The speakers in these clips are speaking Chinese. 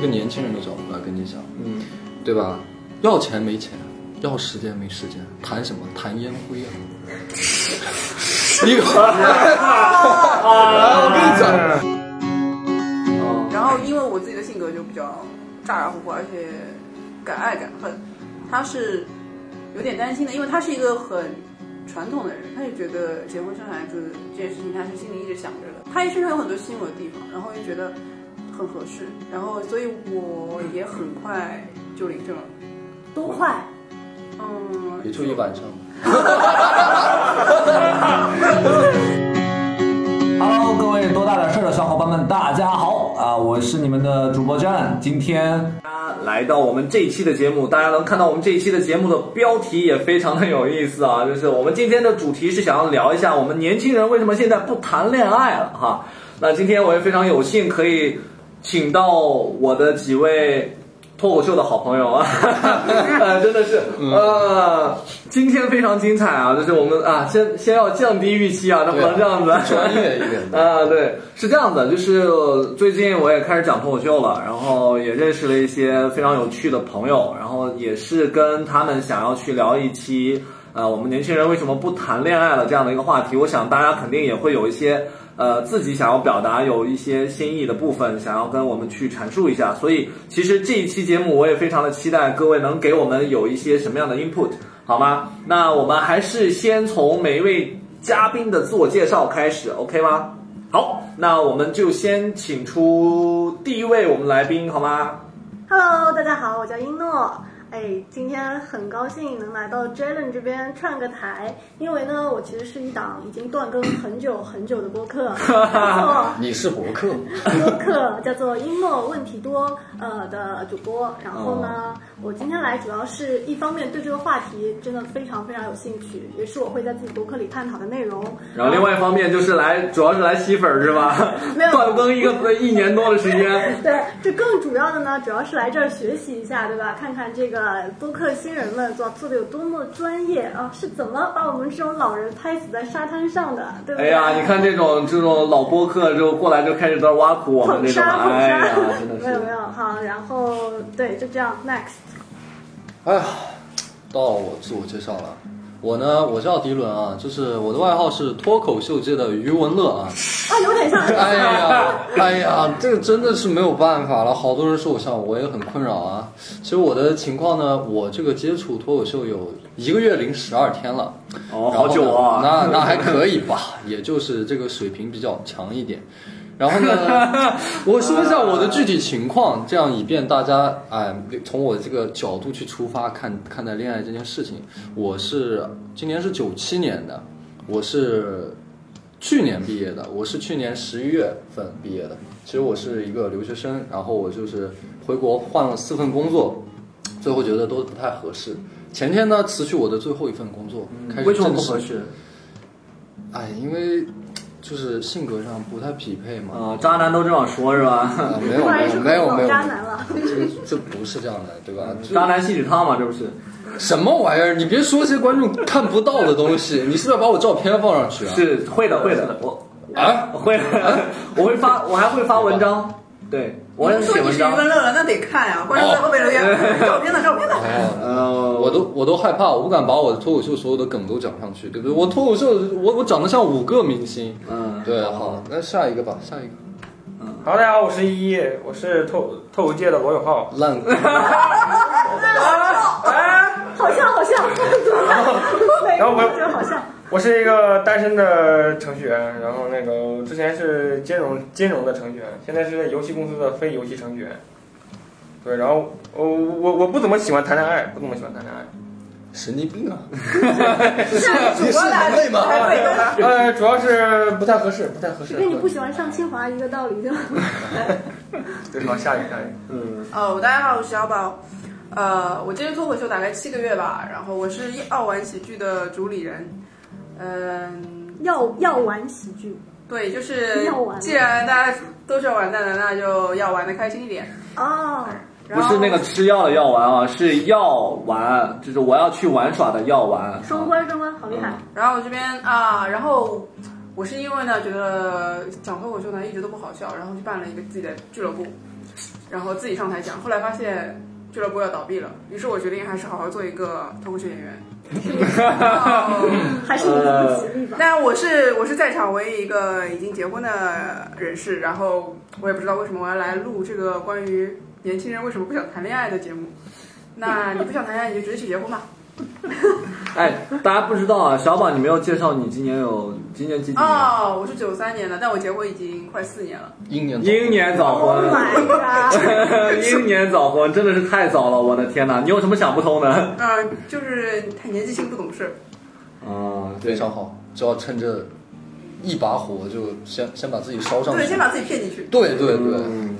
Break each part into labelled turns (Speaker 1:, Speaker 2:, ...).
Speaker 1: 个年轻人都找不来，跟你讲，
Speaker 2: 嗯，
Speaker 1: 对吧？要钱没钱，要时间没时间，谈什么？谈烟灰啊！你
Speaker 2: 我跟你讲，
Speaker 3: 然后因为我自己的性格就比较咋咋呼呼，而且敢爱敢恨，他是有点担心的，因为他是一个很传统的人，他也觉得结婚生孩子这件事情他是心里一直想着的，他也身上有很多吸引我的地方，然后又觉得很合适，然后所以我也很快就领证了，
Speaker 4: 多快？
Speaker 3: 嗯，
Speaker 1: 也就一晚上。
Speaker 5: Hello，各位多大点事儿的小伙伴们，大家好啊！我是你们的主播 John，今天
Speaker 2: 呃来到我们这一期的节目，大家能看到我们这一期的节目的标题也非常的有意思啊，就是我们今天的主题是想要聊一下我们年轻人为什么现在不谈恋爱了哈。那今天我也非常有幸可以请到我的几位脱口秀的好朋友啊， 呃，真的是呃，今天非常精彩啊，就是我们啊，先先要降低预期啊，那不能这样子，
Speaker 1: 专业一点的。
Speaker 2: 啊，对，是这样的，就是最近我也开始讲脱口秀了，然后也认识了一些非常有趣的朋友，然后也是跟他们想要去聊一期，呃，我们年轻人为什么不谈恋爱了这样的一个话题。我想大家肯定也会有一些，呃，自己想要表达有一些新意的部分，想要跟我们去阐述一下。所以其实这一期节目我也非常的期待各位能给我们有一些什么样的 input，好吗？那我们还是先从每一位。嘉宾的自我介绍开始，OK 吗？好，那我们就先请出第一位我们来宾，好吗？
Speaker 4: Hello，大家好，我叫一诺。哎，今天很高兴能来到 Jalen 这边串个台，因为呢，我其实是一档已经断更很久很久的 播客，叫
Speaker 1: 你是博客，
Speaker 4: 做播客叫做一诺问题多呃的主播。然后
Speaker 2: 哦
Speaker 4: 呢，我今天来主要是一方面对这个话题真的非常非常有兴趣，也是我会在自己博客里探讨的内容。
Speaker 2: 然后另外一方面就是来，主要是来吸粉儿是吧？
Speaker 4: 没有
Speaker 2: 断更一个呃一年多的时 间，
Speaker 4: 对，这更主要的呢，主要是来这儿学习一下，对吧？看看这个播客新人们做做的有多么专业啊，是怎么把我们这种老人拍死在沙滩上的，对不
Speaker 2: 哎
Speaker 4: 对？
Speaker 2: 呀，你看这种这种老播客就过来就开始在这挖苦我们
Speaker 4: 捧
Speaker 2: 这种，
Speaker 4: 杀捧
Speaker 2: 哎呀
Speaker 4: 杀，，
Speaker 2: 真 的
Speaker 4: 没有没
Speaker 2: 是。
Speaker 4: 有好，然后对，就这样，next，
Speaker 1: 哎呀，到我自我介绍了。我呢，我叫迪伦啊，就是我的外号是脱口秀界的余文乐啊。
Speaker 4: 啊，有点像，
Speaker 1: 哎呀，哎呀，这个真的是没有办法了。好多人说我像，我也很困扰啊。其实我的情况呢，我这个接触脱口秀有一个月零十二天了，
Speaker 2: 哦，
Speaker 1: 然后
Speaker 2: 好
Speaker 1: 呢
Speaker 2: 久啊！
Speaker 1: 那那还可以吧，也就是这个水平比较强一点。然后 呢，我说一下我的具体情况，这样以便大家哎从我这个角度去出发看看待恋爱这件事情。我是今年是九七年的，我是去年毕业的，我是去年十一月份毕业的。其实我是一个留学生，然后我就是回国换了四份工作，最后觉得都不太合适。前天呢，辞去我的最后一份工作，开始
Speaker 2: 为什么
Speaker 1: 正
Speaker 2: 不
Speaker 1: 式
Speaker 2: 合适？
Speaker 1: 哎，因为就是性格上不太匹配嘛。
Speaker 2: 啊，渣男都这样说，是吧？
Speaker 1: 啊，没有
Speaker 4: 突然是
Speaker 1: 没有没有没有，
Speaker 4: 渣男了，
Speaker 1: 这这不是这样的，对吧？
Speaker 2: 渣男锡纸烫嘛，这不是？
Speaker 1: 什么玩意儿？你别说些观众看不到的东西，你是不是要把我照片放上去啊？
Speaker 2: 是会的，会的，我
Speaker 1: 啊，
Speaker 2: 我会的，我会发，我还会发文章，对我还
Speaker 3: 你说
Speaker 2: 写
Speaker 1: 哦
Speaker 3: 你
Speaker 2: 文
Speaker 3: 是余
Speaker 2: 章。
Speaker 3: 文乐了，那得看啊呀、观众在后面留言，
Speaker 1: 哎
Speaker 3: 照片呢，照片呢。
Speaker 1: 哦，
Speaker 2: 呃，
Speaker 1: 我都我都害怕，我不敢把我的脱口秀所有的梗都讲上去，对不对？我脱口秀，我我长得像五个明星。
Speaker 2: 嗯，
Speaker 1: 对，好，那下一个吧，下一个
Speaker 6: 好，大家好，我是一，我是透透口界的罗永浩。
Speaker 1: 烂梗。
Speaker 4: 好像好像， 每
Speaker 6: 然后
Speaker 4: 个
Speaker 6: 我
Speaker 4: 就好像，
Speaker 6: 我是一个单身的程序员，然后那个之前是金融金融的程序员，现在是在游戏公司的非游戏程序员。对，然后我我我不怎么喜欢谈恋爱，不怎么喜欢谈恋爱。
Speaker 1: 神经病啊！
Speaker 3: 主播来
Speaker 1: 你是人类吗
Speaker 3: 还会跟
Speaker 6: 呃，主要是不太合适，不太合适。
Speaker 4: 跟你不喜欢上清华一个道理，对吧？
Speaker 6: 对，好，下一个，下一个。
Speaker 2: 嗯，
Speaker 3: 哦，大家好，我是小宝。呃，我接触脱口秀大概七个月吧，然后我是奥玩喜剧的主理人。嗯、
Speaker 4: 要要玩喜剧
Speaker 3: 对，就是
Speaker 4: 要玩
Speaker 3: 既然大家都是要玩蛋的，那就要玩的开心一点。
Speaker 4: 哦，
Speaker 3: 然
Speaker 2: 不
Speaker 3: 后
Speaker 2: 是那个吃药的药丸啊，是药丸，就是我要去玩耍的药丸。啊
Speaker 4: 双关双关，好厉害，
Speaker 3: 然后我这边啊，然后我是因为呢觉得讲脱口秀呢一直都不好笑，然后去办了一个自己的俱乐部。然后自己上台讲。后来发现俱乐部要倒闭了，于是我决定还是好好做一个脱口秀演 员。然后
Speaker 4: 还是你的不吉利吧。
Speaker 3: 但我是我是在场唯一一个已经结婚的人士，然后我也不知道为什么我要来录这个关于年轻人为什么不想谈恋爱的节 目。那你不想谈恋爱，你就直接去结婚吧。
Speaker 2: 哎，大家不知道啊，小宝，你没有介绍你今年有今年几几年？
Speaker 3: 哦，我是九三年的，但我结婚已经快四年了。
Speaker 1: 英年
Speaker 2: 英年早
Speaker 4: Oh
Speaker 2: 婚，
Speaker 4: my
Speaker 2: 呃
Speaker 4: god！
Speaker 2: 英年早婚真的是太早了，我的天哪！你有什么想不通的？
Speaker 3: 嗯、就是太年纪轻不懂事。
Speaker 2: 嗯，
Speaker 1: 非常好，只要趁着一把火就先先把自己烧上去。
Speaker 3: 对，先把自己骗进去。
Speaker 1: 对对对，
Speaker 2: 嗯，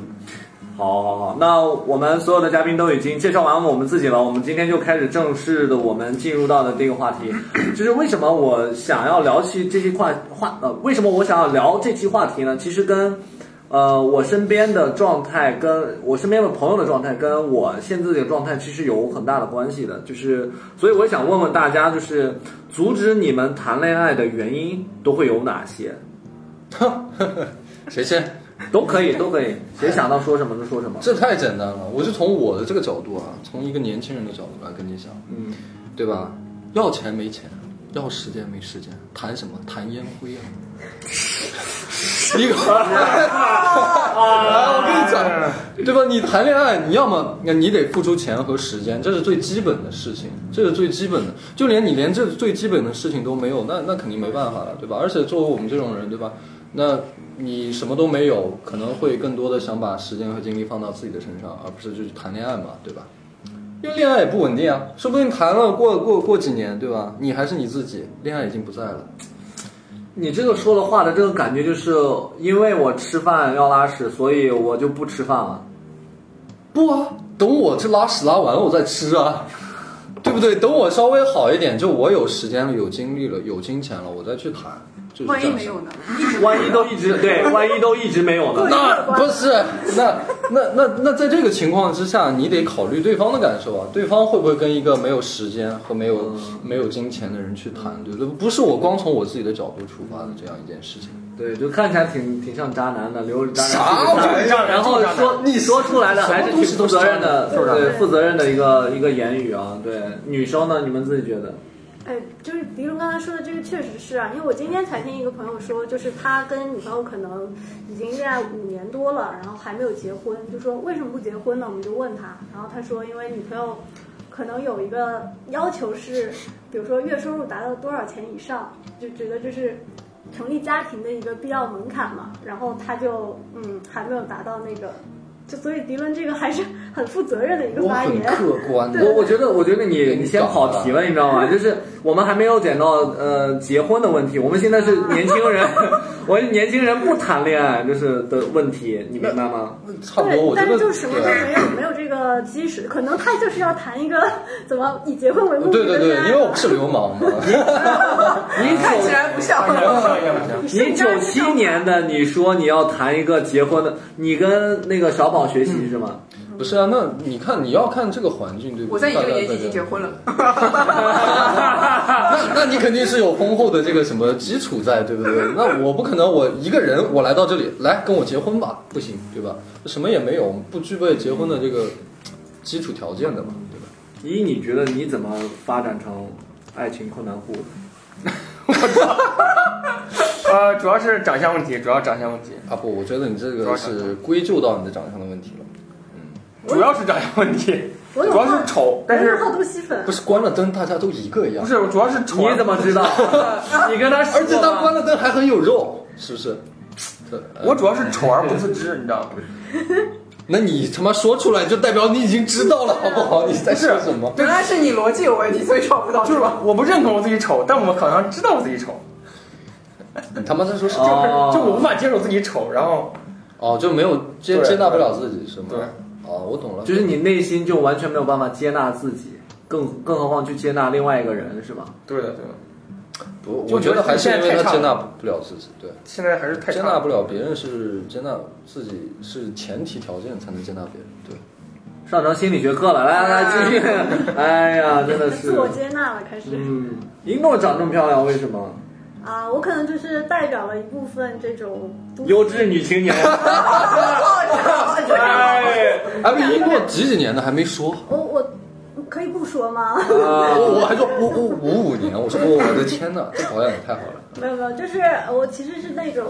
Speaker 2: 好，好，好。那我们所有的嘉宾都已经介绍完我们自己了，我们今天就开始正式的，我们进入到的这个话题，就是为什么我想要聊起这期话话呃，为什么我想要聊这期话题呢？其实跟呃我身边的状态，跟我身边的朋友的状态，跟我现在的状态其实有很大的关系的。就是，所以我想问问大家，就是阻止你们谈恋爱的原因都会有哪些？
Speaker 1: 谁先？
Speaker 2: 都可以，都可以，谁想到说什么就说什么。
Speaker 1: 这太简单了，我是从我的这个角度啊，从一个年轻人的角度来跟你讲，
Speaker 2: 嗯。
Speaker 1: 对吧？要钱没钱，要时间没时间，谈什么？谈烟灰啊！ 一个，啊，我跟你讲，对吧？你谈恋爱，你要么你得付出钱和时间，这是最基本的事情，这是最基本的。就连你连这最基本的事情都没有，那那肯定没办法了，对吧？而且作为我们这种人，对吧？那你什么都没有，可能会更多的想把时间和精力放到自己的身上，而不是就去谈恋爱嘛，对吧？因为恋爱也不稳定啊，说不定谈了过过过几年，对吧？你还是你自己，恋爱已经不在了。
Speaker 2: 你这个说的话的这个感觉，就是因为我吃饭要拉屎，所以我就不吃饭了。
Speaker 1: 不啊，等我这拉屎拉完了我再吃啊，对不对？等我稍微好一点，就我有时间了、有精力了、有金钱了，我再去谈。就是这样
Speaker 3: 万一没有呢？
Speaker 2: 万一都一直 对，万一都一直没有呢？
Speaker 1: 那不是那那那那在这个情况之下，你得考虑对方的感受啊，对方会不会跟一个没有时间和没有、没有金钱的人去谈，对不对？不是我光从我自己的角度出发的这样一件事情。
Speaker 2: 对，就看起来挺挺像渣男的，留着渣男。
Speaker 6: 啊
Speaker 1: 啥玩意
Speaker 6: 儿
Speaker 2: 然后说 你说出来的还是挺负责任的，
Speaker 1: 什么东西都是渣男
Speaker 2: 对负责任的一个一个言语啊。对，女生呢，你们自己觉得？
Speaker 4: 哎，就是迪龙刚才说的这个确实是啊，因为我今天才听一个朋友说，就是他跟女朋友可能已经恋爱五年多了，然后还没有结婚，就说为什么不结婚呢？我们就问他，然后他说因为女朋友可能有一个要求是，比如说月收入达到多少钱以上，就觉得这是成立家庭的一个必要门槛嘛，然后他就嗯还没有达到那个，就所以迪伦这个还是很负责任的一个
Speaker 1: 我
Speaker 4: 发
Speaker 1: 很
Speaker 4: 言。
Speaker 1: 客观的，
Speaker 2: 我我觉得，我觉得你你先跑题了，你知道 吗？就是我们还没有讲到呃结婚的问题，我们现在是
Speaker 6: 啊
Speaker 2: 年轻人， 我们年轻人不谈恋爱就是的问题，你明白吗？
Speaker 1: 差不多。
Speaker 4: 对，
Speaker 1: 我觉
Speaker 4: 但
Speaker 1: 得
Speaker 4: 是就是什么都
Speaker 1: 对啊
Speaker 4: 没有，没有这个基石，可能他就是要谈一个 怎么以结婚为目的
Speaker 1: 对对
Speaker 4: 的
Speaker 1: 对
Speaker 4: 恋，爱
Speaker 1: 因为我不是流氓嘛。
Speaker 2: 你
Speaker 3: 看起
Speaker 2: 九
Speaker 3: 来不像。
Speaker 6: 哎
Speaker 2: 你九七年的，你说你要谈一个结婚的，你跟那个小宝学
Speaker 6: 嗯
Speaker 2: 习是吗？
Speaker 1: 不是啊，那你看你要看这个环境，对不对？
Speaker 3: 我在你这个年纪已经
Speaker 1: 大
Speaker 3: 结
Speaker 1: 家
Speaker 3: 婚 了。
Speaker 1: 那那你肯定是有丰厚的这个什么基础在，对不对？ 那我不可能我一个人我来到这里来跟我结婚吧，不行，对吧？什么也没有，不具备结婚的这个基础条件的嘛，对吧？
Speaker 2: 一，你觉得你怎么发展成爱情困难户？
Speaker 6: 呃，主要是长相问题，主要长相问题，
Speaker 1: 啊不，我觉得你这
Speaker 6: 主
Speaker 1: 个
Speaker 6: 要是
Speaker 1: 是归咎到你的长相的问题了。
Speaker 6: 主要是长相问题，
Speaker 4: 我
Speaker 6: 主
Speaker 4: 有
Speaker 6: 要
Speaker 4: 好
Speaker 6: 是丑，但
Speaker 4: 我有
Speaker 6: 是
Speaker 4: 好多吸粉
Speaker 1: 不，是关了灯，大家都一个一样
Speaker 6: 不，是主要是丑？啊
Speaker 2: 你怎么知道？你跟他说
Speaker 1: 而且他
Speaker 2: 吗
Speaker 1: 关了灯还很有肉，是不是？对呃
Speaker 6: 我主要是丑而不自知，你知道吗？
Speaker 1: 那你他妈说出来就代表你已经知道了，好不好？你在说什么？
Speaker 3: 原来是你逻辑有问题，所以找不到
Speaker 6: 就是
Speaker 3: 是吧？
Speaker 6: 我不认同我自己丑，但我好像知道我自己丑，
Speaker 1: 你他妈在说什么？
Speaker 2: 哦，
Speaker 6: 就我无法接受自己丑，然后
Speaker 1: 哦，就没有接
Speaker 6: 对
Speaker 1: 接纳不了自己是吗？
Speaker 6: 对。
Speaker 1: 哦，我懂了。
Speaker 2: 就是你内心就完全没有办法接纳自己，更更何况去接纳另外一个人，是吧？
Speaker 6: 对的对的，
Speaker 1: 不，
Speaker 6: 就
Speaker 1: 我觉得还是因为他接纳不了自己，对，
Speaker 6: 现在还是太
Speaker 1: 接
Speaker 6: 差
Speaker 1: 纳
Speaker 6: 了。
Speaker 1: 不了别人是接纳自己是前提条件才能接纳别人，对。
Speaker 2: 上成心理学课了，来来来，继续。哎呀，真的是
Speaker 4: 哎嗯自，我接纳了开始、
Speaker 2: 嗯，一诺长这么漂亮，为什么？
Speaker 4: 啊，我可能就是代表了一部分这种都市
Speaker 2: 优质女青年。
Speaker 3: 哦，
Speaker 2: 哎，
Speaker 1: 还没英国几几年的还没说，
Speaker 4: 我我可以不说吗？
Speaker 1: 我我还说我我五五年，我说哦我的天呐，这保养也太好了。
Speaker 4: 没有没有，就是我其实是那种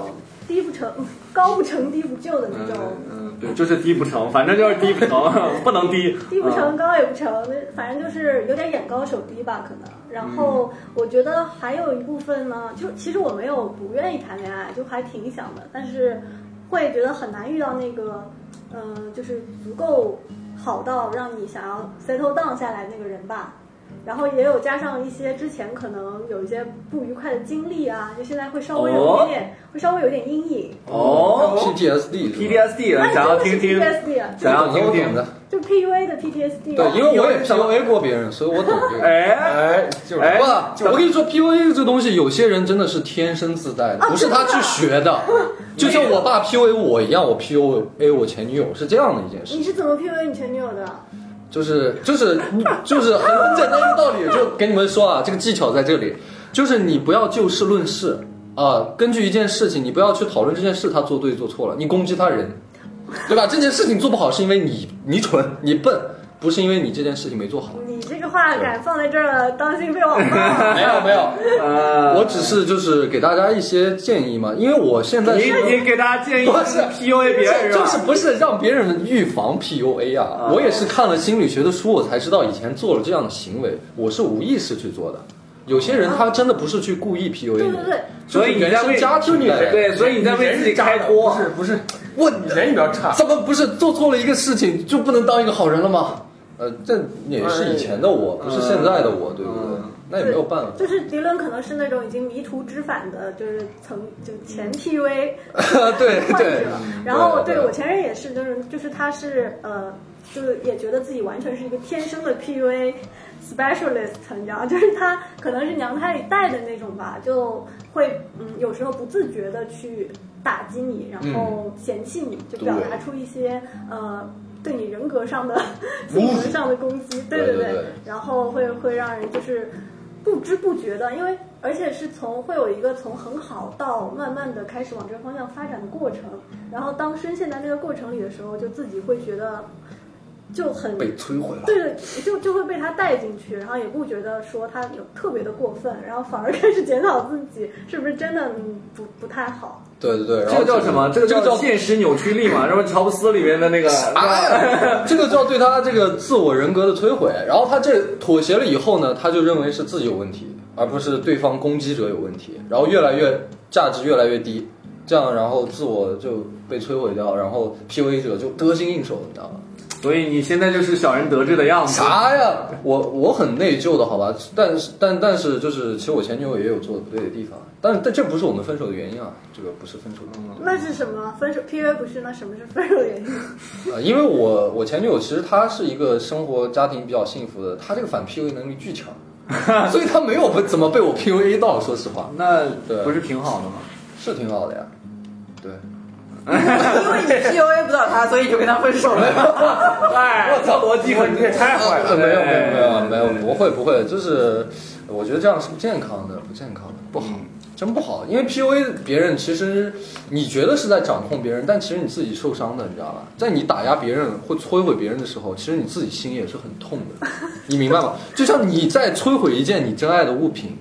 Speaker 4: 低不成高不成低不就的那种，
Speaker 2: 嗯，对，就是低不成，反正就是低不成， 不能低，啊
Speaker 4: 低不成高也不成，那反正就是有点眼高手低吧，可能。然后我觉得还有一部分呢，就其实我没有不愿意谈恋爱，就还挺想的，但是会觉得很难遇到那个，嗯、就是足够好到让你想要 settle down 下来那个人吧。然后也有加上一些之前可能有一些不愉快的经历啊，就现在会稍微有一点点，会稍微有一点阴影。
Speaker 2: 哦
Speaker 1: PTSD 是吧
Speaker 2: ，PTSD
Speaker 4: 那
Speaker 2: 了，想要
Speaker 4: 真的是
Speaker 2: 听听，
Speaker 4: PTSD 啊
Speaker 2: 想要听
Speaker 1: 我懂
Speaker 2: 听
Speaker 1: 的，。
Speaker 4: 就 PUA 的 PTSD
Speaker 1: 对
Speaker 4: 啊。，
Speaker 1: 因为我也 PUA 过别人，所以我懂这个。
Speaker 2: 哎，
Speaker 6: 哎，
Speaker 1: 就是
Speaker 2: 哎
Speaker 1: 哇，我跟你说，PUA 这东西，有些人真的是天生自带啊的，不是他去学的。 就像我爸 PUA 我一样，我 PUA 我前女友是这样的一件事
Speaker 4: 你，是怎么 PUA 你前女友的？
Speaker 1: 就是就是就是很简单一个道理，就给你们说啊，这个技巧在这里，就是你不要就事论事啊，根据一件事情，你不要去讨论这件事他做对做错了，你攻击他人，对吧？这件事情做不好是因为你你蠢你笨，不是因为你这件事情没做好。
Speaker 4: 你这个话敢放在这儿了，当心被网暴。啊
Speaker 1: 没有没有，
Speaker 2: 呃，
Speaker 1: 我只是就是给大家一些建议嘛，因为我现在
Speaker 2: 你
Speaker 1: 是
Speaker 2: 你给大家建议
Speaker 1: 不是
Speaker 2: PUA 别人
Speaker 1: 就是
Speaker 2: 吧？
Speaker 1: 不是让别人预防 PUA 啊？我也是看了心理学的书，我才知道以前做了这样的行为，我是无意识去做的。有些人他真的不是去故意 PUA
Speaker 4: 对
Speaker 1: 你
Speaker 4: 对，对，
Speaker 2: 所
Speaker 1: 就是
Speaker 2: 以你
Speaker 1: 原
Speaker 2: 在
Speaker 1: 生
Speaker 2: 为
Speaker 1: 家庭带来的。
Speaker 2: 对，所以你在为自己开
Speaker 6: 不
Speaker 2: 脱。
Speaker 6: 是不是，
Speaker 1: 我
Speaker 6: 你人也比较差。
Speaker 1: 怎么不是做错了一个事情就不能当一个好人了吗？呃，这也是以前的我，不是现在的我，对不对
Speaker 2: 嗯？
Speaker 1: 那也没有办法。
Speaker 4: 就是迪伦可能是那种已经迷途知返的，就是曾就前 PUA
Speaker 1: 对
Speaker 4: 患
Speaker 1: 对
Speaker 4: 者。然后
Speaker 1: 嗯对
Speaker 4: 对我前任也是，就是就是他是呃，就是也觉得自己完全是一个天生的 PUA specialist，你知道， 就是他可能是娘胎里带的那种吧，就会嗯有时候不自觉的去打击你，
Speaker 1: 嗯
Speaker 4: 然后嫌弃你，就表达出一些呃。对你人格上的、 性格上的攻击，对
Speaker 1: 对
Speaker 4: 对，
Speaker 1: 对对
Speaker 4: 然后会会让人就是不知不觉的，因为而且是从会有一个从很好到慢慢的开始往这个方向发展的过程，然后当深陷在那个过程里的时候，就自己会觉得就很
Speaker 1: 被摧毁了。
Speaker 4: 对对，就就会被他带进去，然后也不觉得说他有特别的过分，然后反而开始检讨自己是不是真的嗯不不太好。
Speaker 1: 对对对，然
Speaker 2: 这
Speaker 1: 后
Speaker 2: 个叫什么？这个
Speaker 1: 这个
Speaker 2: 叫
Speaker 1: 叫
Speaker 2: 现实扭曲力嘛，什么乔布斯里面的那个
Speaker 1: 啊， 这个叫对他这个自我人格的摧毁。然后他这妥协了以后呢，他就认为是自己有问题，而不是对方攻击者有问题。然后越来越价值越来越低，这样然后自我就被摧毁掉，然后 PUA 者就得心应手，你知道吗？
Speaker 2: 所以你现在就是小人得志的样子。
Speaker 1: 啥呀？我我很内疚的，好吧？但是但但是就是，其实我前女友也有做的不对的地方，但但这不是我们分手的原因啊，这个不是分手的原因。啊
Speaker 4: 那是什么？分手 PUA 不是？那什么是分手的原因？
Speaker 1: 呃，因为我我前女友其实她是一个生活家庭比较幸福的，她这个反 PUA 能力巨强，所以她没有被怎么被我 PUA 到，说实话
Speaker 2: 那
Speaker 1: 对
Speaker 2: 不是挺好的吗？
Speaker 1: 是挺好的呀。对，
Speaker 3: 因为你 PUA 不到他，所以你就跟他分手了。
Speaker 2: 哎，我操，逻辑很
Speaker 6: 你也太坏
Speaker 1: 呃
Speaker 6: 了。
Speaker 1: 没有没有没有
Speaker 2: 哎
Speaker 1: 没有，不会不会，就是我觉得这样是不健康的，不健康的，不好，
Speaker 4: 嗯
Speaker 1: 真不好。因为 PUA 别人，其实你觉得是在掌控别人，但其实你自己受伤的，你知道吧？在你打压别人或摧毁别人的时候，其实你自己心也是很痛 的，你明白吗？就像你在摧毁一件你真爱的物品，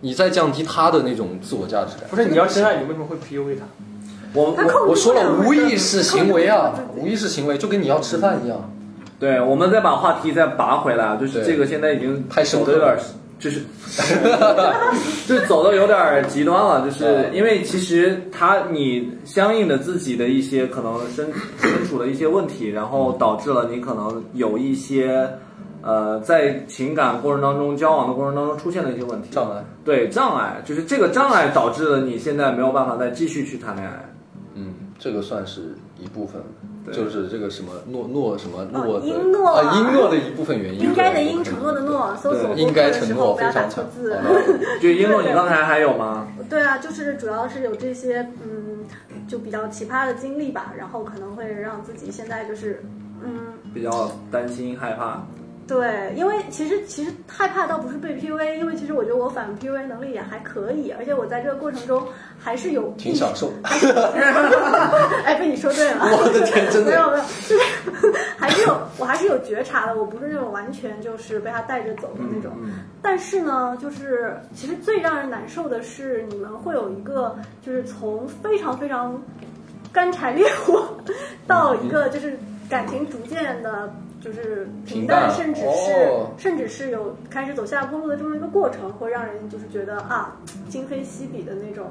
Speaker 1: 你在降低他的那种自我价值感。
Speaker 6: 不是你要真爱，你为什么会 PUA 他？
Speaker 2: 我
Speaker 4: 他控制
Speaker 2: 我
Speaker 4: 不了
Speaker 1: 我说了
Speaker 4: 自己
Speaker 1: 无意识行为啊
Speaker 4: 控制不了自，己
Speaker 1: 无意识行为就跟你要吃饭一样。
Speaker 2: 对，我们再把话题再拔回来啊，就是
Speaker 1: 对
Speaker 2: 这个现在已经
Speaker 1: 太深
Speaker 2: 走
Speaker 1: 刻
Speaker 2: 的有点儿，就是 就走的有点儿极端了，就是
Speaker 1: 对
Speaker 2: 因为其实他你相应的自己的一些可能身身处的一些问题，然后导致了你可能有一些呃在情感过程当中交往的过程当中出现的一些问题
Speaker 1: 障碍，
Speaker 2: 对障碍，就是这个障碍导致了你现在没有办法再继续去谈 恋爱。
Speaker 1: 嗯，这个算是一部分，
Speaker 2: 对
Speaker 1: 就是这个什么诺诺什么诺
Speaker 4: 哦
Speaker 1: 的
Speaker 4: 英诺
Speaker 1: 啊，英诺的一部分原因，
Speaker 4: 应该的
Speaker 1: 对
Speaker 4: 应，承诺的，诺，搜索
Speaker 1: 对应该承诺
Speaker 4: 不
Speaker 1: 非
Speaker 4: 要打
Speaker 1: 常
Speaker 4: 错
Speaker 1: 强。
Speaker 4: 字。
Speaker 1: 好的
Speaker 2: 就因为你刚才还有吗？
Speaker 4: 对啊，就是主要是有这些嗯，就比较奇葩的经历吧，然后可能会让自己现在就是嗯，
Speaker 2: 比较担心害怕。
Speaker 4: 对，因为其实其实害怕倒不是被 PUA，因为其实我觉得我反 PUA 能力也还可以，而且我在这个过程中还是有
Speaker 1: 挺享 受。
Speaker 4: 哎，被你说对了。
Speaker 1: 我的天，真
Speaker 4: 没有
Speaker 1: 的
Speaker 4: 没有，就是 还是有，我还是有觉察的，我不是那种完全就是被他带着走的那种。
Speaker 1: 嗯
Speaker 4: 但是呢，就是其实最让人难受的是，你们会有一个就是从非常非常干柴烈火
Speaker 1: 嗯
Speaker 4: 到一个就是感情逐渐的。就是平淡，
Speaker 1: 平淡
Speaker 4: 甚至是、
Speaker 1: 哦
Speaker 4: 甚至是有开始走下坡路的这么一个过程，会让人就是觉得啊，今非昔比的那种，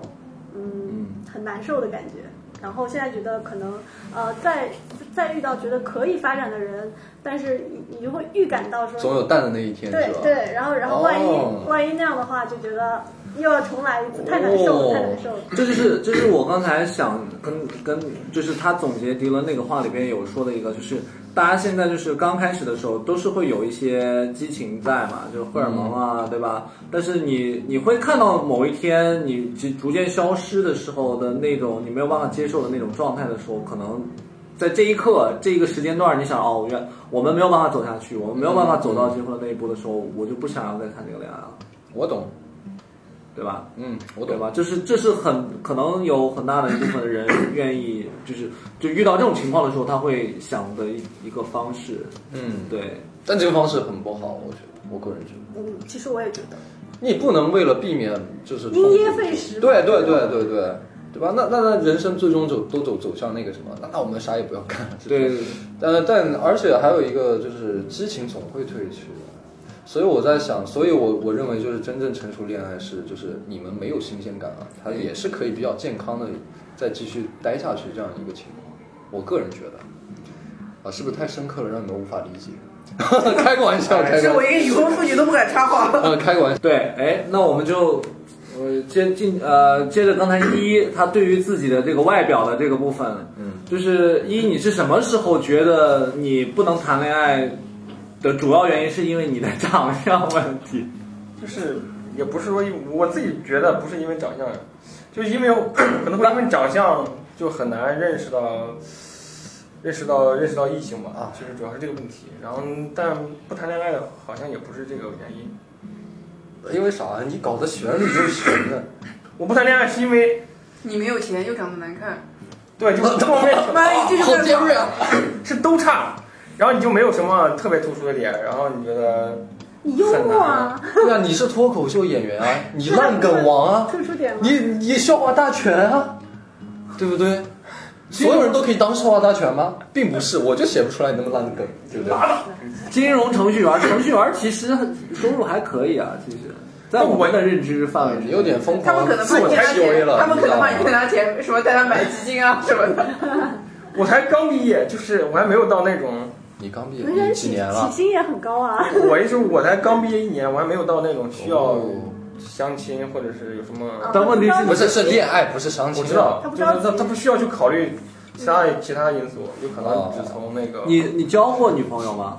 Speaker 4: 嗯，很难受的感觉。然后现在觉得可能，呃，再再遇到觉得可以发展的人，但是你你就会预感到
Speaker 1: 总
Speaker 4: 说，
Speaker 1: 有淡的那一天，
Speaker 4: 对
Speaker 1: 是吧？
Speaker 4: 对，然后然后万一、
Speaker 1: 哦
Speaker 4: 万一那样的话，就觉得又要重来一次，太难受了，
Speaker 1: 哦
Speaker 4: 太难受了。
Speaker 2: 这就是这是我刚才想跟跟，就是他总结迪伦那个话里边有说的一个，就是大家现在就是刚开始的时候都是会有一些激情在嘛，就是荷尔蒙啊，对吧？但是你你会看到某一天你逐逐渐消失的时候的那种你没有办法接受的那种状态的时候，可能。在这一刻，这一个时间段，你想哦，我原我们没有办法走下去，我们没有办法走到结婚的那一步的时候，我就不想要再谈这个恋爱了，
Speaker 1: 我懂，
Speaker 2: 对吧？
Speaker 1: 嗯，我
Speaker 2: 对
Speaker 1: 懂。
Speaker 2: 吧？这是这是很可能有很大的一部分人愿意，就是就遇到这种情况的时候，他会想的一一个方式。
Speaker 1: 嗯，
Speaker 2: 对，
Speaker 1: 但这个方式很不好，我觉得，我个人觉得，
Speaker 4: 嗯，其实我也觉得，
Speaker 1: 你不能为了避免就是
Speaker 4: 因噎
Speaker 1: 冲突
Speaker 4: 废食嘛
Speaker 1: 对对对对对，对吧？那那那人生最终走都走走向那个什么，那那我们啥也不要干了，这
Speaker 2: 对，
Speaker 1: 呃，但而且还有一个就是激情总会褪去的，所以我在想，所以我我认为就是真正成熟恋爱是就是你们没有新鲜感啊，它也是可以比较健康的再继续待下去这样一个情况，我个人觉得啊，是不是太深刻了，让你们无法理解？ 开个玩笑，开
Speaker 3: 是
Speaker 1: 个
Speaker 3: 我
Speaker 1: 玩
Speaker 3: 一个已婚妇女都不敢插话。
Speaker 1: 呃，开个玩笑，
Speaker 2: 对，哎，那我们就呃接进呃接着刚才一他对于自己的这个外表的这个部分，
Speaker 1: 嗯，
Speaker 2: 就是一你是什么时候觉得你不能谈恋爱的主要原因是因为你的长相问题？
Speaker 6: 就是也不是说我自己觉得不是因为长相，就因为我 可能会因为长相就很难认识到。认识到认识到异性吧啊，就是主要是这个问题。然后，但不谈恋爱的好像也不是这个原因。
Speaker 1: 因为啥？你搞的旋律就是旋的，
Speaker 6: 我不谈恋爱是因为
Speaker 3: 你没有钱又长得难看，
Speaker 6: 对，就是各方面
Speaker 3: 妈呀，这就是
Speaker 1: 哦尖锐啊！
Speaker 6: 是都差，然后你就没有什么特别突出的点，然后你觉得
Speaker 4: 你幽默啊，
Speaker 1: 对啊，你是脱口秀演员啊，你烂梗王啊，
Speaker 4: 突出点吗？
Speaker 1: 你你笑话大全啊，对不对？所有人都可以当笑话大全吗？并不是，我就写不出来那么烂的梗，对不对？
Speaker 2: 金融程序员，程序员其实收入还可以啊，其实，在我们的认知范围
Speaker 1: 你
Speaker 2: 之内，
Speaker 1: 有点疯
Speaker 3: 他
Speaker 1: 狂
Speaker 3: 们可能
Speaker 1: 自
Speaker 3: 怕
Speaker 1: 我
Speaker 3: 你骗他
Speaker 1: PUA
Speaker 3: 钱，
Speaker 1: 了，
Speaker 3: 他们可能怕你
Speaker 1: 知
Speaker 3: 骗
Speaker 1: 道吗
Speaker 3: 他钱，什么带他买基金啊什么的。
Speaker 6: 我才刚毕业，就是我还没有到那种，
Speaker 1: 你刚毕业
Speaker 4: 人家
Speaker 1: 你
Speaker 4: 起
Speaker 1: 几年
Speaker 4: 起
Speaker 1: 了？
Speaker 4: 薪也很高啊。
Speaker 6: 我就是我才刚毕业一年，我还没有到那种需要
Speaker 1: 哦
Speaker 6: 相亲或者是有什么，
Speaker 2: 但问题
Speaker 4: 啊
Speaker 2: 是
Speaker 1: 不是是恋爱，不是相亲。
Speaker 6: 我知道，
Speaker 4: 他
Speaker 6: 就是
Speaker 4: 不着急
Speaker 6: 他他不需要去考虑其他其他因素，有可能
Speaker 1: 哦
Speaker 6: 只从那个
Speaker 2: 你你交过女朋友吗？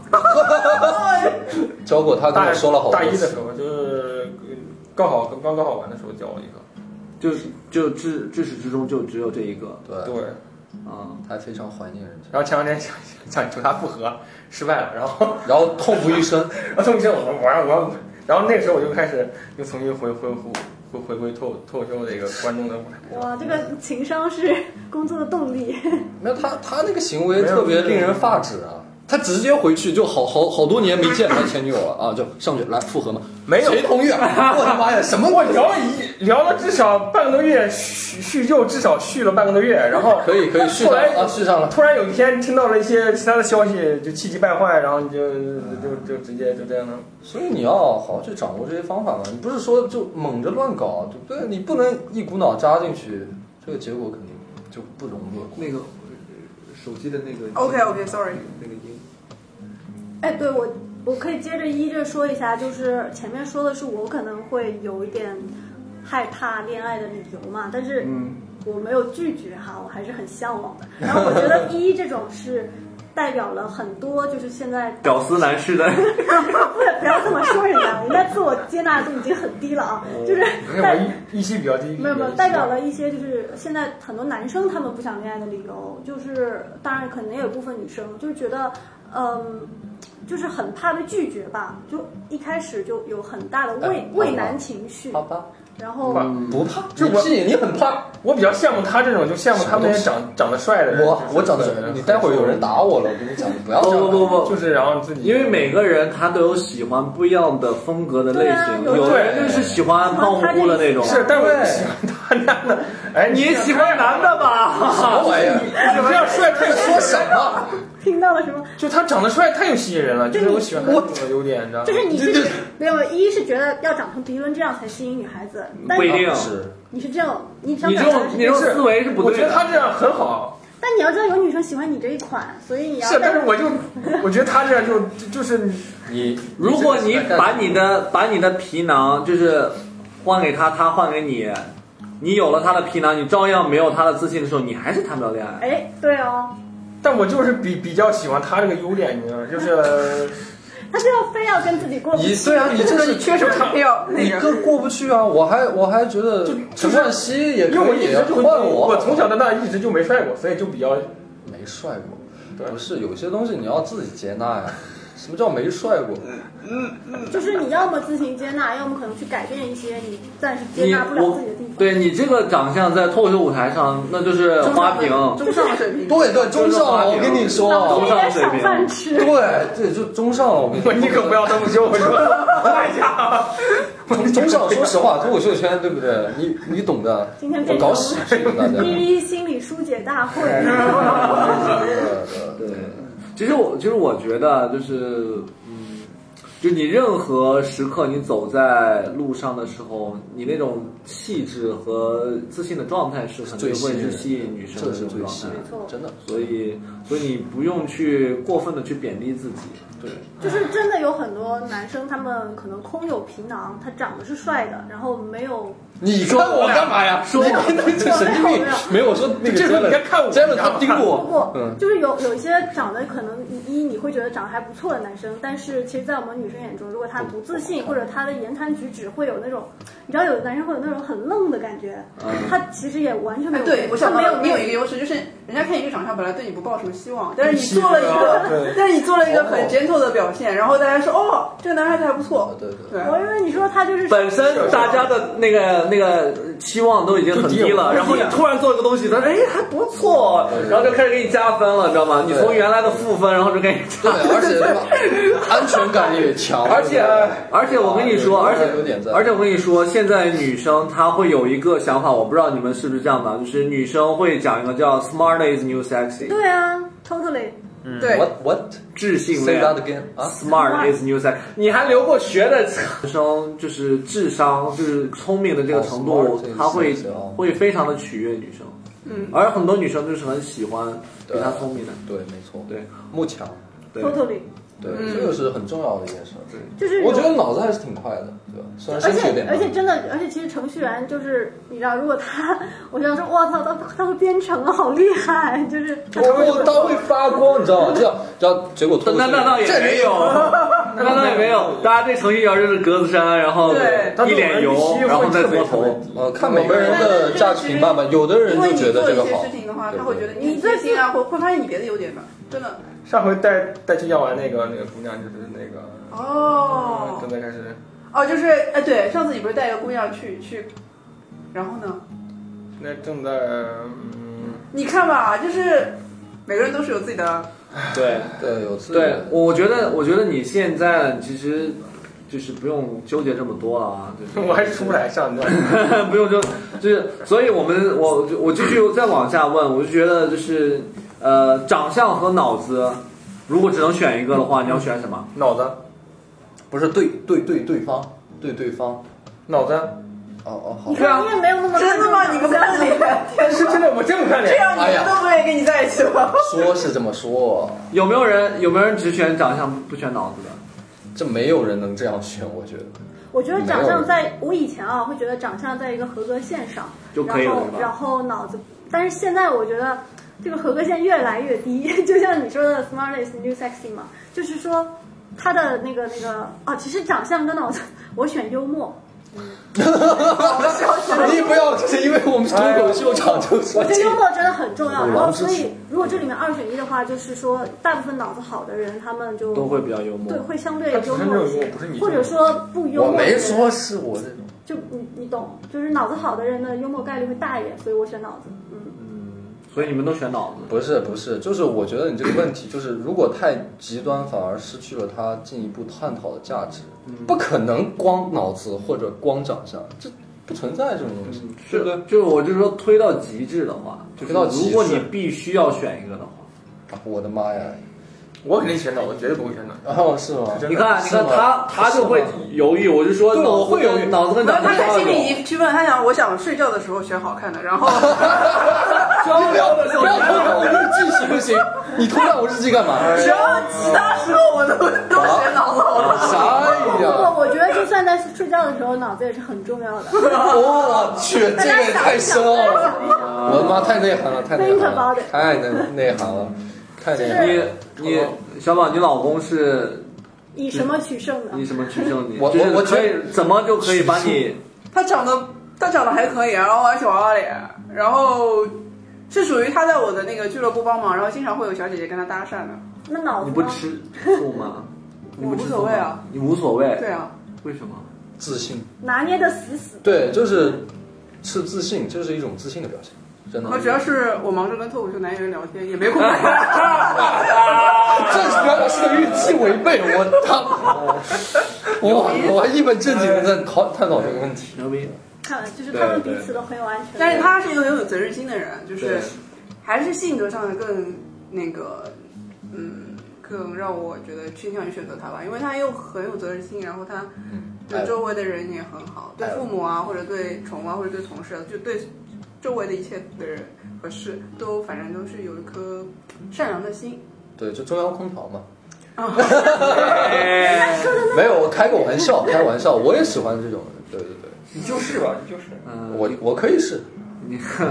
Speaker 1: 交过他跟
Speaker 6: 大
Speaker 1: 我说了好
Speaker 6: 大
Speaker 1: 多
Speaker 6: 一的
Speaker 1: 次，
Speaker 6: 时候就是高考刚高考完的时候交了一个，
Speaker 2: 就是就至至始至终就只有这一个
Speaker 1: 对，
Speaker 6: 对，
Speaker 2: 啊、
Speaker 1: 还非常怀念人家，
Speaker 6: 然后前两天想 想求他复合失败了，然后。
Speaker 1: 然后痛不欲生。
Speaker 6: 然后他们就我说我要我要，然后那个时候我就开始又重新回回回回回归脱口脱口秀的一个观众的舞台上。
Speaker 4: 哇，这个情商是工作的动力。
Speaker 1: 没有他，他那个行为特别令人发指啊！他直接回去就好好好多年没见他前女友了啊，就上去来复合嘛，
Speaker 6: 没有
Speaker 1: 谁同意啊？ 我的妈呀，什么
Speaker 6: 我聊了一聊了至少半个多月，叙叙旧至少叙了半个 多月，然后
Speaker 1: 可以可以续上
Speaker 6: 后来
Speaker 1: 了啊，续上了。
Speaker 6: 突然有一天听到了一些其他的消息，就气急败坏，然后你就就就直接就这样了。
Speaker 1: 所以你要好好去掌握这些方法嘛，你不是说就猛着乱搞，对不对？你不能一股脑扎进去，这个结果肯定就不容乐观。
Speaker 2: 那个手机的那个
Speaker 3: OK OK，Sorry，
Speaker 2: 那个音，
Speaker 4: 哎，对我，我可以接着依着说一下，就是前面说的是我可能会有一点害怕恋爱的理由嘛，但是我没有拒绝哈，我还是很向往的。然后我觉得一这种是代表了很多，就是现在
Speaker 2: 屌丝男士的，
Speaker 4: 不不要这么说人家，人家自我接纳度已经很低了啊，就是
Speaker 6: 因为
Speaker 4: 代
Speaker 6: 我一一期比较低，
Speaker 4: 没有没有，代表了一些就是现在很多男生他们不想恋爱的理由，就是当然可能也有部分女生就是觉得，嗯，就是很怕被拒绝吧，就一开始就有很大的
Speaker 1: 哎
Speaker 4: 畏
Speaker 1: 好吧
Speaker 4: 畏难情绪。
Speaker 1: 好吧，
Speaker 4: 然后
Speaker 6: 哇
Speaker 1: 不怕，
Speaker 6: 就
Speaker 1: 就
Speaker 6: 我
Speaker 1: 你你很怕。
Speaker 6: 我比较羡慕他这种，就羡慕他们那些长长得帅的人。
Speaker 1: 我我长
Speaker 6: 对
Speaker 1: 得，你待会儿有人打我了，我跟你讲，你不要
Speaker 2: 不
Speaker 1: 这样。
Speaker 2: 不不不，
Speaker 6: 就是然后自己
Speaker 2: 因为每个人他都有喜欢不一样的风格的类型，
Speaker 4: 对
Speaker 2: 有
Speaker 4: 啊
Speaker 6: 有
Speaker 2: 的人就是喜欢胖乎乎的那种，
Speaker 6: 是，但我
Speaker 1: 对
Speaker 6: 喜欢他男的。 哎，
Speaker 2: 你也喜欢男的吧？
Speaker 1: 什 么玩意儿？
Speaker 6: 你这样帅太
Speaker 1: 说什么？
Speaker 4: 听到了什么？
Speaker 6: 就他长得帅太有吸引人了，就是我喜欢他这种的优点，你知道吗
Speaker 4: 就？是你是没有一是觉得要长成迪伦这样才吸引女孩子，但
Speaker 2: 不一定，
Speaker 1: 是
Speaker 4: 你是这种，你想
Speaker 2: 你这
Speaker 4: 表
Speaker 2: 种
Speaker 4: 达的是
Speaker 2: 你这种
Speaker 6: 是
Speaker 2: 思维是不
Speaker 6: 我
Speaker 2: 对
Speaker 6: 觉得
Speaker 2: 的。
Speaker 6: 他这样很好，
Speaker 4: 但你要知道有女生喜欢你这一款，所以你要
Speaker 6: 是，但是我就我觉得他这样就就就是
Speaker 1: 你，
Speaker 2: 如果你把你的把你的皮囊就是换给他，他换给你，你有了他的皮囊，你照样没有他的自信的时候，你还是谈不了恋爱。
Speaker 4: 哎，对哦，
Speaker 6: 但我就是比比较喜欢他这个优点，你知道吗？就是
Speaker 4: 他就要非要跟自己过不去
Speaker 1: 你虽然你这是
Speaker 6: 确实他
Speaker 3: 没有
Speaker 1: 你
Speaker 3: 那个
Speaker 1: 更过不去啊，我还我还觉得陈冠希也
Speaker 6: 因为我
Speaker 1: 可
Speaker 6: 一
Speaker 1: 以
Speaker 6: 直就
Speaker 1: 换我，
Speaker 6: 我从小到大一直就没帅过，所以就比较
Speaker 1: 没帅过。
Speaker 6: 对
Speaker 1: 不是有些东西你要自己接纳呀。什么叫没帅过？
Speaker 4: 就是你要么自行接纳，要么可能去改变一些你暂时接
Speaker 2: 你
Speaker 4: 纳不了
Speaker 2: 我
Speaker 4: 自己的地方。
Speaker 2: 对你这个长相在脱口秀舞台上，那就是花瓶。
Speaker 3: 中上水平，
Speaker 1: 对对，中上了，我跟你说，
Speaker 4: 老天爷赏饭
Speaker 1: 对
Speaker 4: 吃，
Speaker 1: 对，就中上了，我跟你
Speaker 6: 我
Speaker 1: 说，
Speaker 6: 你可不要这么说，我说，哎呀，
Speaker 1: 中中上，说实话，脱口秀圈对不对？你你懂的，
Speaker 4: 今天
Speaker 1: 我搞喜剧的，大家。
Speaker 4: 第一心理疏解大会。
Speaker 1: 对对
Speaker 2: 其实我其实我觉得就是，嗯，就你任何时刻你走在路上的时候，你那种气质和自信的状态是肯
Speaker 1: 最
Speaker 2: 定
Speaker 1: 吸
Speaker 2: 会
Speaker 1: 引
Speaker 2: 去
Speaker 1: 人
Speaker 2: 吸引女生
Speaker 1: 这
Speaker 2: 的
Speaker 1: 是
Speaker 2: 那种
Speaker 1: 最
Speaker 2: 状
Speaker 1: 吸
Speaker 2: 态
Speaker 1: 引。
Speaker 4: 没错，
Speaker 1: 真的。
Speaker 2: 所以，所以你不用去过分的去贬低自己。对，
Speaker 4: 就是真的有很多男生，他们可能空有皮囊，他长得是帅的，然后没有
Speaker 1: 你看我干嘛呀？说我这神经病，没有说那个
Speaker 6: 这时候你
Speaker 1: Jalen
Speaker 6: 该看我
Speaker 1: Jalen 他盯
Speaker 4: 不
Speaker 1: 我
Speaker 4: 过，，
Speaker 1: 嗯，
Speaker 4: 就是有有一些长得可能一你会觉得长得还不错的男生，但是其实，在我们女生眼中，如果他不自信，或者他的言谈举止会有那种，你知道，有的男生会有那种很愣的感觉，他其实也完全没
Speaker 3: 哎，
Speaker 4: 有，
Speaker 3: 对，我
Speaker 4: 他
Speaker 3: 想到
Speaker 4: 没有
Speaker 3: 了，你有
Speaker 4: 那
Speaker 3: 一个
Speaker 4: 种
Speaker 3: 优势，就是人家看你这个长相本来对你不抱什么希望，但是你做了一
Speaker 1: 啊
Speaker 6: 对
Speaker 3: 个，但是你做了一个很 gentle 的表现，然后大家说哦，这个男孩子还不错，
Speaker 1: 对哦对
Speaker 3: 对，
Speaker 4: 我认为哦你说他就是
Speaker 2: 本身大家的那个那个呃期望都已经很低了，然后你突然做一个东西，他说哎还不错，然后就开始给你加分了，你知道吗？你从原来的负分，然后就给你
Speaker 1: 对，
Speaker 2: 加
Speaker 1: 而且他 妈安全感也强，
Speaker 2: 而且而且我跟你说，
Speaker 1: 有
Speaker 2: 而
Speaker 1: 点啊有点
Speaker 2: 且
Speaker 1: 在
Speaker 2: 而且我跟你说，现在女生她会有一个想法，我不知道你们是不是这样的，就是女生会讲一个叫 “smart is new sexy”，
Speaker 4: 对啊，totally，
Speaker 3: 对
Speaker 1: what what
Speaker 2: 智性
Speaker 1: say
Speaker 2: 恋
Speaker 1: that again 啊？
Speaker 2: Smart is new sexy，你还留过学的男生，就是智商就是聪明的这个程
Speaker 1: 哦
Speaker 2: 度
Speaker 1: ，smart is，
Speaker 2: 他会
Speaker 1: sexy 哦
Speaker 2: 会非常的取悦女生，嗯，而很多女生就是很喜欢比她聪明的，
Speaker 1: 对，嗯没错，
Speaker 2: 对
Speaker 1: 慕强，
Speaker 2: 对
Speaker 4: totally，
Speaker 1: 对，这个是很重要的一件事。
Speaker 4: 就是有
Speaker 1: 我觉得脑子还是挺快的，对吧？虽然
Speaker 4: 而
Speaker 1: 身体有
Speaker 4: 且
Speaker 1: 点
Speaker 4: 而且真的，而且其实程序员就是你知道，如果他，我想说，哇操，他他会编程啊，好厉害，就是他
Speaker 1: 我哦他会发光，你知道吗？这样， 然后结果脱
Speaker 2: 那那倒也没有，那倒也没有。大家对程序员就是格子衫，然后
Speaker 3: 对
Speaker 2: 一脸油，然后再搓头。
Speaker 1: 呃，看每个人的价值评判吧。有的人
Speaker 3: 因为
Speaker 1: 就
Speaker 3: 你
Speaker 1: 觉得
Speaker 3: 做
Speaker 1: 这
Speaker 3: 一
Speaker 1: 个
Speaker 3: 些
Speaker 1: 好
Speaker 3: 事，情的话，
Speaker 1: 对
Speaker 3: 他会觉得
Speaker 4: 你
Speaker 3: 你
Speaker 4: 这
Speaker 3: 贴心啊，或会发现你别的优点吧，真的
Speaker 6: 上回带带去药丸那个那个姑娘就是那个，
Speaker 1: 嗯
Speaker 3: 哦
Speaker 6: 正在开始
Speaker 3: 哦，就是哎，对，上次你不是带一个姑娘去去，然后呢？
Speaker 6: 那正在嗯，
Speaker 3: 你看吧，就是每个人都是有自己的，
Speaker 2: 对
Speaker 1: 对，有资
Speaker 2: 对
Speaker 1: 源，。
Speaker 2: 我觉得，我觉得你现在其实就是不用纠结这么多了啊。就 是
Speaker 6: 我还是出不来上，你知道吗？
Speaker 2: 不用就就是，所以我们我我继续再往下问，我就觉得就是呃，长相和脑子，如果只能选一个的话，你要选什么？
Speaker 6: 脑子
Speaker 1: 不是对对对对方对对方，
Speaker 6: 脑子，
Speaker 1: 哦哦好
Speaker 4: 你，看你也没有那么
Speaker 3: 真的吗？你不看脸，天
Speaker 6: 是真的，我真不看脸
Speaker 3: 这。样
Speaker 1: 哎
Speaker 3: 你
Speaker 1: 呀
Speaker 3: 们都不愿意跟你在一起了。
Speaker 1: 说是这么说，
Speaker 2: 有没有人有没有人只选长相不选脑子的？
Speaker 1: 这没有人能这样选，我觉得。
Speaker 4: 我觉得长相在我以前啊，会觉得长相在一个合格线上
Speaker 2: 就可以了
Speaker 4: 然
Speaker 2: 是吧
Speaker 4: 后然后脑子，但是现在我觉得这个合格线越来越低， 就像你说的 “smart is new sexy” 嘛，就是说他的那个那个啊，其实长相跟脑子，我选 幽默，
Speaker 1: 你不要，就是因为我们脱口秀场就说
Speaker 4: 我觉得幽默真的很重要。
Speaker 1: 虎
Speaker 4: 然
Speaker 1: 狼
Speaker 4: 后
Speaker 1: 之
Speaker 4: 所以如果这里面二选一的话，就是说大部分脑子好的人，他们就
Speaker 2: 都会比较幽默
Speaker 4: 对。会相对
Speaker 6: 他只
Speaker 4: 幽
Speaker 6: 是那
Speaker 4: 默
Speaker 6: 种
Speaker 4: 一些
Speaker 6: 不是你，
Speaker 4: 或者说不幽
Speaker 1: 我
Speaker 4: 默的人，
Speaker 1: 没说是我这种，
Speaker 4: 就你你懂，就是脑子好的人的幽默概率会大一点，所以我选脑子。嗯，
Speaker 2: 所以你们都选脑子。
Speaker 1: 不是不是，就是我觉得你这个问题，就是如果太极端，反而失去了它进一步探讨的价值。
Speaker 6: 嗯
Speaker 1: 不可能光脑子或者光长相，这不存在这种东西，
Speaker 6: 嗯
Speaker 1: 对
Speaker 2: 是
Speaker 1: 不对
Speaker 2: 的，？就是我就是说推到极致的话，就是
Speaker 1: 推到极致
Speaker 2: 如果你必须要选一个的话，
Speaker 1: 啊我的妈呀！
Speaker 6: 我肯定选脑，我绝对不会选脑。
Speaker 1: 哦，是吗？
Speaker 6: 真的
Speaker 2: 你看，啊你
Speaker 1: 是吗
Speaker 2: 看他他
Speaker 1: 是吗
Speaker 2: 就会犹豫，我就说
Speaker 1: 对
Speaker 2: 脑
Speaker 1: 我会犹豫
Speaker 2: 脑子跟
Speaker 3: 然
Speaker 2: 长
Speaker 3: 后他
Speaker 2: 相
Speaker 3: 他
Speaker 2: 要
Speaker 3: 心里已
Speaker 2: 有。
Speaker 3: 经区分，他想我想睡觉的时候选好看的，然后
Speaker 2: 交流的时候
Speaker 1: 不要偷看我日记行不行？你偷看我日记干嘛？
Speaker 2: 啊
Speaker 3: 然后其他时候我都都选脑子好了。
Speaker 1: 啥哎
Speaker 4: 不
Speaker 1: 呀？
Speaker 4: 过我觉得就算在睡觉的时候，脑子也是很重要的。
Speaker 1: 我哦 去，这个也太深奥了！我的妈，太内涵了，太内涵了，太内内涵了，太内涵
Speaker 2: 你
Speaker 1: 了。
Speaker 2: 你小宝，你老公是
Speaker 4: 以什么取胜呢？
Speaker 2: 你什么取胜你？
Speaker 1: 我
Speaker 2: 就是
Speaker 1: 我我
Speaker 2: 可以
Speaker 1: 觉得
Speaker 2: 怎么就可以把你
Speaker 3: 他长得他长得还可以，然后还小娃娃脸，然后是属于他在我的那个俱乐部帮忙，然后经常会有小姐姐跟他搭讪的。
Speaker 4: 那脑子
Speaker 2: 你
Speaker 4: 呢
Speaker 2: 不吃醋吗？你
Speaker 3: 我
Speaker 2: 不吃
Speaker 3: 啊无
Speaker 2: 醋
Speaker 3: 所谓啊
Speaker 2: 吗，你无所谓，
Speaker 3: 对啊，
Speaker 2: 为什么？
Speaker 1: 自信，
Speaker 4: 拿捏的死死。
Speaker 1: 对，就是是自信，这是一种自信的表现，真的
Speaker 3: 然后。主要是我忙着跟脱口秀男演员聊天，也没 空管他。
Speaker 4: 啊
Speaker 1: 这原来是跟预期违背，我 他，我我还一本正经的在讨探讨这个问题。
Speaker 2: 牛逼！
Speaker 4: 看，就是他们彼此都很有安全
Speaker 3: 但
Speaker 4: 感
Speaker 3: 是。他是一个很有责任心的人，就是
Speaker 1: 对
Speaker 3: 还是性格上的更那个，嗯，更让我觉得倾向于选择他吧，因为他又很有责任心，然后他对周围的人也很好，对
Speaker 1: 嗯哎
Speaker 3: 父母啊，或者对宠物啊，或者对同事啊，就对周围的一切的人和事都反正都是有一颗善良 的心。
Speaker 1: 对，就中央空调 嘛。
Speaker 3: 啊，
Speaker 1: 没有，我开个玩笑，开玩笑，我也喜欢这种人。对对对，
Speaker 6: 你就是吧，你就是。
Speaker 2: 嗯，
Speaker 1: 我我可以是，
Speaker 2: 你 看，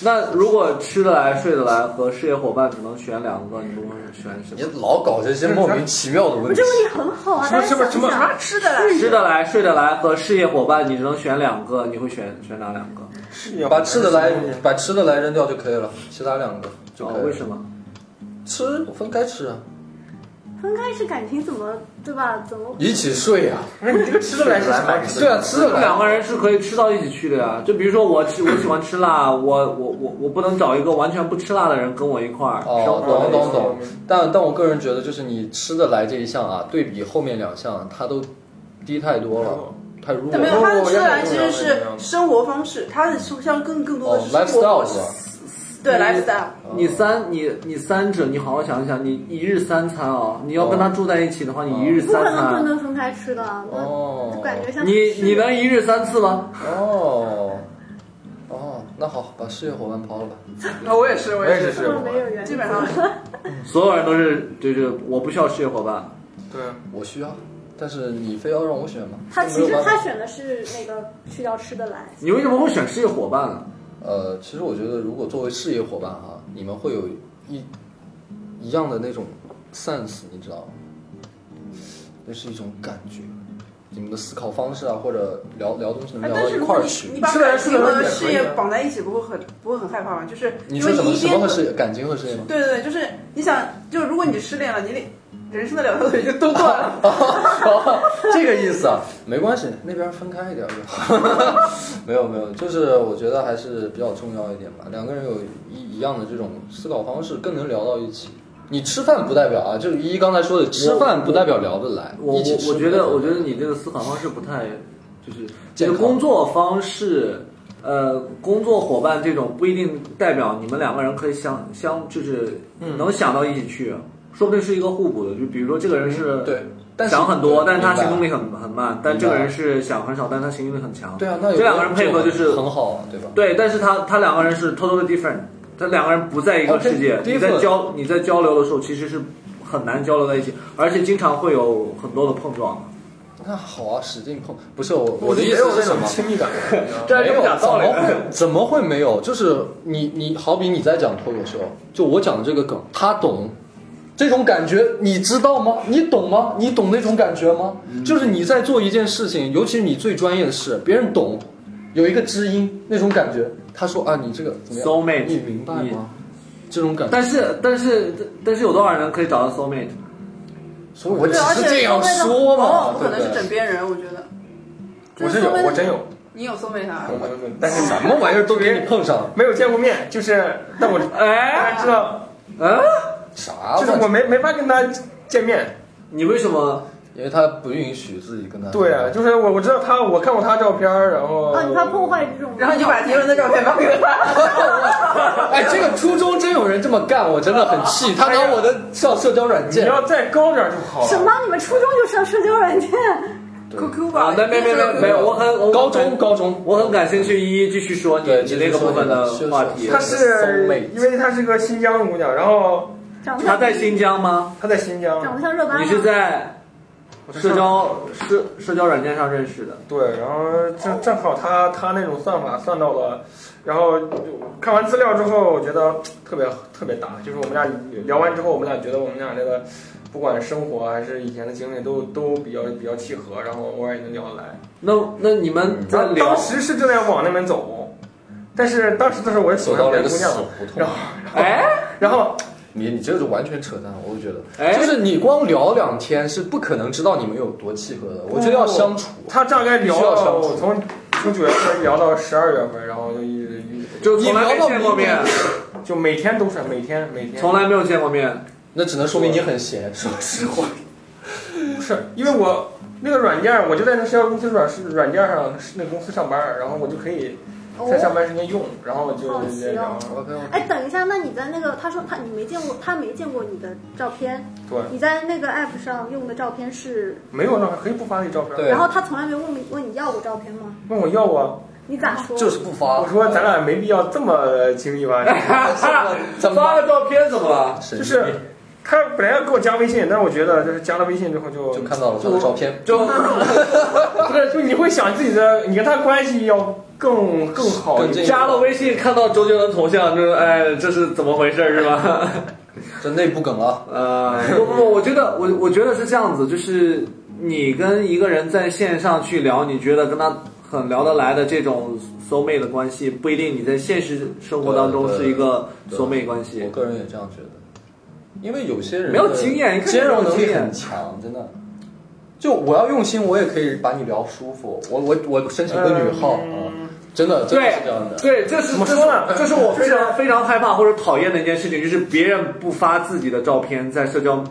Speaker 2: 那如果吃得来、睡得来和事业伙伴只能选两个，你们会选什
Speaker 1: 你
Speaker 2: 么？
Speaker 1: 老搞这些莫名其妙的问题
Speaker 4: 这。问题很好啊，
Speaker 6: 什
Speaker 4: 大
Speaker 6: 么
Speaker 4: 家
Speaker 6: 什么
Speaker 4: 想
Speaker 6: 什
Speaker 4: 一
Speaker 6: 么什
Speaker 4: 想
Speaker 6: 么，
Speaker 3: 吃的啦，
Speaker 2: 吃得来、睡得来和事业伙伴，你只能选两个，你会选选哪两个？
Speaker 1: 把吃的来，把吃的来扔掉就可以了，其他两个就可以
Speaker 2: 哦
Speaker 1: 了。，
Speaker 2: 为什么？
Speaker 1: 吃分开吃啊，
Speaker 4: 分开是感情怎么对吧？怎么
Speaker 1: 一起睡啊。
Speaker 6: 不是 你这个吃的来是什么？
Speaker 1: 对啊，吃的来。
Speaker 2: 两个人是可以吃到一起去的呀。就比如说我吃，我喜欢吃辣，我我我我不能找一个完全不吃辣的人跟我一块儿生
Speaker 1: 哦，
Speaker 2: 活
Speaker 1: 懂
Speaker 2: 在一
Speaker 1: 懂
Speaker 2: 起。
Speaker 1: 懂。但但我个人觉得，就是你吃的来这一项啊，对比后面两项，它都低太多了，太弱
Speaker 3: 但没有，
Speaker 1: 哦了。
Speaker 3: 他的吃的来
Speaker 6: 我
Speaker 3: 其
Speaker 6: 我要
Speaker 3: 实
Speaker 6: 看这
Speaker 3: 是
Speaker 6: 个样子
Speaker 3: 生活方式，他的像更更多
Speaker 1: 哦
Speaker 3: 的是生活
Speaker 1: ，lifestyle
Speaker 3: 方
Speaker 1: 是
Speaker 3: 式，
Speaker 1: 吧？
Speaker 3: 对 lifestyle。
Speaker 2: 你三你你三者，你好好想一想，你一日三餐哦，你要跟他住在一起的话，你一日
Speaker 4: 不
Speaker 2: 三
Speaker 4: 可能不
Speaker 2: 餐，啊
Speaker 4: 能分开吃的啊？
Speaker 1: 哦
Speaker 4: 那就感觉像
Speaker 2: 你
Speaker 4: 吃
Speaker 2: 你能一日三次吗？
Speaker 1: 哦，哦，那好，把事业伙伴抛了吧。
Speaker 3: 啊，我也是，我
Speaker 6: 我也
Speaker 3: 也
Speaker 6: 是
Speaker 3: 是，
Speaker 6: 吃
Speaker 4: 根本
Speaker 6: 过。
Speaker 4: 没有缘分，
Speaker 3: 基本上
Speaker 2: 所有人都是就是我不需要事业伙伴，
Speaker 6: 对啊，
Speaker 1: 我需要，但是你非要让我选吗？
Speaker 4: 他其
Speaker 1: 没
Speaker 4: 实
Speaker 1: 有办
Speaker 4: 他
Speaker 1: 法
Speaker 4: 选的是那个去掉吃的来，
Speaker 2: 你为什么会选事业伙伴呢？
Speaker 1: 呃，其实我觉得，如果作为事业伙伴哈、你们会有一一样的那种 sense，你知道吗？那是一种感觉，你们的思考方式啊，或者聊聊东西能
Speaker 3: 哎，
Speaker 1: 聊
Speaker 3: 但
Speaker 1: 到
Speaker 3: 是
Speaker 1: 一
Speaker 3: 如
Speaker 1: 块
Speaker 3: 果
Speaker 1: 儿
Speaker 3: 你你
Speaker 1: 去。
Speaker 3: 把
Speaker 6: 吃的
Speaker 3: 感
Speaker 6: 人吃
Speaker 3: 情
Speaker 6: 的
Speaker 3: 和
Speaker 6: 人也
Speaker 3: 事
Speaker 6: 可以
Speaker 3: 业
Speaker 6: 啊
Speaker 3: 绑在一起，不会很不会很害怕吗？就是
Speaker 1: 你
Speaker 3: 因
Speaker 1: 说
Speaker 3: 为
Speaker 1: 什
Speaker 3: 你
Speaker 1: 么
Speaker 3: 一
Speaker 1: 什么
Speaker 3: 边
Speaker 1: 和事业感情和事业吗？
Speaker 3: 对对对，就是你想，就是如果你失恋了，你得人生的两条腿就都断了。
Speaker 1: 这个意思啊，没关系，那边分开一点就好。 没有没有，就是我觉得还是比较重要一点吧。两个人有一一样的这种思考方式，更能聊到一起。你吃饭不代表啊，就是依依刚才说的，吃饭不代表聊得来。
Speaker 2: 我我
Speaker 1: 一起吃
Speaker 2: 我觉得，我觉
Speaker 1: 得
Speaker 2: 得你这个思考方式不太，就是你
Speaker 1: 健
Speaker 2: 的
Speaker 1: 康
Speaker 2: 工作方式，呃，工作伙伴这种不一定代表你们两个人可以相相，就是
Speaker 1: 嗯
Speaker 2: 能想到一起去，说不定是一个互补的。就比如说这个人是
Speaker 1: 对，但是
Speaker 2: 想很多，但是他行动
Speaker 1: 力
Speaker 2: 力很很慢，但这个人是想很少，但是他行动力很强。
Speaker 1: 对啊，那有
Speaker 2: 这两个人配合就是
Speaker 1: 很好啊，对吧？
Speaker 2: 对，但是他他两个人是 totally different，他两个人不在一个世界。
Speaker 1: 哦对
Speaker 2: 你在
Speaker 1: different
Speaker 2: 交你在交流的时候，其实是很难交流在一起，而且经常会有很多的碰撞。
Speaker 1: 那好啊，使劲碰。不是我
Speaker 6: 我
Speaker 1: 我的意
Speaker 6: 没有
Speaker 1: 思是
Speaker 6: 那
Speaker 1: 什
Speaker 6: 种
Speaker 1: 么？
Speaker 6: 亲密 感。你知道吗
Speaker 2: 这
Speaker 1: 没啊有，
Speaker 2: 就讲
Speaker 1: 怎
Speaker 2: 道理
Speaker 1: 么会怎么会没有？就是你你好比你在讲脱口秀，就我讲的这个梗，他懂，这种感觉你知道吗？你懂吗？你懂那种感觉吗？就是你在做一件事情，尤其是你最专业的事，别人懂，有一个知音那种感觉。他说啊，你这个怎么样
Speaker 2: Soulmate，
Speaker 1: 你明白
Speaker 2: 你
Speaker 1: 吗？这种感觉，
Speaker 2: 但是但是但是有多少人可以找到 soul mate？
Speaker 1: 所以我只
Speaker 3: 对，而
Speaker 1: 是这
Speaker 3: 且
Speaker 1: 样
Speaker 3: 所谓的
Speaker 1: 说
Speaker 3: 往往
Speaker 1: 嘛，
Speaker 3: 不
Speaker 1: 对
Speaker 3: 可
Speaker 1: 不
Speaker 3: 能是
Speaker 1: 对？
Speaker 3: 枕边人，我觉得
Speaker 6: 我是有，我真有，嗯
Speaker 3: 你有送妹啥？
Speaker 6: 但是
Speaker 1: 什么玩意儿都给你碰上了，
Speaker 6: 没有见过面，就是但我
Speaker 2: 哎
Speaker 6: 大家知道，
Speaker 2: 啊，
Speaker 1: 啥？
Speaker 6: 就是我没没法跟他见面。
Speaker 2: 你为什么？
Speaker 1: 因为他不允许自己跟他
Speaker 6: 对啊，就是我我知道他，我看过他照片，然后
Speaker 4: 哦，你怕破坏这种，
Speaker 3: 然后你就把杰伦的照片发给他，
Speaker 1: 哎，这个初中真有人这么干，我真的很气。他拿我的上社交软
Speaker 6: 你
Speaker 1: 件，
Speaker 6: 要再高点就好了。
Speaker 4: 什么？你们初中就上社交软件？
Speaker 3: ，QQ 吧
Speaker 2: 啊，，没没没没没有，我很我
Speaker 1: 高中高中，
Speaker 2: 我很感兴趣，依依继续说你
Speaker 1: 对
Speaker 2: 你那个部分的话题
Speaker 1: 是。
Speaker 6: 她
Speaker 1: 松妹
Speaker 6: 是因为她是个新疆姑娘，然后
Speaker 4: 长得
Speaker 2: 他
Speaker 4: 像
Speaker 2: 在新疆吗？
Speaker 6: 她在新
Speaker 4: 长得
Speaker 6: 疆，
Speaker 4: 像热巴吗？
Speaker 2: 你是在社交社社交软件上认识的？
Speaker 6: 对，然后正正好她她那种算法算到了，然后看完资料之后，我觉得特别特别搭，就是我们俩聊完之后，我们俩觉得我们俩这个不管生活还是以前的经历都都比较比较契合，然后偶尔也能聊得来。
Speaker 2: 那那你们
Speaker 6: 然
Speaker 2: 在
Speaker 6: 后
Speaker 2: 聊
Speaker 6: 当？时是正在往那边走，但是当时的时候我也
Speaker 1: 走
Speaker 6: 走
Speaker 1: 到
Speaker 6: 上
Speaker 1: 了
Speaker 6: 别
Speaker 1: 一个
Speaker 6: 的姑
Speaker 1: 死
Speaker 6: 娘了，
Speaker 1: 胡同
Speaker 6: 然。后
Speaker 2: 哎，
Speaker 6: 然后
Speaker 1: 你你这个就完全扯淡，我就觉得，
Speaker 2: 哎
Speaker 1: 就是你光聊两天是不可能知道你们有多契合的，我觉得
Speaker 6: 啊
Speaker 1: 要相处。
Speaker 6: 他大概聊
Speaker 1: 需要相
Speaker 6: 到
Speaker 1: 处
Speaker 6: 从从九月份聊到十二月份，然后就一直一直
Speaker 2: 就从来没见过面，
Speaker 6: 就每天都是每天每天
Speaker 2: 从来没有见过面。
Speaker 1: 那只能说明你很闲，说实话。
Speaker 6: 不是因为我那个软件儿，我就在那社交公司软软件上那个公司上班儿，然后我就可以在上班时间用，然后就
Speaker 4: 哦好奇哦哎，等一下，那你在那个他说他你没见过他没见过你的照片，
Speaker 6: 对，
Speaker 4: 你在那个 app 上用的照片是，
Speaker 6: 没有那可以不发那照片
Speaker 1: 对
Speaker 6: 儿，
Speaker 4: 然后他从来没问你问你要过照片吗？
Speaker 6: 问我要啊，
Speaker 4: 你咋说？
Speaker 1: 就是不发
Speaker 6: 我，说咱俩没必要这么轻 易吧，
Speaker 1: 怎么
Speaker 2: 发个照片怎么了？
Speaker 1: 神
Speaker 6: 就
Speaker 1: 经
Speaker 6: 是
Speaker 1: 病
Speaker 6: 他本来要给我加微信，但是我觉得就是加了微信之后就
Speaker 1: 就看到了他的照片，
Speaker 2: 就
Speaker 6: 不是，就你会想自己的，你跟他关系要更更好一
Speaker 1: 更进
Speaker 6: 点。
Speaker 2: 加了微信，看到周杰伦头像，就是哎，这是怎么回事是 吧？
Speaker 1: 这内部梗了。
Speaker 2: 呃，不不不，我觉得我我觉得是这样子，就是你跟一个人在线上去聊，你觉得跟他很聊得来的这种 soul mate 的关系，不一定你在现实生活当中
Speaker 1: 对对
Speaker 2: 是一个
Speaker 1: 对
Speaker 2: soul mate 关
Speaker 1: 我
Speaker 2: 系。
Speaker 1: 个人也这样觉得，因为有些人
Speaker 2: 没有经验一看就
Speaker 1: 兼
Speaker 2: 没有
Speaker 1: 容能
Speaker 2: 经
Speaker 1: 力
Speaker 2: 验
Speaker 1: 很强，真的。就我要用心，我也可以把你聊舒服。我我我申请个
Speaker 3: 嗯
Speaker 1: 女号啊、真的真的
Speaker 2: 对
Speaker 1: 是这样的。
Speaker 2: 嗯对，这是
Speaker 6: 怎么说呢
Speaker 2: 这是这是我 非常非常害怕或者讨厌的一件事情，就是别人不发自己的照片在社交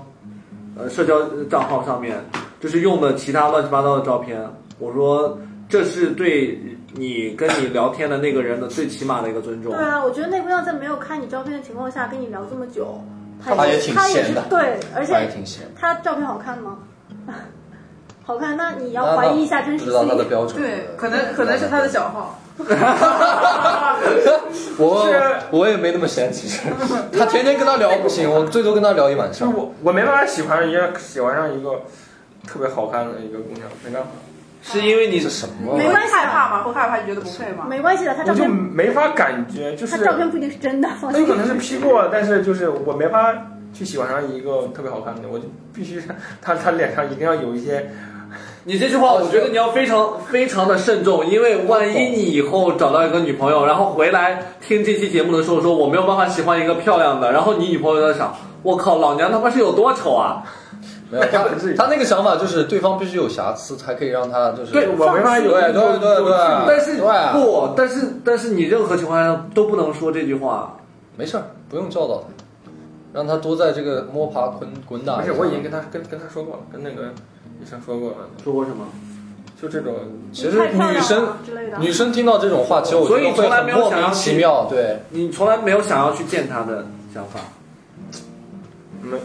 Speaker 2: 呃社交账号上面，就是用的其他乱七八糟的照片。我说这是对你跟你聊天的那个人的最起码的一个尊重。
Speaker 4: 对啊，我觉得那姑娘在没有看你照片的情况下跟你聊这么久，她
Speaker 1: 她也
Speaker 4: 也
Speaker 1: 挺
Speaker 4: 她也
Speaker 1: 闲
Speaker 4: 是
Speaker 1: 的
Speaker 4: 对，而
Speaker 1: 他也
Speaker 4: 且
Speaker 1: 挺闲，
Speaker 4: 她照片好看吗？ 好看，那你
Speaker 1: 那
Speaker 4: 要怀疑一下
Speaker 1: 那
Speaker 4: 真
Speaker 1: 不
Speaker 4: 实
Speaker 1: 知道他的
Speaker 4: 性。
Speaker 1: 标准。
Speaker 3: 对，可能可能是他的小号，
Speaker 1: 我我也没那么闲，其实。他天天跟他聊不行，我最多跟他聊一晚
Speaker 6: 就是
Speaker 1: 上。
Speaker 6: 我我没办法喜欢一个喜欢上一个特别好看的一个姑娘，没办法，
Speaker 2: 是因为你
Speaker 1: 这什么玩
Speaker 4: 没
Speaker 1: 意
Speaker 3: 你
Speaker 1: 儿？
Speaker 3: 会
Speaker 4: 关系啊
Speaker 3: 害怕吗？会害怕你觉得不配吗？
Speaker 4: 没关系的，她
Speaker 6: 我
Speaker 4: 照
Speaker 1: 嗯
Speaker 6: 就
Speaker 4: 片
Speaker 6: 没法感觉，就是
Speaker 4: 她照片不一定是真的，放
Speaker 6: 她有
Speaker 4: 心
Speaker 6: 可。哦能是 P 过的，但是就是我没法去喜欢上一个特别好看的，我就必须 她她脸上一定要有一些，
Speaker 2: 你这句话，我觉得你要非常非常的慎重，因为万一你以后找到一个女朋友，然后回来听这期节目的时候说我没有办法喜欢一个漂亮的，然后你女朋友在想，我靠，老娘他妈是有多丑啊！
Speaker 1: 没有他
Speaker 6: 不至于
Speaker 1: 他那个想法就是对方必须有瑕疵，才可以让他就是
Speaker 2: 对
Speaker 6: 我没法有哎
Speaker 1: 对对对 对
Speaker 2: 但是
Speaker 1: 对啊
Speaker 2: 不，但是但是你任何情况下都不能说这句话。
Speaker 1: 没事儿，不用教导他，让他多在这个摸爬滚滚打
Speaker 6: 不
Speaker 1: 一
Speaker 6: 是
Speaker 1: 下。
Speaker 6: 我已经跟她跟跟她说过了，跟那个医生说过了，
Speaker 2: 说过什么？
Speaker 6: 就这种
Speaker 1: 其
Speaker 4: 太
Speaker 1: 实
Speaker 4: 漂亮
Speaker 1: 女
Speaker 4: 了
Speaker 1: 生
Speaker 4: 之类的
Speaker 1: 女生听到这种话，其实我觉
Speaker 2: 所以
Speaker 1: 得
Speaker 2: 从
Speaker 1: 会
Speaker 2: 来没
Speaker 1: 很
Speaker 2: 有
Speaker 1: 莫
Speaker 2: 想要
Speaker 1: 名
Speaker 2: 去
Speaker 1: 其妙。对，
Speaker 2: 你从来没有想要去见他的想法。
Speaker 6: 没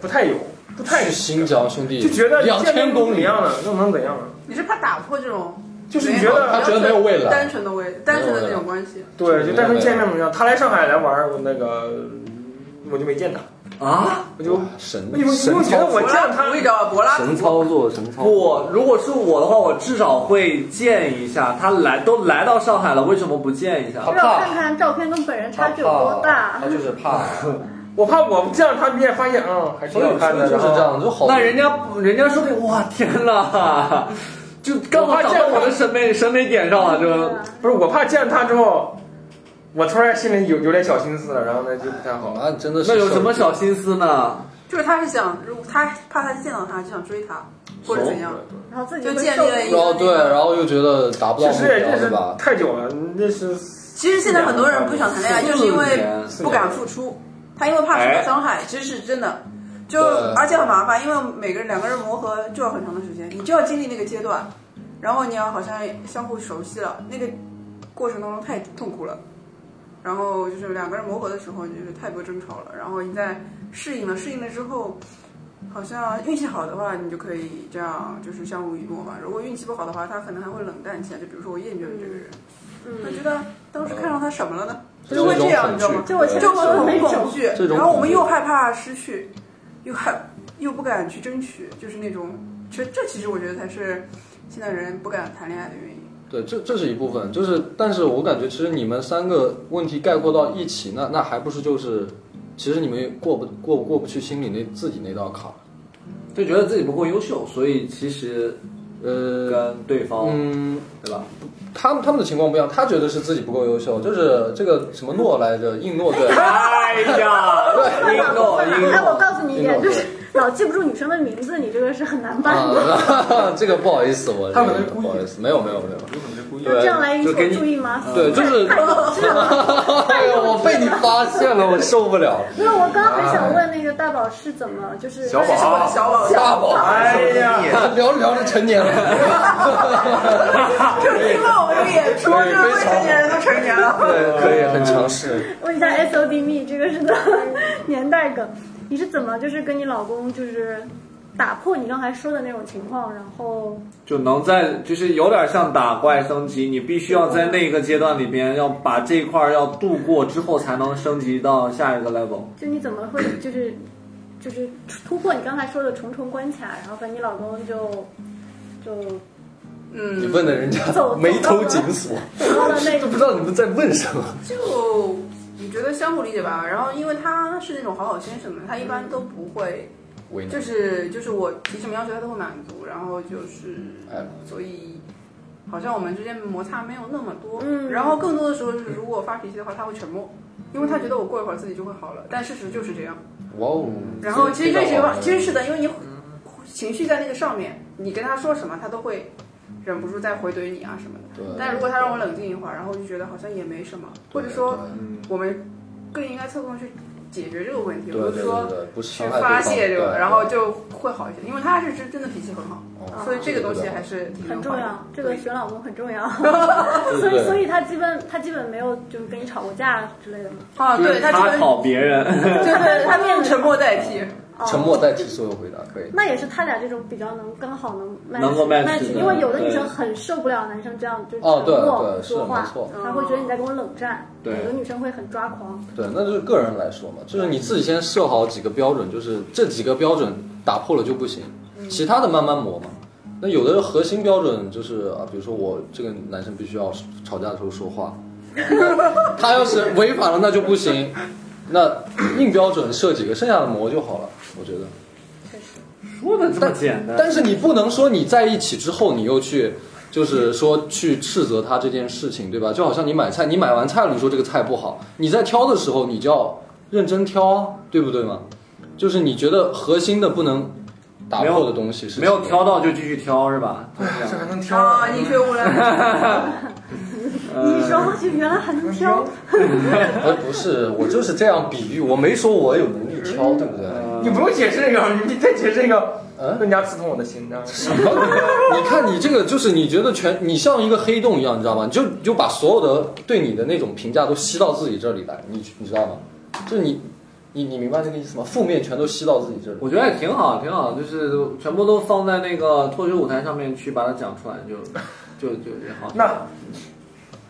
Speaker 6: 不太有，不太
Speaker 1: 去新疆兄弟，
Speaker 6: 就觉得
Speaker 1: 两
Speaker 6: 见
Speaker 1: 千
Speaker 6: 面
Speaker 1: 公
Speaker 6: 怎
Speaker 1: 里，
Speaker 6: 样了，又能怎样了？
Speaker 3: 你是怕打破这种
Speaker 6: 就是
Speaker 3: 美
Speaker 6: 觉
Speaker 3: 好，
Speaker 6: 得
Speaker 1: 他觉得没有未来
Speaker 3: 单纯的未，单纯的那种关系。
Speaker 6: 对，就单纯见面怎么样？他来上海来玩儿，我那个我就没见他，
Speaker 2: 啊，
Speaker 6: 我就
Speaker 1: 神
Speaker 6: 你们你
Speaker 1: 神
Speaker 6: 们觉得
Speaker 1: 操
Speaker 6: 我
Speaker 3: 柏
Speaker 6: 见
Speaker 3: 拉图一
Speaker 6: 他，
Speaker 3: 招，柏拉
Speaker 1: 神
Speaker 3: 图
Speaker 1: 操作神操作，
Speaker 2: 不，如果是我的话，我至少会见一下。他来都来到上海了，为什么不见一下？
Speaker 1: 他
Speaker 4: 让我
Speaker 1: 怕
Speaker 4: 看看照片跟本人
Speaker 1: 他
Speaker 4: 差距有多大
Speaker 1: 怕他。就是 怕，
Speaker 6: 我怕我见了他，你也发现，嗯，还挺
Speaker 1: 所以
Speaker 6: 好看
Speaker 1: 说
Speaker 6: 的，
Speaker 1: 就是这样，就好。
Speaker 2: 那人家不人家说的，哇天呐， 就刚好找到我的审美审美点上了，
Speaker 4: 对啊
Speaker 2: 就
Speaker 6: 不是，我怕见了他之后，我突然心里有有点小心思了，然后呢就不太好了。
Speaker 1: 啊，真的是
Speaker 2: 那有什么小心思呢？
Speaker 3: 就是他是想，如果他怕他见到他就想追他，或者怎样，
Speaker 4: 然后自己
Speaker 3: 就
Speaker 4: 会
Speaker 3: 建
Speaker 4: 受
Speaker 3: 立了一
Speaker 1: 然后
Speaker 3: 个
Speaker 1: 对，然后又觉得达不到
Speaker 6: 其
Speaker 1: 目
Speaker 6: 实也
Speaker 1: 标，
Speaker 6: 认
Speaker 1: 对
Speaker 6: 识
Speaker 1: 吧？
Speaker 6: 太久了，认识
Speaker 3: 其实现在很多人不想谈恋爱，就是因为不敢付出，他因为怕受到伤害，其实是真的。就
Speaker 1: 对
Speaker 3: 而且很麻烦，因为每个人两个人磨合就要很长的时间，你就要经历那个阶段，然后你要好像相互熟悉了，那个过程当中太痛苦了。然后就是两个人磨合的时候，就是太多争吵了，然后一旦适应了，适应了之后，好像运气好的话，你就可以这样就是相濡以沫嘛。如果运气不好的话，他可能还会冷淡起来，就比如说我厌倦了这个人。我觉得当时看上他什么了呢？
Speaker 1: 这
Speaker 3: 就会
Speaker 1: 嗯是一种
Speaker 3: 这样，
Speaker 1: 恐
Speaker 3: 你知道
Speaker 1: 惧
Speaker 3: 吗，？
Speaker 4: 就我
Speaker 1: 对
Speaker 4: 前
Speaker 3: 就会很恐惧，
Speaker 1: 这种
Speaker 3: 然后我们
Speaker 1: 恐惧
Speaker 3: 又害怕失去，又害又不敢去争取，就是那种，其实这其实我觉得才是现在人不敢谈恋爱的原因。
Speaker 1: 对，这这是一部分，就是，但是我感觉其实你们三个问题概括到一起，那那还不是就是，其实你们过不过过不去心里那自己那道坎儿，
Speaker 2: 就觉得自己不够优秀，所以其实
Speaker 1: 呃，
Speaker 2: 跟对方、
Speaker 1: 嗯，
Speaker 2: 对吧？
Speaker 1: 他们他们的情况不一样，他觉得是自己不够优秀，就是这个什么诺来着，应诺对，
Speaker 2: 哎呀，
Speaker 1: 哦
Speaker 4: 哎，
Speaker 2: 英诺英
Speaker 4: 我
Speaker 2: 诺，
Speaker 4: 告诉你一点，就是老记不住女生的名字，你这个是很难办的。
Speaker 1: 啊，这个不好意思，我
Speaker 6: 他可能是故意
Speaker 1: 不好意思，没有没有 没有，
Speaker 6: 有可能是故意
Speaker 4: 就这样来引起我注意吗？
Speaker 1: 啊对，就是， 哎呀，我被你发现了，我受不了，
Speaker 4: 因为我刚刚很想问那个大宝是怎么，就是
Speaker 2: 小宝
Speaker 3: 这是我的小宝，
Speaker 1: 大啊宝，
Speaker 6: 哎呀，
Speaker 1: 聊着聊着成年了。
Speaker 3: 就是听到我们的演出，
Speaker 1: 对
Speaker 3: 就是未
Speaker 1: 非常
Speaker 3: 成年人都成年了。
Speaker 1: 对，可以很尝试。
Speaker 4: 问一下 S O D me 这个是个 年代梗，你是怎么就是跟你老公就是打破你刚才说的那种情况，然后
Speaker 2: 就能在就是有点像打怪升级，你必须要在那个阶段里边要把这一块儿要度过之后，才能升级到下一个 level。
Speaker 4: 就你怎么会就是就是突破你刚才说的重重关卡，然后和你老公就就
Speaker 1: 你
Speaker 3: 嗯，
Speaker 1: 问的人家眉头紧锁，
Speaker 4: 走到了那
Speaker 1: 都
Speaker 4: 个
Speaker 1: 不知道你们在问什么。
Speaker 3: 就你觉得相互理解吧。然后因为他是那种好好先生嘛，他一般都不会，
Speaker 1: 为难
Speaker 3: 就是就是我提什么要求他都会满足，然后就是
Speaker 1: 哎，
Speaker 3: 所以好像我们之间摩擦没有那么多。
Speaker 4: 嗯
Speaker 3: 然后更多的时候是，如果我发脾气的话，他会沉默，因为他觉得我过一会儿自己就会好了。但事实就是这样。
Speaker 1: 哇哦！
Speaker 3: 然后其实这
Speaker 1: 这
Speaker 3: 情
Speaker 1: 个
Speaker 3: 况其实是的，因为你情绪在那个上面，你跟他说什么，他都会忍不住再回怼你啊什么的。
Speaker 1: 对，
Speaker 3: 但如果他让我冷静一会儿，然后我就觉得好像也没什么，或者说
Speaker 1: 嗯
Speaker 3: 我们更应该侧重去解决这个问题，
Speaker 1: 对
Speaker 3: 而不
Speaker 1: 对
Speaker 3: 是
Speaker 1: 对
Speaker 3: 说
Speaker 1: 对，不是
Speaker 3: 去
Speaker 1: 伤害
Speaker 3: 发泄
Speaker 1: 对
Speaker 3: 这个，
Speaker 1: 方
Speaker 3: 然后就会好一些。因为他是真真的脾气很好，
Speaker 1: 哦
Speaker 3: 所以这个东西还是挺
Speaker 4: 啊很
Speaker 3: 能
Speaker 4: 重
Speaker 3: 缓
Speaker 4: 要
Speaker 3: 的，
Speaker 4: 这个选老公很 重要，所
Speaker 1: 对
Speaker 4: 以
Speaker 1: 对
Speaker 4: 所以他基本他基本没有就是跟你吵过架之类的吗？
Speaker 3: 啊，对他
Speaker 2: 他
Speaker 3: 这个
Speaker 2: 讨别人，
Speaker 3: 对对，他变沉默代 替。
Speaker 4: 哦
Speaker 1: 沉默代替所有回答，可以。
Speaker 4: 那也是他俩这种比较能刚好能 match
Speaker 2: 能够 match 的
Speaker 4: 因为有的女
Speaker 2: 对
Speaker 4: 生很受不了男生这样就是
Speaker 1: 哦对
Speaker 4: 沉默
Speaker 1: 对
Speaker 4: 不
Speaker 1: 是
Speaker 4: 说话
Speaker 1: 没错，
Speaker 4: 她会觉得你在跟我冷战。
Speaker 2: 对
Speaker 4: 有的女生会很抓狂。
Speaker 1: 对，那就是个人来说嘛，就是你自己先设好几个标准，就是这几个标准打破了就不行，其他的慢慢磨嘛。那有的核心标准就是啊，比如说我这个男生必须要吵架的时候说话，他要是违反了那就不行。那硬标准设几个，剩下的磨就好了，我觉得。
Speaker 2: 说的这么简单，
Speaker 1: 但是你不能说你在一起之后，你又去，就是说去斥责他这件事情，对吧？就好像你买菜，你买完菜了，你说这个菜不好，你在挑的时候，你就要认真挑啊，对不对嘛？就是你觉得核心的不能打破的东西是
Speaker 2: 没有挑到就继续挑是吧？
Speaker 6: 这还能挑
Speaker 3: 啊，你 觉悟了，
Speaker 1: 嗯
Speaker 4: 你说就原来还能挑，
Speaker 1: 呃，不是，我就是这样比喻，我没说我有能力挑，对不对？
Speaker 6: 你不用解释这个，你再解释这个
Speaker 1: 嗯，
Speaker 6: 更加刺痛我的心。啊
Speaker 1: 你看你这个就是你觉得全你像一个黑洞一样，你知道吗？你就你就把所有的对你的那种评价都吸到自己这里来，你你知道吗？就是你你你明白这个意思吗？负面全都吸到自己这里。
Speaker 2: 我觉得也挺好，挺好，就是全部都放在那个脱口秀舞台上面去把它讲出来，就就就也好，
Speaker 6: 那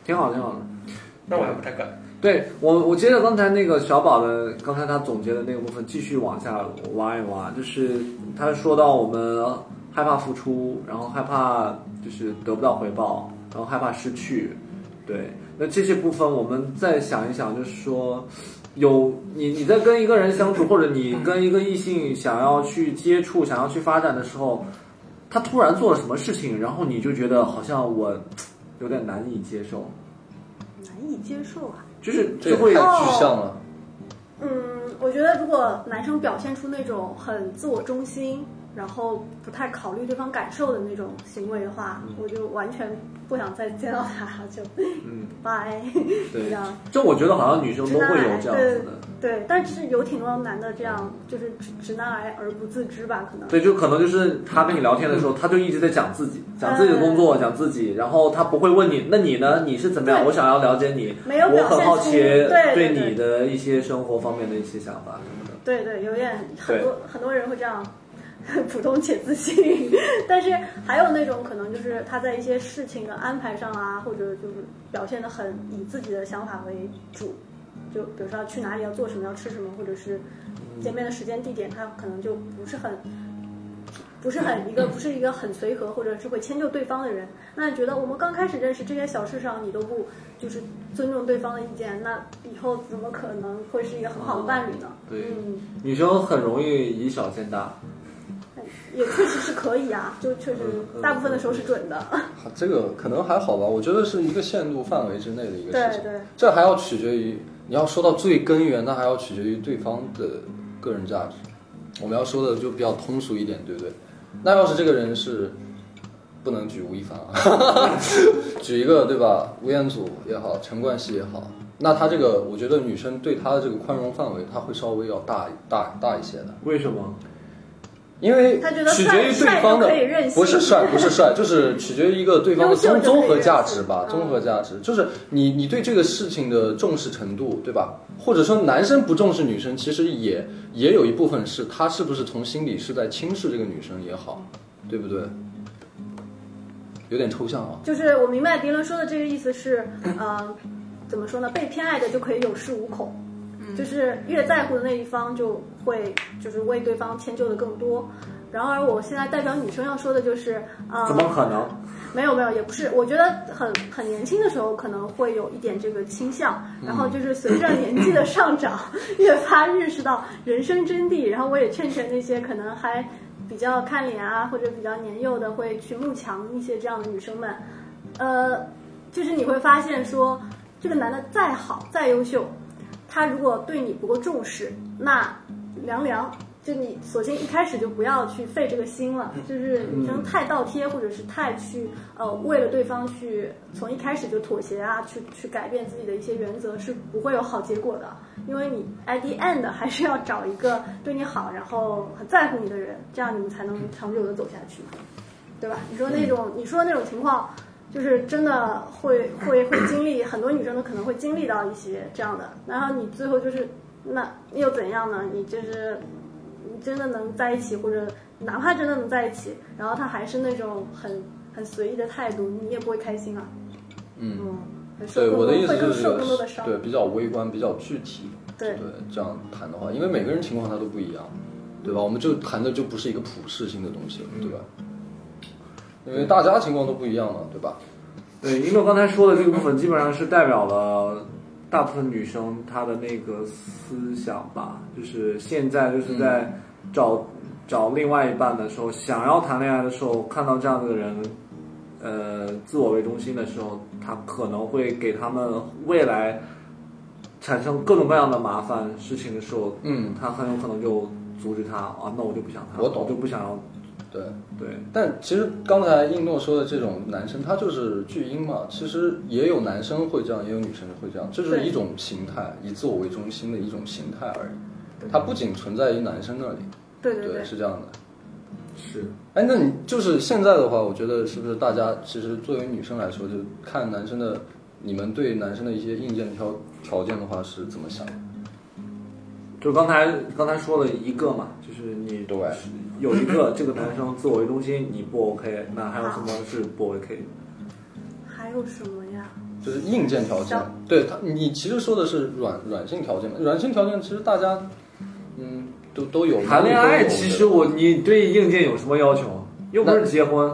Speaker 2: 挺好，挺好的。
Speaker 6: 那我还不太敢。
Speaker 2: 对我，我接着刚才那个小宝的，刚才他总结的那个部分，继续往下挖一挖，就是他说到我们害怕付出，然后害怕就是得不到回报，然后害怕失去，对，那这些部分我们再想一想，就是说。有你，你在跟一个人相处，或者你跟一个异性想要去接触、想要去发展的时候，他突然做了什么事情，然后你就觉得好像我有点难以接受，
Speaker 4: 难以接受啊。
Speaker 2: 就是
Speaker 1: 这
Speaker 2: 就
Speaker 1: 个哦
Speaker 2: 会
Speaker 1: 太具象了，
Speaker 4: 嗯，我觉得如果男生表现出那种很自我中心，然后不太考虑对方感受的那种行为的话，我就完全不想再见到他，就
Speaker 2: 嗯，
Speaker 4: 拜。这
Speaker 2: 对，
Speaker 4: 样
Speaker 2: 就我觉得好像女生都会有这样子的。
Speaker 4: 啊对，但是有挺多男的这样，就是直直男癌而不自知吧，可能。
Speaker 2: 对，就可能就是他跟你聊天的时候，他就一直在讲自
Speaker 4: 嗯
Speaker 2: 己，讲自己的工作，讲自己，然后他不会问你，那你呢？你是怎么样？
Speaker 4: 对
Speaker 2: 我想要了解你，
Speaker 4: 没有
Speaker 2: 我
Speaker 4: 表现出
Speaker 2: 很好奇
Speaker 4: 对对对
Speaker 2: 你的一些生活方面的一些想法什么的。
Speaker 4: 对对，有点很多很多人会这样，普通且自信。 但是还有那种可能就是他在一些事情的安排上啊，或者就是表现的很以自己的想法为主，就比如说要去哪里、要做什么、要吃什么，或者是见面的时间、地点，他可能就不是很。不是很一个不是一个很随和，或者是会迁就对方的人。那你觉得我们刚开始认识这些小事上，你都不就是尊重对方的意见，那以后怎么可能会是一个很好的伴侣呢？
Speaker 2: 对
Speaker 4: 嗯，
Speaker 2: 女生很容易以小见大，
Speaker 4: 也确实是可以啊，就确实大部分的时候是准的。
Speaker 1: 这个可能还好吧，我觉得是一个限度范围之内的一个事情。
Speaker 4: 对对
Speaker 1: 这还要取决于你要说到最根源，那还要取决于对方的个人价值。我们要说的就比较通俗一点，对不对？那要是这个人是不能举吴亦凡啊， 举一个对吧？吴彦祖也好，陈冠希也好，那他这个我觉得女生对他的这个宽容范围，他会稍微要大大大一些的。
Speaker 2: 为什么？
Speaker 1: 因为
Speaker 4: 他觉得
Speaker 1: 取决于
Speaker 4: 帅
Speaker 1: 对方的
Speaker 4: 帅就可以任性
Speaker 1: 不是帅 不是帅，就是取决于一个对方的
Speaker 4: 优
Speaker 1: 综
Speaker 4: 秀就可以
Speaker 1: 综合价值吧
Speaker 4: 任，性嗯
Speaker 1: 综合价值就是你你对这个事情的重视程度，对吧？或者说男生不重视女生，其实也也有一部分是他是不是从心里是在轻视这个女生也好，对不对？有点抽象啊。
Speaker 4: 就是我明白迪伦说的这个意思是，呃，怎么说呢？被偏爱的就可以有恃无恐，就是越在乎的那一方就会就是为对方迁就的更多。然而，我现在代表女生要说的就是，呃，
Speaker 2: 怎么可能？
Speaker 4: 没有没有，也不是。我觉得很很年轻的时候可能会有一点这个倾向，然后就是随着年纪的上涨，越发认识到人生真谛。然后我也劝劝那些可能还比较看脸啊，或者比较年幼的，会去慕强一些这样的女生们，呃，就是你会发现说，这个男的再好再优秀，他如果对你不够重视，那凉凉。就你，索性一开始就不要去费这个心了。就是女生太倒贴，或者是太去呃为了对方去从一开始就妥协啊，去去改变自己的一些原则，是不会有好结果的。因为你 at the end 还是要找一个对你好，然后很在乎你的人，这样你们才能长久的走下去嘛，对吧？你说那种，你说那种情况，就是真的会会会经历，很多女生都可能会经历到一些这样的，然后你最后就是那又怎样呢？你就是你真的能在一起，或者哪怕真的能在一起，然后他还是那种很很随意的态度，你也不会开心啊。
Speaker 1: 嗯
Speaker 4: 嗯，会受
Speaker 1: 对，
Speaker 4: 更
Speaker 1: 我的
Speaker 4: 多
Speaker 1: 意思
Speaker 4: 会
Speaker 1: 就
Speaker 4: 更
Speaker 1: 是
Speaker 4: 受更多的伤。
Speaker 1: 对比较微观、比较具体。
Speaker 4: 对
Speaker 1: 这样谈的话，因为每个人情况他都不一样，
Speaker 4: 嗯
Speaker 1: 对吧？我们就谈的就不是一个普适性的东西，对吧？因为大家情况都不一样了，对吧？
Speaker 2: 对，因为刚才说的这个部分，基本上是代表了大部分女生她的那个思想吧，就是现在就是在
Speaker 1: 嗯
Speaker 2: 找、找另外一半的时候，想要谈恋爱的时候，看到这样的人，呃，自我为中心的时候，他可能会给他们未来产生各种各样的麻烦事情的时候，
Speaker 1: 嗯，
Speaker 2: 他很有可能就阻止他啊，那我就不想谈，
Speaker 1: 我懂
Speaker 2: 就不想要，
Speaker 1: 对。
Speaker 2: 对，
Speaker 1: 但其实刚才一诺说的这种男生，他就是巨婴嘛。其实也有男生会这样，也有女生会这样，这就是
Speaker 4: 对
Speaker 1: 一种形态，以自我为中心的一种形态而已。它不仅存在于男生那里，
Speaker 4: 对对对
Speaker 1: 是这样的。
Speaker 2: 是。
Speaker 1: 哎，那你就是现在的话，我觉得是不是大家其实作为女生来说，就看男生的，你们对男生的一些硬件条条件的话是怎么想的？
Speaker 2: 就刚才刚才说了一个嘛，就是你
Speaker 1: 对
Speaker 2: 有一个这个男生自我为中心，你不 OK，那还有什么是不 OK？
Speaker 4: 还有什么呀？
Speaker 1: 就是硬件条件，对他，你其实说的是软软性条件嘛？软性条件其实大家，嗯，都都有
Speaker 2: 谈恋
Speaker 1: 都有
Speaker 2: 爱
Speaker 1: 的
Speaker 2: 其实我你对硬件有什么要求？又不是结婚，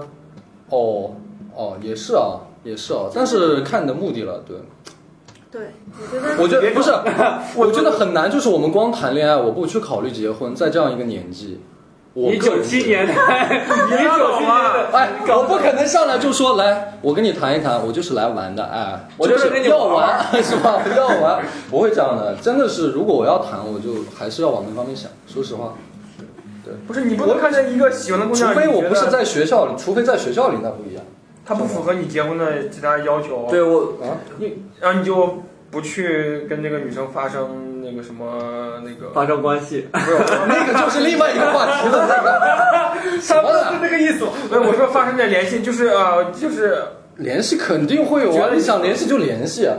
Speaker 1: 哦哦也是啊，也是啊，但是看你的目的了，对。
Speaker 4: 对，我觉得
Speaker 1: 我觉得不 是，我觉得很难。就是我们光谈恋爱，我不去考虑结婚，在这样一个年纪，我
Speaker 2: 你
Speaker 1: 个
Speaker 2: 九
Speaker 1: 人
Speaker 2: 七
Speaker 1: 觉得
Speaker 2: 年代，你
Speaker 6: 拉
Speaker 2: 九
Speaker 6: 倒
Speaker 2: 七
Speaker 6: 吧
Speaker 2: 年的，
Speaker 1: 哎，我不可能上来就说来，我跟你谈一谈，我就是来玩的，哎，
Speaker 2: 我就
Speaker 1: 就是是
Speaker 2: 跟你
Speaker 1: 要
Speaker 2: 玩
Speaker 1: 玩， 是吧？要玩，不会这样的。真的是，如果我要谈，我就还是要往那方面想。说实话，
Speaker 6: 不是你不能看见一个喜欢的姑
Speaker 1: 除
Speaker 6: 娘，
Speaker 1: 非
Speaker 6: 你
Speaker 1: 我
Speaker 6: 觉
Speaker 1: 不是
Speaker 6: 得
Speaker 1: 在学校里，除非在学校里那不一样
Speaker 6: 她不符合你结婚的其他要求，
Speaker 2: 对我
Speaker 1: 啊。
Speaker 6: 然后你就不去跟这个女生发生那个什么那个，
Speaker 2: 发生关系，
Speaker 6: 不是
Speaker 1: 那个就是另外一个话题了，那 个什么
Speaker 6: 是
Speaker 1: 呢？
Speaker 6: 这个意思。不是我说发生点联系，就是呃，就是
Speaker 1: 联系肯定会有啊，你想联系就联系啊。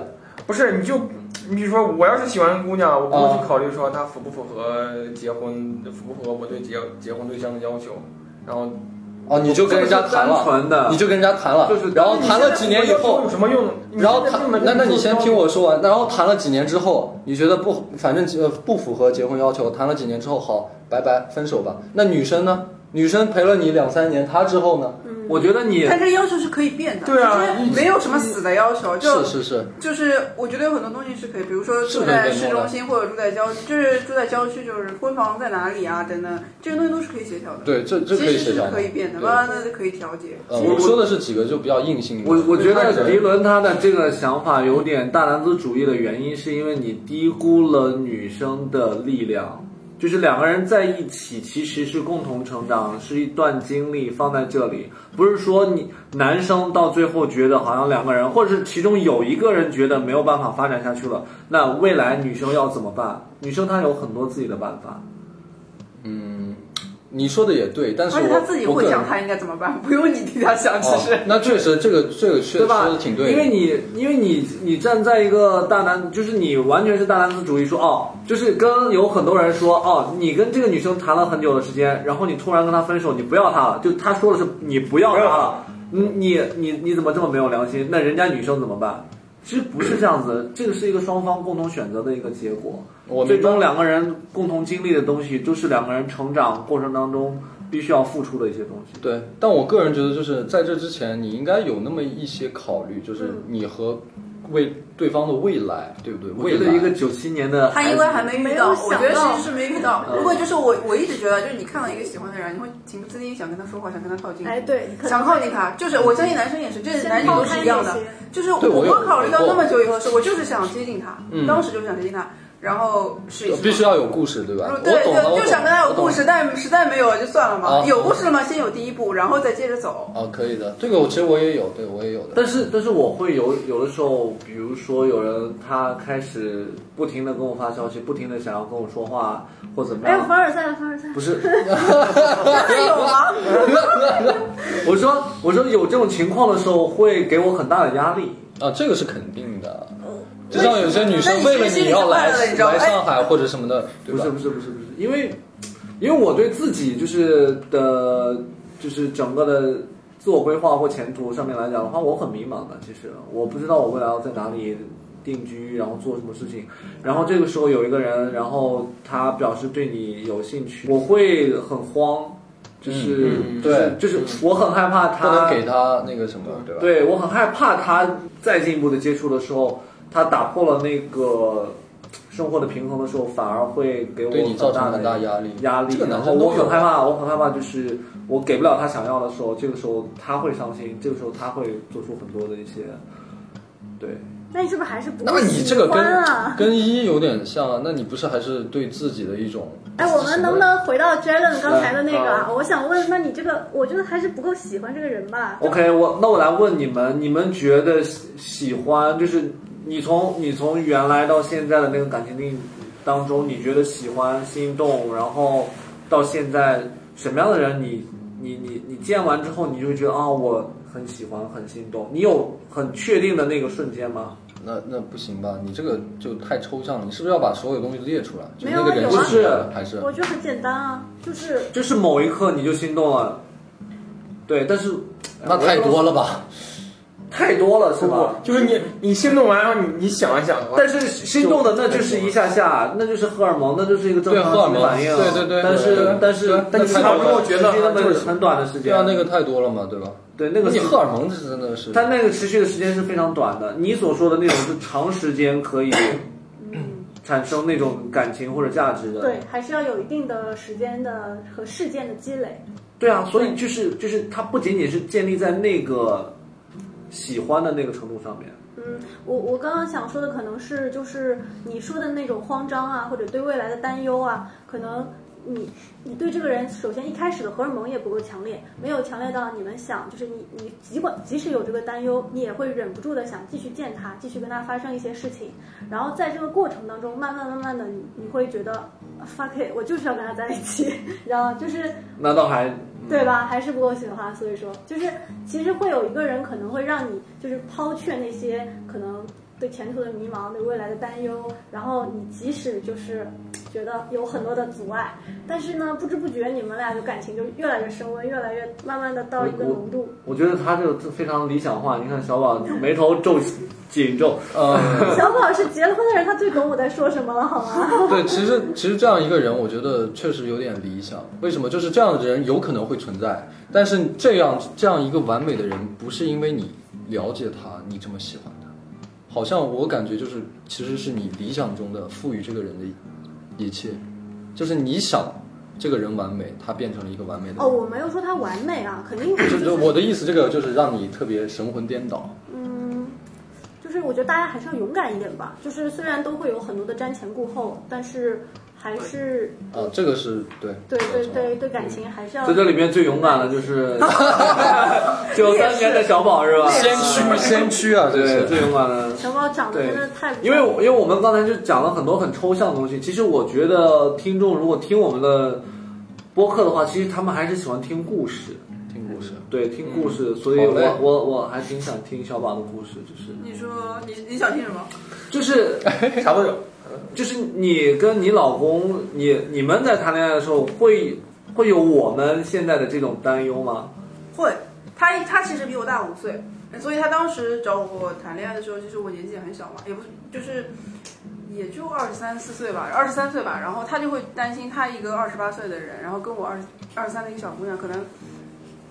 Speaker 6: 不是你就你比如说，我要是喜欢姑娘，我不会
Speaker 1: 啊
Speaker 6: 去考虑说她符不符合结婚，符不符合我对结结婚对象的要求，然后
Speaker 1: 哦，你就跟人家谈
Speaker 2: 单
Speaker 1: 了，
Speaker 2: 纯的
Speaker 1: 你，就跟人家谈了，
Speaker 2: 就是
Speaker 1: 然后哦谈了几年以后，
Speaker 6: 有什么用呢？你
Speaker 1: 然后
Speaker 6: 现在
Speaker 1: 谈
Speaker 6: 根，本
Speaker 1: 那那
Speaker 6: 就
Speaker 1: 你
Speaker 6: 不
Speaker 1: 先
Speaker 6: 知道
Speaker 1: 听我说完。然后谈了几年之后，你觉得不，反正呃不符合结婚要求，谈了几年之后，好，拜拜，分手吧。那女生呢？女生陪了你两三年，她之后呢？
Speaker 2: 我觉得你
Speaker 3: 但这个要求是可以变的，
Speaker 6: 对啊
Speaker 3: 其实没有什么死的要求，就
Speaker 1: 是
Speaker 3: 是
Speaker 1: 是，
Speaker 3: 就是我觉得有很多东西是可以，比如说
Speaker 1: 是
Speaker 3: 住
Speaker 1: 可以
Speaker 3: 在
Speaker 1: 变
Speaker 3: 市
Speaker 1: 动的
Speaker 3: 中心或者住在郊，就是住在郊区，就是婚房在哪里啊等等，这些东西都是可以协调的。
Speaker 1: 对，这这可以
Speaker 3: 其实
Speaker 1: 协
Speaker 3: 是
Speaker 1: 调的
Speaker 3: 可以变的，
Speaker 1: 对
Speaker 3: 慢慢的可以调节。
Speaker 1: 呃，我说的是几个就比较硬性的。
Speaker 2: 我我觉
Speaker 1: 看
Speaker 2: 得
Speaker 1: 人
Speaker 2: 迪伦他的这个想法有点大男子主义的原因，是因为你低估了女生的力量。就是两个人在一起，其实是共同成长，是一段经历放在这里，不是说你男生到最后觉得好像两个人，或者是其中有一个人觉得没有办法发展下去了，那未来女生要怎么办？女生她有很多自己的办法。
Speaker 1: 嗯你说的也对，但是
Speaker 3: 而且
Speaker 1: 我
Speaker 3: 他自己
Speaker 1: 我
Speaker 3: 会
Speaker 1: 个人
Speaker 3: 讲他应该怎么办，不用你替他想，其实
Speaker 1: 哦。那确实这个这个确实
Speaker 2: 对吧
Speaker 1: 说的挺对的，
Speaker 2: 因为你因为你你站在一个大男，就是你完全是大男子主义说，哦，就是跟有很多人说哦，你跟这个女生谈了很久的时间，然后你突然跟她分手，你不要她了，就她说的是你不要她了，你你你你怎么这么没有良心？那人家女生怎么办？其实不是这样子，这个是一个双方共同选择的一个结果。
Speaker 1: 我
Speaker 2: 最
Speaker 1: 明白
Speaker 2: 终两个人共同经历的东西，都是两个人成长过程当中必须要付出的一些东西。
Speaker 1: 对，但我个人觉得，就是在这之前，你应该有那么一些考虑，就是
Speaker 3: 嗯
Speaker 1: 你和为对方的未来，对不对？
Speaker 2: 我觉
Speaker 1: 未
Speaker 2: 得
Speaker 1: 来
Speaker 2: 一个九七年的
Speaker 3: 他
Speaker 2: 孩
Speaker 3: 因
Speaker 2: 子
Speaker 3: 为还没遇到，
Speaker 4: 没有
Speaker 3: 我觉得
Speaker 4: 想到
Speaker 3: 其实是没遇到。
Speaker 2: 嗯
Speaker 3: 如果就是我，我一直觉得，就是你看到一个喜欢的人，你会情不自禁想跟他说话，想跟他靠近，
Speaker 4: 哎，对，可能
Speaker 3: 想靠近他。就是我相信男生也是，这
Speaker 4: 先
Speaker 3: 男女
Speaker 4: 抛
Speaker 3: 都
Speaker 4: 开
Speaker 3: 是一样
Speaker 4: 那
Speaker 3: 的
Speaker 4: 些。
Speaker 3: 就是
Speaker 1: 对我
Speaker 3: 我
Speaker 1: 有
Speaker 3: 考虑到
Speaker 1: 我
Speaker 3: 那么久以后，是我就是想接近他，
Speaker 1: 嗯
Speaker 3: 当时就想接近他，然后试一试。
Speaker 1: 呃必须要有故事，对吧
Speaker 3: 嗯？
Speaker 1: 我
Speaker 3: 对
Speaker 1: 懂了，
Speaker 3: 对，
Speaker 1: 我
Speaker 3: 就想跟他有故事，但实在没有就算了嘛
Speaker 1: 啊。
Speaker 3: 有故事了嘛，先有第一步，然后再接着 走。
Speaker 1: 哦，可以的，这个我其实我也有，对我也有的。
Speaker 2: 但是，但是我会有有的时候，比如说有人他开始不停的跟我发消息，不停的想要跟我说话或怎么
Speaker 4: 哎，
Speaker 2: 样，
Speaker 4: 凡尔赛，凡尔赛，
Speaker 2: 不是，
Speaker 3: 有吗？
Speaker 2: 我说我说有这种情况的时候，会给我很大的压力。
Speaker 1: 啊，这个是肯定的。
Speaker 3: 嗯
Speaker 1: 就像有些女生为了
Speaker 3: 那你是不是心里
Speaker 1: 要
Speaker 3: 就
Speaker 1: 来
Speaker 3: 快乐了你知道吗哎
Speaker 1: 来上海或者什么的，对
Speaker 2: 不
Speaker 1: 吧
Speaker 2: 是？不是不是不是，因为因为我对自己就是的，就是整个的自我规划或前途上面来讲的话，我很迷茫的。其实我不知道我未来要在哪里定居，然后做什么事情。然后这个时候有一个人，然后他表示对你有兴趣，我会很慌，就是、
Speaker 1: 嗯嗯
Speaker 2: 就是就是我很害怕
Speaker 1: 不
Speaker 2: 他
Speaker 1: 能给她那个什么，对吧？
Speaker 2: 对我很害怕他再进一步的接触的时候，他打破了那个生活的平衡的时候，反而会给我
Speaker 1: 对你造成
Speaker 2: 很
Speaker 1: 很大
Speaker 2: 大的
Speaker 1: 压力。
Speaker 2: 压力
Speaker 1: 这个。男
Speaker 2: 然后
Speaker 1: 生都
Speaker 2: 我很
Speaker 1: 有。
Speaker 2: 害怕，我很害怕，就是我给不了他想要的时候，这个时候他会伤心，这个时候他会做出很多的一些，对，
Speaker 4: 那你是不是还是不
Speaker 1: 那
Speaker 4: 会
Speaker 1: 你这个
Speaker 4: 喜欢啊
Speaker 1: 跟？跟一有点像啊，那你不是还是对自己的一种？
Speaker 4: 哎，我们能不能回到 Jalen 刚才的那个啊？我想问，那你这个，我觉得还是不够喜欢这个人吧？
Speaker 2: OK，我那我来问你们，你们觉得喜喜欢就是你从你从原来到现在的那个感情定当中，你觉得喜欢、心动，然后到现在什么样的人你，你你你见完之后，你就会觉得啊、我很喜欢、很心动，你有很确定的那个瞬间吗？
Speaker 1: 那那不行吧？你这个就太抽象了，你是不是要把所有东西列出来？就
Speaker 4: 没
Speaker 1: 那
Speaker 4: 有
Speaker 1: 个
Speaker 4: 啊
Speaker 1: 人
Speaker 4: 有啊
Speaker 1: 是谁还是
Speaker 4: 我觉得很简单啊，就是
Speaker 2: 就是某一刻你就心动了，对，但是
Speaker 1: 那太多了吧？
Speaker 2: 太多了是
Speaker 6: 不
Speaker 2: 吧？
Speaker 6: 不，就是你你心动完，然后你你想一想的话，
Speaker 2: 但是心动的那就是一下下，那就是荷尔蒙，那就是一个正
Speaker 1: 对
Speaker 2: 常
Speaker 1: 荷尔
Speaker 2: 的
Speaker 1: 蒙
Speaker 2: 反应。
Speaker 1: 对对对
Speaker 2: 但
Speaker 1: 对对
Speaker 2: 是但是
Speaker 1: 对
Speaker 2: 但是
Speaker 1: 那
Speaker 2: 它
Speaker 1: 太多了
Speaker 2: 持续那么
Speaker 6: 就是
Speaker 2: 很短的时
Speaker 1: 啊对
Speaker 2: 间，
Speaker 1: 啊，那个太多了嘛，对吧？
Speaker 2: 对那个
Speaker 1: 你
Speaker 2: 是
Speaker 1: 荷尔蒙是真的是，
Speaker 2: 它那个持续的时间是非常短的。你所说的那种是长时间可以产生那种感情或者价值的。
Speaker 4: 嗯对，还是要有一定的时间的和事件的积累。
Speaker 2: 对啊，所以就是就是它不仅仅是建立在那个喜欢的那个程度上面。
Speaker 4: 嗯，我我刚刚想说的可能是就是你说的那种慌张啊，或者对未来的担忧啊，可能你你对这个人首先一开始的荷尔蒙也不够强烈，没有强烈到你们想就是你你尽管即使有这个担忧，你也会忍不住的想继续见他，继续跟他发生一些事情，然后在这个过程当中，慢慢慢慢的你你会觉得 fuck it，我就是要跟他在一起， 然后就是
Speaker 2: 那倒还嗯
Speaker 4: 对吧？还是不够喜欢，所以说就是其实会有一个人可能会让你就是抛却那些可能对前途的迷茫、对未来的担忧，然后你即使就是觉得有很多的阻碍，但是呢，不知不觉你们俩的感情就越来越升温，越来越慢慢的到一个浓度。
Speaker 2: 我觉得他这个非常理想化。你看小宝眉头皱紧皱，
Speaker 1: 呃，
Speaker 4: 小宝是结了婚的人，他最懂我在说什么了，好吗？
Speaker 1: 对，其实其实这样一个人，我觉得确实有点理想。为什么？就是这样的人有可能会存在，但是这样这样一个完美的人，不是因为你了解他，你这么喜欢他，好像我感觉就是其实是你理想中的赋予这个人的一一切，就是你想这个人完美，他变成了一个完美的人。
Speaker 4: 哦，我没有说他完美啊，肯定
Speaker 1: 就
Speaker 4: 就是是
Speaker 1: 我的意思，这个就是让你特别神魂颠倒。
Speaker 4: 嗯，就是我觉得大家还是要勇敢一点吧。就是虽然都会有很多的瞻前顾后，但是还是
Speaker 1: 啊，这个是对，
Speaker 4: 对对对对感情还是要
Speaker 2: 在这里面最勇敢的就是 九三年的小宝是吧？
Speaker 1: 先驱先驱啊，这
Speaker 2: 对，
Speaker 1: 是
Speaker 2: 最勇敢的。
Speaker 4: 小宝长得真的太不错
Speaker 2: 因为我因为我们刚才就讲了很多很抽象的东西，其实我觉得听众如果听我们的播客的话，其实他们还是喜欢听故事，
Speaker 1: 听故事。
Speaker 2: 对，听故事，所以
Speaker 1: 嗯好嘞
Speaker 2: 我我我还挺想听小宝的故事，就是
Speaker 3: 你说你你想听什么？
Speaker 2: 就是
Speaker 6: 啥都有。
Speaker 2: 就是你跟你老公，你你们在谈恋爱的时候会会有我们现在的这种担忧吗？
Speaker 3: 会，他他其实比我大五岁，所以他当时找我谈恋爱的时候，其实我年纪也很小嘛，也不是就是也就二十三四岁吧，二十三岁吧。然后他就会担心他一个二十八岁的人，然后跟我二二十三的一个小姑娘，可能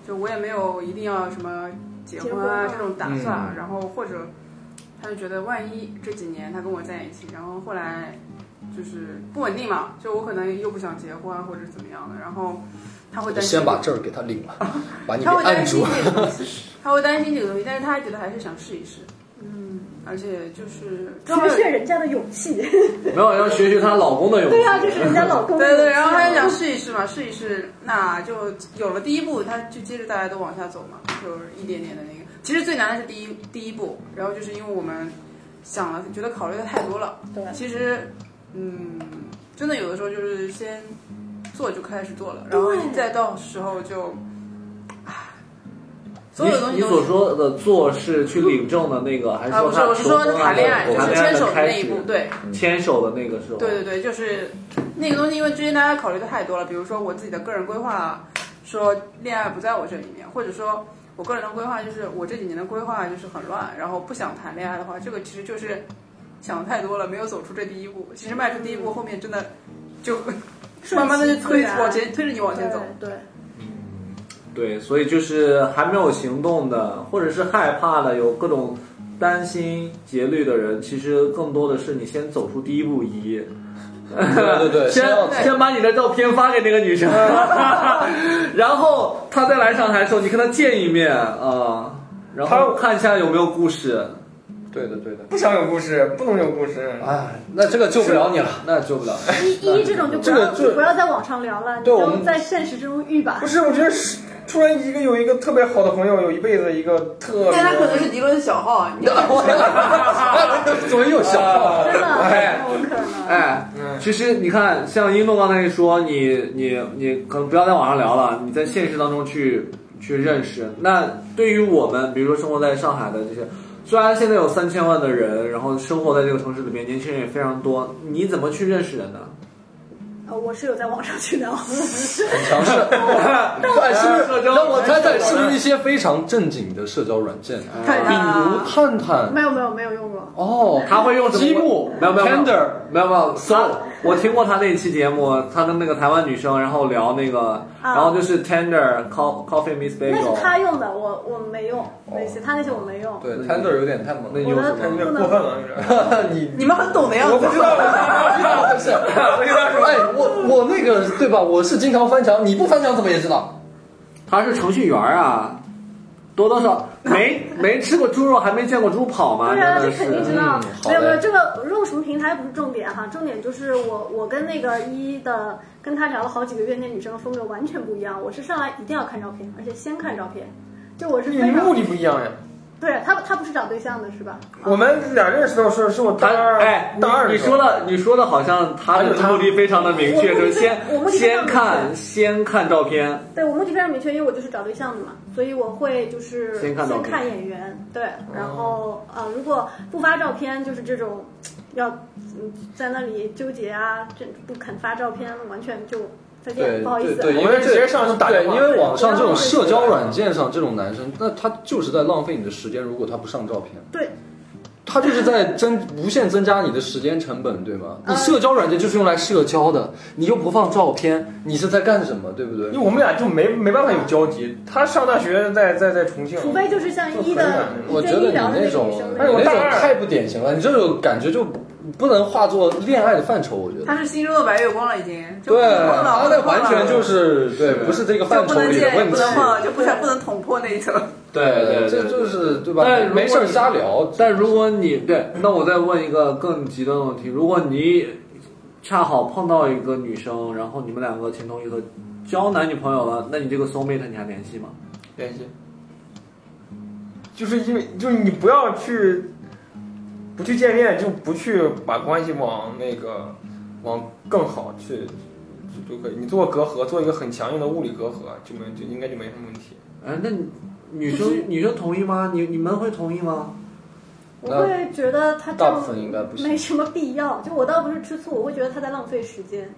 Speaker 3: 就我也没有一定要什么结婚啊
Speaker 4: 结婚啊
Speaker 3: 这种打算啊，
Speaker 1: 嗯
Speaker 3: 然后或者他就觉得万一这几年他跟我在一起，然后后来就是不稳定嘛，就我可能又不想结婚啊或者怎么样的，然后他会担心
Speaker 1: 先把证儿给他领 了，把你给
Speaker 3: 他会
Speaker 1: 按
Speaker 3: 担心
Speaker 1: 住。
Speaker 3: 这个东 西，他会担心这个东西，但是他还觉得还是想试一试。嗯，而且就是正好
Speaker 4: 学学人家的勇气。
Speaker 2: 没有，要学学她老公的勇气。
Speaker 4: 对啊，这是人家老公的
Speaker 3: 对
Speaker 4: 勇
Speaker 3: 对，
Speaker 4: 气啊。
Speaker 3: 然后他就想试一试嘛，试一试，那就有了第一步，他就接着大家都往下走嘛，就是一点点的那个。其实最难的是第一第一步，然后就是因为我们想了，觉得考虑的太多了。
Speaker 4: 对
Speaker 3: 其实，嗯，真的有的时候就是先做就开始做了，
Speaker 4: 对
Speaker 3: 然后再到时候就，唉所有的东
Speaker 2: 你
Speaker 3: 西
Speaker 2: 你
Speaker 3: 都
Speaker 2: 所说的做是去领证的那个，还是
Speaker 3: 啊，
Speaker 2: 说
Speaker 3: 不是，
Speaker 2: 她
Speaker 3: 我是
Speaker 2: 求
Speaker 3: 说
Speaker 2: 婚啊
Speaker 3: 谈恋爱，就是
Speaker 2: 谈恋爱
Speaker 3: 牵手
Speaker 2: 的
Speaker 3: 的
Speaker 2: 开
Speaker 3: 那
Speaker 2: 始嗯
Speaker 3: 一步，，对，
Speaker 2: 牵手的那个时候。
Speaker 3: 对对对，就是那个东西，因为之前大家考虑的太多了，比如说我自己的个人规划，说恋爱不在我这里面，或者说我个人的规划就是我这几年的规划就是很乱，然后不想谈恋爱的话，这个其实就是想太多了，没有走出这第一步。其实迈出第一步，后面真的就慢慢的就推往前推着你往前走。
Speaker 4: 对，对
Speaker 2: 对，所以就是还没有行动的，或者是害怕的，有各种担心、节虑的人，其实更多的是你先走出第一步一。
Speaker 1: 嗯 对对 对，
Speaker 2: 先
Speaker 1: 先要走
Speaker 2: 先把你的照片发给那个女生，然后她再来上台的时候，你跟她见一面啊、然后看一下有没有故事。
Speaker 1: 对的对的。
Speaker 6: 不想有故事，不能有故事。
Speaker 1: 哎，那这个救不了你了，那救不
Speaker 3: 啊
Speaker 1: 了。
Speaker 4: 一一这种就不
Speaker 1: 这
Speaker 4: 要
Speaker 1: 个
Speaker 4: 就
Speaker 1: 就
Speaker 4: 不要在网上聊了，你
Speaker 1: 对我
Speaker 4: 就
Speaker 1: 们
Speaker 4: 在现实中遇吧
Speaker 6: 不。是，我觉得是突然一个有一个特别好的朋友，有一辈子一个特别，
Speaker 3: 但他可能是尼罗的小号，啊你
Speaker 1: 哎怎么又想
Speaker 3: 啊
Speaker 1: 到？
Speaker 4: 真的，
Speaker 2: 哎
Speaker 4: 有可能。
Speaker 2: 哎，其实你看，像一诺刚才一说，你你你可能不要在网上聊了，你在现实当中去去认识。那对于我们，比如说生活在上海的这些，虽然现在有三千万的人，然后生活在这个城市里面，年轻人也非常多，你怎么去认识人呢？
Speaker 4: 呃我是有在网上去聊，
Speaker 1: 强势。哎，是不是？让我猜猜，是不是一些非常正经的社交软件，啊比
Speaker 3: 看一下
Speaker 1: 如探探？
Speaker 4: 没有没有没有用过。
Speaker 1: 哦，
Speaker 2: 他会用什么
Speaker 1: 积木、
Speaker 2: 没有没有没有
Speaker 1: Tender，
Speaker 2: 没有没有，so 我听过他那一期节目，他跟那个台湾女生，然后聊那个，然后就是 tender co- coffee miss
Speaker 4: 那是
Speaker 2: bagel，
Speaker 4: 他用的，我我没用那些，他那些我没用。
Speaker 1: 对，Tender 有点太猛
Speaker 2: 那
Speaker 1: 了，
Speaker 3: 嗯
Speaker 2: 你
Speaker 4: 我
Speaker 2: 用
Speaker 4: 的
Speaker 2: 什
Speaker 6: 他有
Speaker 4: 不
Speaker 6: 点过分
Speaker 4: 能，
Speaker 6: 了，有点。
Speaker 1: 你
Speaker 3: 你们很懂的样
Speaker 6: 我
Speaker 3: 子
Speaker 6: 不。知道，我不知道，
Speaker 1: 不是，哎，我我那个对吧？我是经常翻墙，你不翻墙怎么也知道？
Speaker 2: 他是程序员啊，多多少没没吃过猪肉，还没见过猪跑吗？
Speaker 4: 对啊，
Speaker 2: 真的
Speaker 4: 这肯定知
Speaker 2: 是。
Speaker 4: 道
Speaker 1: 嗯。好
Speaker 4: 没有没有，
Speaker 1: 嘞
Speaker 4: 这个用什么平台不是重点哈，重点就是我我跟那个一的跟他聊了好几个月，那女生风格完全不一样。我是上来一定要看照片，而且先看照片，就我是
Speaker 6: 你们
Speaker 4: 非
Speaker 6: 目
Speaker 4: 常
Speaker 6: 的不一样呀。
Speaker 4: 对他他不是找对象的是吧？
Speaker 6: 我们俩认识的时候是我
Speaker 2: 他
Speaker 6: 大二，
Speaker 2: 哎，
Speaker 6: 大二
Speaker 2: 你你说
Speaker 6: 的时
Speaker 2: 的你说的好像他的
Speaker 6: 还有他
Speaker 2: 目的非常的明确，
Speaker 4: 我目的
Speaker 2: 就是先
Speaker 4: 我目的非常
Speaker 2: 先
Speaker 4: 明确
Speaker 2: 看先看照片，
Speaker 4: 对我目的非常明确，因为我就是找对象的嘛，所以我会就是
Speaker 2: 先看照片
Speaker 4: 演员，
Speaker 1: 哦
Speaker 4: 对，然后呃，如果不发照片，就是这种要嗯在那里纠结啊，这不肯发照片，完全就再见，
Speaker 1: 对
Speaker 4: 不好意思啊，
Speaker 1: 对
Speaker 6: 候，
Speaker 1: 对
Speaker 6: 我们直接上去打
Speaker 1: 对
Speaker 6: 电，话。
Speaker 1: 因为网上这种社交软件上这种男生，那他就是在浪费你的时间。如果他不上照片，
Speaker 4: 对
Speaker 1: 他就是在增无限增加你的时间成本，对吗？你
Speaker 4: 嗯
Speaker 1: 社交软件就是用来社交的，你又不放照片，你是在干什么？对不对
Speaker 6: 因为？我们俩就没没办法有交集。他上大学在在在重庆，
Speaker 4: 除非就是像
Speaker 6: 就很
Speaker 4: 一的
Speaker 6: 懒
Speaker 1: 我
Speaker 4: 一
Speaker 1: 觉
Speaker 4: 对
Speaker 1: 得
Speaker 4: 一
Speaker 1: 你
Speaker 4: 聊的
Speaker 1: 那
Speaker 4: 个
Speaker 1: 种
Speaker 4: 女生
Speaker 1: 你
Speaker 4: 的
Speaker 6: 哎
Speaker 1: 那
Speaker 6: 我大
Speaker 1: 种
Speaker 6: 二
Speaker 1: 太不典型了，你这种感觉就不能化作恋爱的范畴，我觉得。
Speaker 3: 他是心中的白月光了，已经。就
Speaker 1: 对，
Speaker 3: 不能碰了
Speaker 1: 他那完全就是是对，不是这个
Speaker 3: 就
Speaker 1: 范
Speaker 3: 不
Speaker 1: 畴
Speaker 3: 能
Speaker 1: 里的
Speaker 3: 见，也
Speaker 1: 问
Speaker 3: 不
Speaker 1: 题。
Speaker 3: 能碰，就不想不能捅破那一层。
Speaker 2: 对
Speaker 1: 这就是对吧
Speaker 2: 但？如果
Speaker 1: 没事儿
Speaker 2: 你
Speaker 1: 瞎聊。
Speaker 2: 但如果你对，那我再问一个更极端的问题：如果你恰好碰到一个女生，然后你们两个情投意合，交男女朋友了，那你这个 soul mate 你还联系吗？
Speaker 6: 联系，就是因为就是你不要去，不去见面，就不去把关系往那个往更好去就就可以。你做隔阂，做一个很强硬的物理隔阂，就没就应该就没什么问题。
Speaker 2: 哎，那你女生女生同意吗？你你们会同意吗？
Speaker 4: 我会觉得他
Speaker 1: 嗯
Speaker 4: 这
Speaker 1: 大部
Speaker 4: 样
Speaker 1: 分应该不行
Speaker 4: 没什么必要。就我倒不是吃醋，我会觉得他在浪费时间。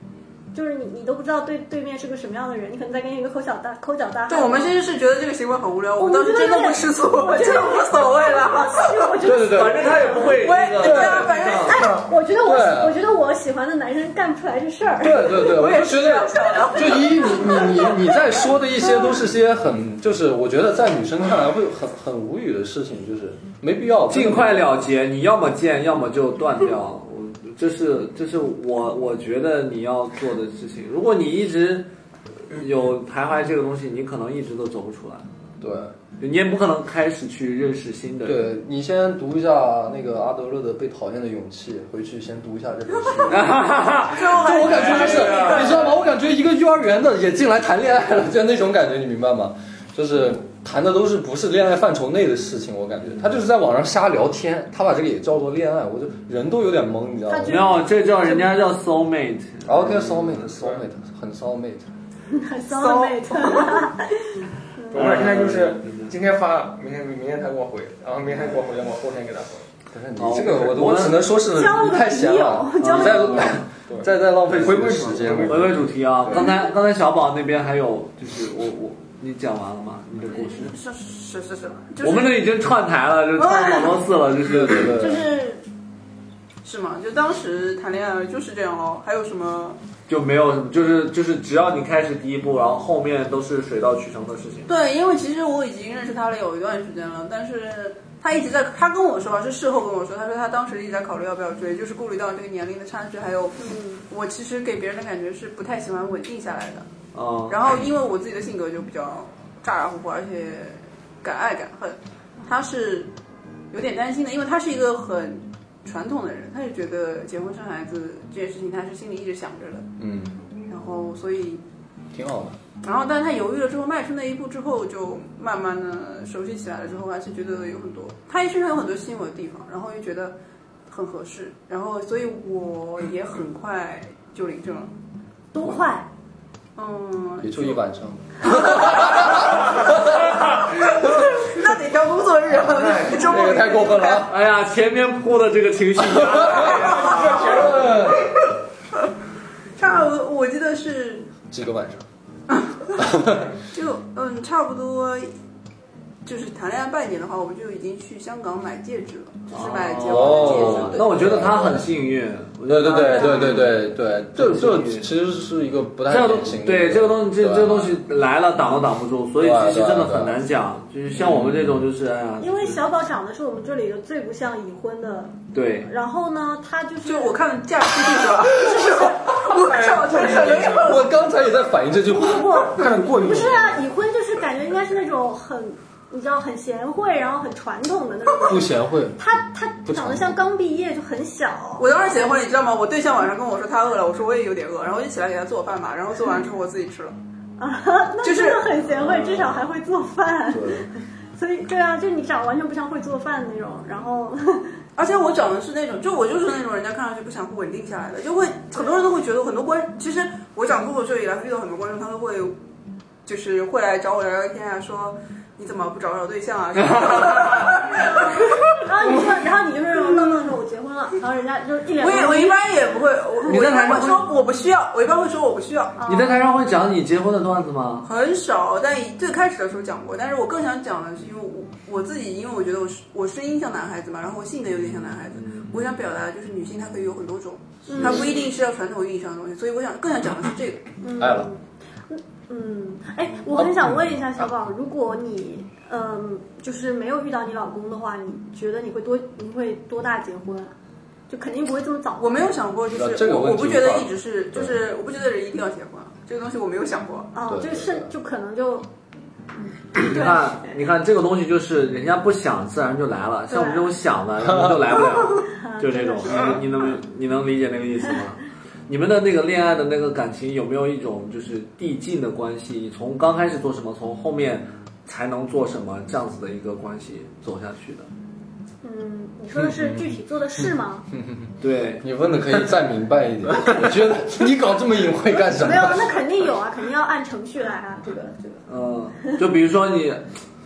Speaker 4: 就是你，你都不知道对对面是个什么样的人，你可能在跟一个抠脚大抠脚 大汉。
Speaker 3: 对，我们其实是觉得这个行为很无聊，
Speaker 4: 我
Speaker 3: 我
Speaker 4: 们
Speaker 3: 们倒是真的不吃醋，
Speaker 4: 我觉
Speaker 3: 真
Speaker 4: 得
Speaker 3: 的无所谓
Speaker 4: 好
Speaker 3: 了。
Speaker 4: 气， 我觉得。
Speaker 1: 对对
Speaker 2: 反正他也不会
Speaker 3: 我也
Speaker 2: 那
Speaker 3: 对
Speaker 2: 个。
Speaker 3: 啊，反正
Speaker 4: 哎，我觉得我喜
Speaker 1: 对
Speaker 4: 我觉得我喜欢的男生干不出来这事儿。
Speaker 1: 对对 对，我
Speaker 3: 也
Speaker 1: 就觉得，就一你你你你在说的一些都是些很，就是我觉得在女生看来会很很无语的事情，就是没必要。
Speaker 2: 尽快了结，你要么见，要么就断掉。我这是这是我我觉得你要做的事情。如果你一直有徘徊这个东西，你可能一直都走不出来。
Speaker 1: 对
Speaker 2: 你也不可能开始去认识新的人。
Speaker 1: 对，你先读一下那个阿德勒的《被讨厌的勇气》，回去先读一下这本书。 就
Speaker 3: 最后还
Speaker 1: 我感觉就是，你知道吗？我感觉一个幼儿园的也进来谈恋爱了，就那种感觉，你明白吗？就是谈的都是不是恋爱范畴内的事情，我感觉他就是在网上瞎聊天，他把这个也叫做恋爱，我就人都有点懵，你知道吗
Speaker 4: 他觉
Speaker 2: 没有，这叫人家叫 soul mate。
Speaker 1: ？OK soulmate soulmate 很 soulmate，
Speaker 4: 骚妹特，嗯
Speaker 6: 我俩现在就是今天发，明天明天他给我回，然后明天给我回来，我后天给他回。
Speaker 1: 不是你这个哦我我只能说是
Speaker 4: 交
Speaker 1: 你
Speaker 4: 了
Speaker 1: 太闲了，
Speaker 4: 笔友
Speaker 1: 你
Speaker 4: 交了
Speaker 1: 在
Speaker 4: 笔 友
Speaker 1: 在在浪费
Speaker 6: 回归
Speaker 1: 时间。
Speaker 2: 回归主题啊，刚才刚才小宝那边还有就是我我你讲完了吗？你的故事？
Speaker 3: 是是是是，就是
Speaker 2: 我们这已经串台了，就串好多次了，就是对对
Speaker 3: 就
Speaker 2: 对，
Speaker 3: 是是吗？就当时谈恋爱就是这样咯，还有什么？
Speaker 2: 就没有什么，就是就是只要你开始第一步，然后后面都是水到渠成的事情。
Speaker 3: 对，因为其实我已经认识他了有一段时间了，但是他一直在，他跟我说啊，是事后跟我说，他说他当时一直在考虑要不要追，就是顾虑到这个年龄的差距，还有
Speaker 4: 嗯，
Speaker 3: 我其实给别人的感觉是不太喜欢稳定下来的。
Speaker 2: 嗯，
Speaker 3: 然后因为我自己的性格就比较咋咋呼呼，而且敢爱敢恨，他是有点担心的，因为他是一个很传统的人，他就觉得结婚生孩子这件事情他是心里一直想着的，
Speaker 1: 嗯，
Speaker 3: 然后所以
Speaker 1: 挺好的。
Speaker 3: 然后，但是他犹豫了之后，迈出那一步之后，就慢慢的熟悉起来了。之后，还是觉得有很多，他身上有很多吸引我的地方，然后又觉得很合适，然后所以我也很快就领证了。
Speaker 4: 多快！
Speaker 3: 嗯，
Speaker 1: 也就一晚上，
Speaker 3: 那得挑工作日啊，周
Speaker 1: 那
Speaker 3: 末
Speaker 1: 个太过分了啊！
Speaker 2: 哎呀，前面铺的这个 情绪哦压力，
Speaker 3: 差不多，我记得是
Speaker 1: 几个晚上，
Speaker 3: 就嗯，差不多就是谈恋爱半年的话，我们就已经去香港买戒指了，就是买结婚的戒
Speaker 2: 哦
Speaker 3: 指。，
Speaker 2: 那我觉得他很幸运。我觉
Speaker 1: 对
Speaker 2: 得
Speaker 1: 对
Speaker 2: 他
Speaker 4: 啊
Speaker 1: 对对对对对，这这
Speaker 2: 这个
Speaker 1: 其实是一个不太
Speaker 2: 这个
Speaker 1: 典
Speaker 2: 东
Speaker 1: 型的。
Speaker 2: 对这个东西，这
Speaker 1: 对啊
Speaker 2: 这个 东西来了挡都挡不住，所以
Speaker 1: 对啊
Speaker 2: 其实真的
Speaker 1: 对
Speaker 2: 很难讲。就是像我们这种，就是哎呀，
Speaker 4: 因为小宝长得是我们这里的最不像已婚的，
Speaker 2: 对，
Speaker 4: 然后呢，他就是
Speaker 3: 就我看嫁出去吧，我看我头上没有。
Speaker 1: 我刚才也在反映这句话。
Speaker 4: 我
Speaker 6: 看着过于
Speaker 4: 不是啊，已婚就是感觉应该是那种很，你知道很贤惠，然后很传统的那种。
Speaker 1: 不贤惠，
Speaker 4: 他他
Speaker 1: 不
Speaker 4: 长
Speaker 1: 传
Speaker 4: 得
Speaker 1: 统
Speaker 4: 像刚毕业就很小，
Speaker 3: 我当时结婚，你知道吗？我对象晚上跟我说他饿了，我说我也有点饿，然后我就起来给他做饭嘛，然后做完之后我自己吃了。
Speaker 4: 啊，那
Speaker 3: 就是
Speaker 4: 真的很贤惠，至少还会做饭。
Speaker 1: 对，
Speaker 4: 所以对啊，就你长得完全不像会做饭那种，然后
Speaker 3: 而且我长得是那种，就我就是那种人家看上去不想稳定下来的，就会很多人都会觉得很多观，其实我讲脱口秀以来遇到很多观众，他们会就是会来找我聊聊天啊，说你怎么不找找对象啊？什么的
Speaker 4: 然后你就然后你就是那种愣愣说我结婚了，然后人家就一脸
Speaker 3: 我也我一般也不会，我
Speaker 2: 你
Speaker 3: 我
Speaker 2: 在
Speaker 3: 一般
Speaker 2: 哪
Speaker 3: 会
Speaker 2: 里
Speaker 3: 说我不需要，我一般会说我不需要。
Speaker 2: 你在台上会讲你结婚的段子吗？
Speaker 3: 很少，但最开始的时候讲过。但是我更想讲的是，因为我我自己，因为我觉得我是我声音像男孩子嘛，然后我性格有点像男孩子。
Speaker 1: 嗯
Speaker 3: 我想表达的就是女性她可以有很多种，她不一定是要传统意义上的东西。所以我想更想讲的是这个。
Speaker 1: 爱了。
Speaker 4: 嗯，哎，我很想问一下小宝，如果你嗯就是没有遇到你老公的话，你觉得你会多你会多大结婚啊？就肯定不会这么早。
Speaker 3: 我没有想过，就
Speaker 1: 那
Speaker 3: 是
Speaker 1: 这个
Speaker 3: 我
Speaker 1: 问
Speaker 3: 我
Speaker 1: 题
Speaker 3: 不觉得
Speaker 1: 的话
Speaker 3: 一直是，就是我不觉得人一定要结婚，啊这个东西我没有想过。
Speaker 4: 啊，
Speaker 1: 对
Speaker 4: 就
Speaker 1: 对
Speaker 4: 是
Speaker 1: 对
Speaker 4: 就可能就
Speaker 2: 你看，你看这个东西就是人家不想，自然就来了。像我们这种想的，根本就来不了，就这种。你你能你能理解那个意思吗？你们的那个恋爱的那个感情有没有一种就是递进的关系？从刚开始做什么，从后面才能做什么这样子的一个关系走下去的？
Speaker 4: 嗯，你说的是具体做的事吗？
Speaker 2: 对，
Speaker 1: 你问的可以再明白一点，我觉得你搞这么隐晦干什么
Speaker 4: 没？有，那肯定有啊，肯定要按程序来啊，这个这个。
Speaker 2: 嗯，就比如说你，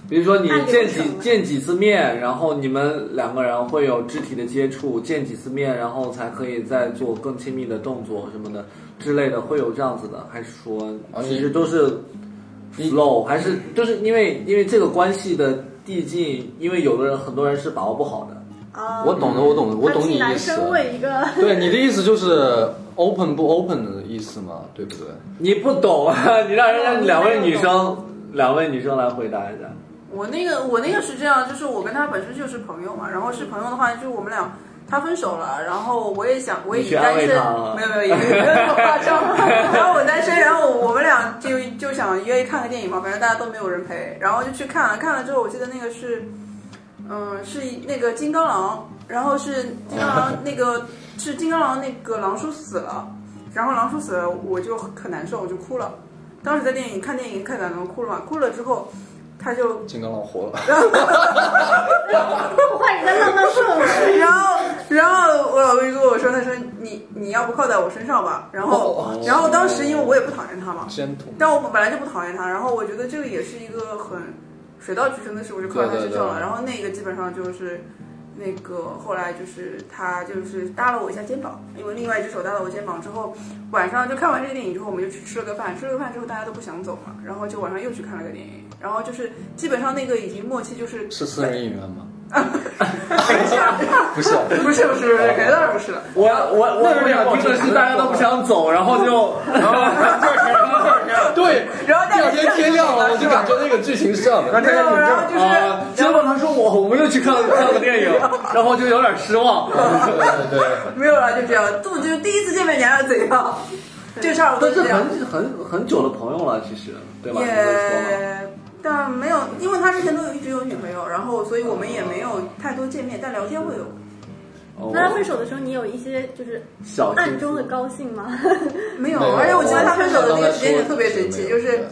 Speaker 2: 比如说你
Speaker 4: 按流
Speaker 2: 见几
Speaker 4: 程
Speaker 2: 见几次面，然后你们两个人会有肢体的接触，见几次面，然后才可以再做更亲密的动作什么的之类的，会有这样子的，还是说
Speaker 1: 啊你
Speaker 2: 其实都是
Speaker 1: 你
Speaker 2: flow，还是就是因为因为这个关系的递进，因为有的人很多人是把握不好的。
Speaker 4: 啊，
Speaker 1: 我懂的，我懂的，我
Speaker 4: 他
Speaker 1: 懂
Speaker 4: 替
Speaker 1: 你意
Speaker 4: 男
Speaker 1: 思。
Speaker 4: 生为一个，
Speaker 1: 对，你的意思就是 open 不 open 的意思嘛，对不对？
Speaker 2: 你不懂啊， 你让人家
Speaker 4: 嗯
Speaker 2: 两位女
Speaker 4: 我
Speaker 2: 生，两位女生来回答一下。
Speaker 3: 我那个我那个是这样，就是我跟他本身就是朋友嘛，然后是朋友的话，就是我们俩他分手了，然后我也想我也
Speaker 2: 你去安
Speaker 3: 单
Speaker 2: 慰
Speaker 3: 身
Speaker 2: 他啊，
Speaker 3: 没有没有也没有那么夸张， 然后我单身，然后我们俩就就想约看个电影嘛，反正大家都没有人陪，然后就去看了，看了之后我记得那个是，嗯、是那个金刚狼，然后是金刚狼那个是金刚狼那个狼叔死了，然后狼叔死了我就很难受，我就哭了。当时在电影看电影看感动哭了嘛，哭了之后，他就
Speaker 1: 金刚狼活了，
Speaker 4: 我换一个浪漫顺 序。
Speaker 3: 然后，然后我老公就跟我说，他说你你要不靠在我身上吧。然后，
Speaker 1: 哦
Speaker 3: 然后当时因为我也不讨厌他嘛，
Speaker 1: 真痛。
Speaker 3: 但我本来就不讨厌他，然后我觉得这个也是一个很水到渠成的事，我就靠在他身上
Speaker 1: 对
Speaker 3: 了。
Speaker 1: 对对
Speaker 3: 然后那个基本上就是。那个后来就是他就是搭了我一下肩膀，因为另外一只手搭了我肩膀之后，晚上就看完这个电影之后，我们就去吃了个饭，吃了个饭之后大家都不想走嘛，然后就晚上又去看了个电影，然后就是基本上那个已经默契就是
Speaker 1: 是私人演员吗？不是，
Speaker 3: 不是不是不是，肯定当然不是了。
Speaker 2: 我我我
Speaker 6: 那是
Speaker 2: 我
Speaker 6: 两
Speaker 2: 想
Speaker 6: 个
Speaker 2: 听的
Speaker 6: 人
Speaker 2: 是大家都不想走，然后就。
Speaker 6: 然后第二天，第二天，
Speaker 1: 对。
Speaker 3: 然后
Speaker 1: 第
Speaker 3: 但
Speaker 1: 二
Speaker 3: 是
Speaker 1: 天天亮了，我就感觉那个剧情是这样的。
Speaker 6: 那这个
Speaker 3: 然后
Speaker 6: 挺
Speaker 3: 就是，
Speaker 2: 啊，结果他说我我们又去看了看了个电影，然后就有点失望。
Speaker 1: 对对对。
Speaker 3: 没有了，就这样。这就是第一次见面，你还要怎样？这事儿我
Speaker 2: 但
Speaker 3: 都
Speaker 2: 是
Speaker 3: 这样。
Speaker 2: 很 很很久的朋友了，其实对吧？
Speaker 3: 也，但没有，因为他之前都有一直有女朋友，然后所以我们也没有太多见面，但聊天会有。
Speaker 2: 哦
Speaker 4: 那他分手的时候，你有一些就是
Speaker 2: 小心思
Speaker 4: 暗中的高兴吗？
Speaker 3: 没有，
Speaker 1: 没有
Speaker 3: 而且我记得他分手的那个时间点特别神
Speaker 1: 没
Speaker 3: 奇，
Speaker 1: 有
Speaker 3: 就是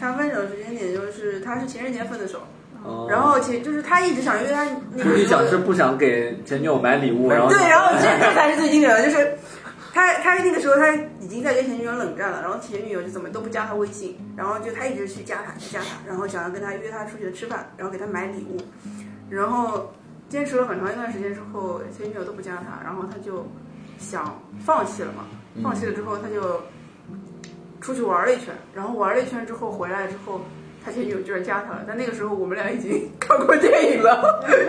Speaker 3: 他分手的时间点就是他是情人节分的手，
Speaker 2: 哦
Speaker 3: 然后其实就是他一直想约他那
Speaker 2: 估
Speaker 3: 个
Speaker 2: 计
Speaker 3: 时候
Speaker 2: 想是不想给前女友买礼物，然后
Speaker 3: 对，然后这这才是最经典的，就是他他那个时候他已经在跟前女友冷战了，然后前女友就怎么都不加他微信，然后就他一直去加他去加他，然后想要跟他约他出去吃饭，然后给他买礼物，然后坚持了很长一段时间之后，前女友都不加他，然后他就想放弃了嘛，
Speaker 1: 嗯
Speaker 3: 放弃了之后他就出去玩了一圈，然后玩了一圈之后回来之后，他前女友居然加他了，但那个时候我们俩已经看过电影 了，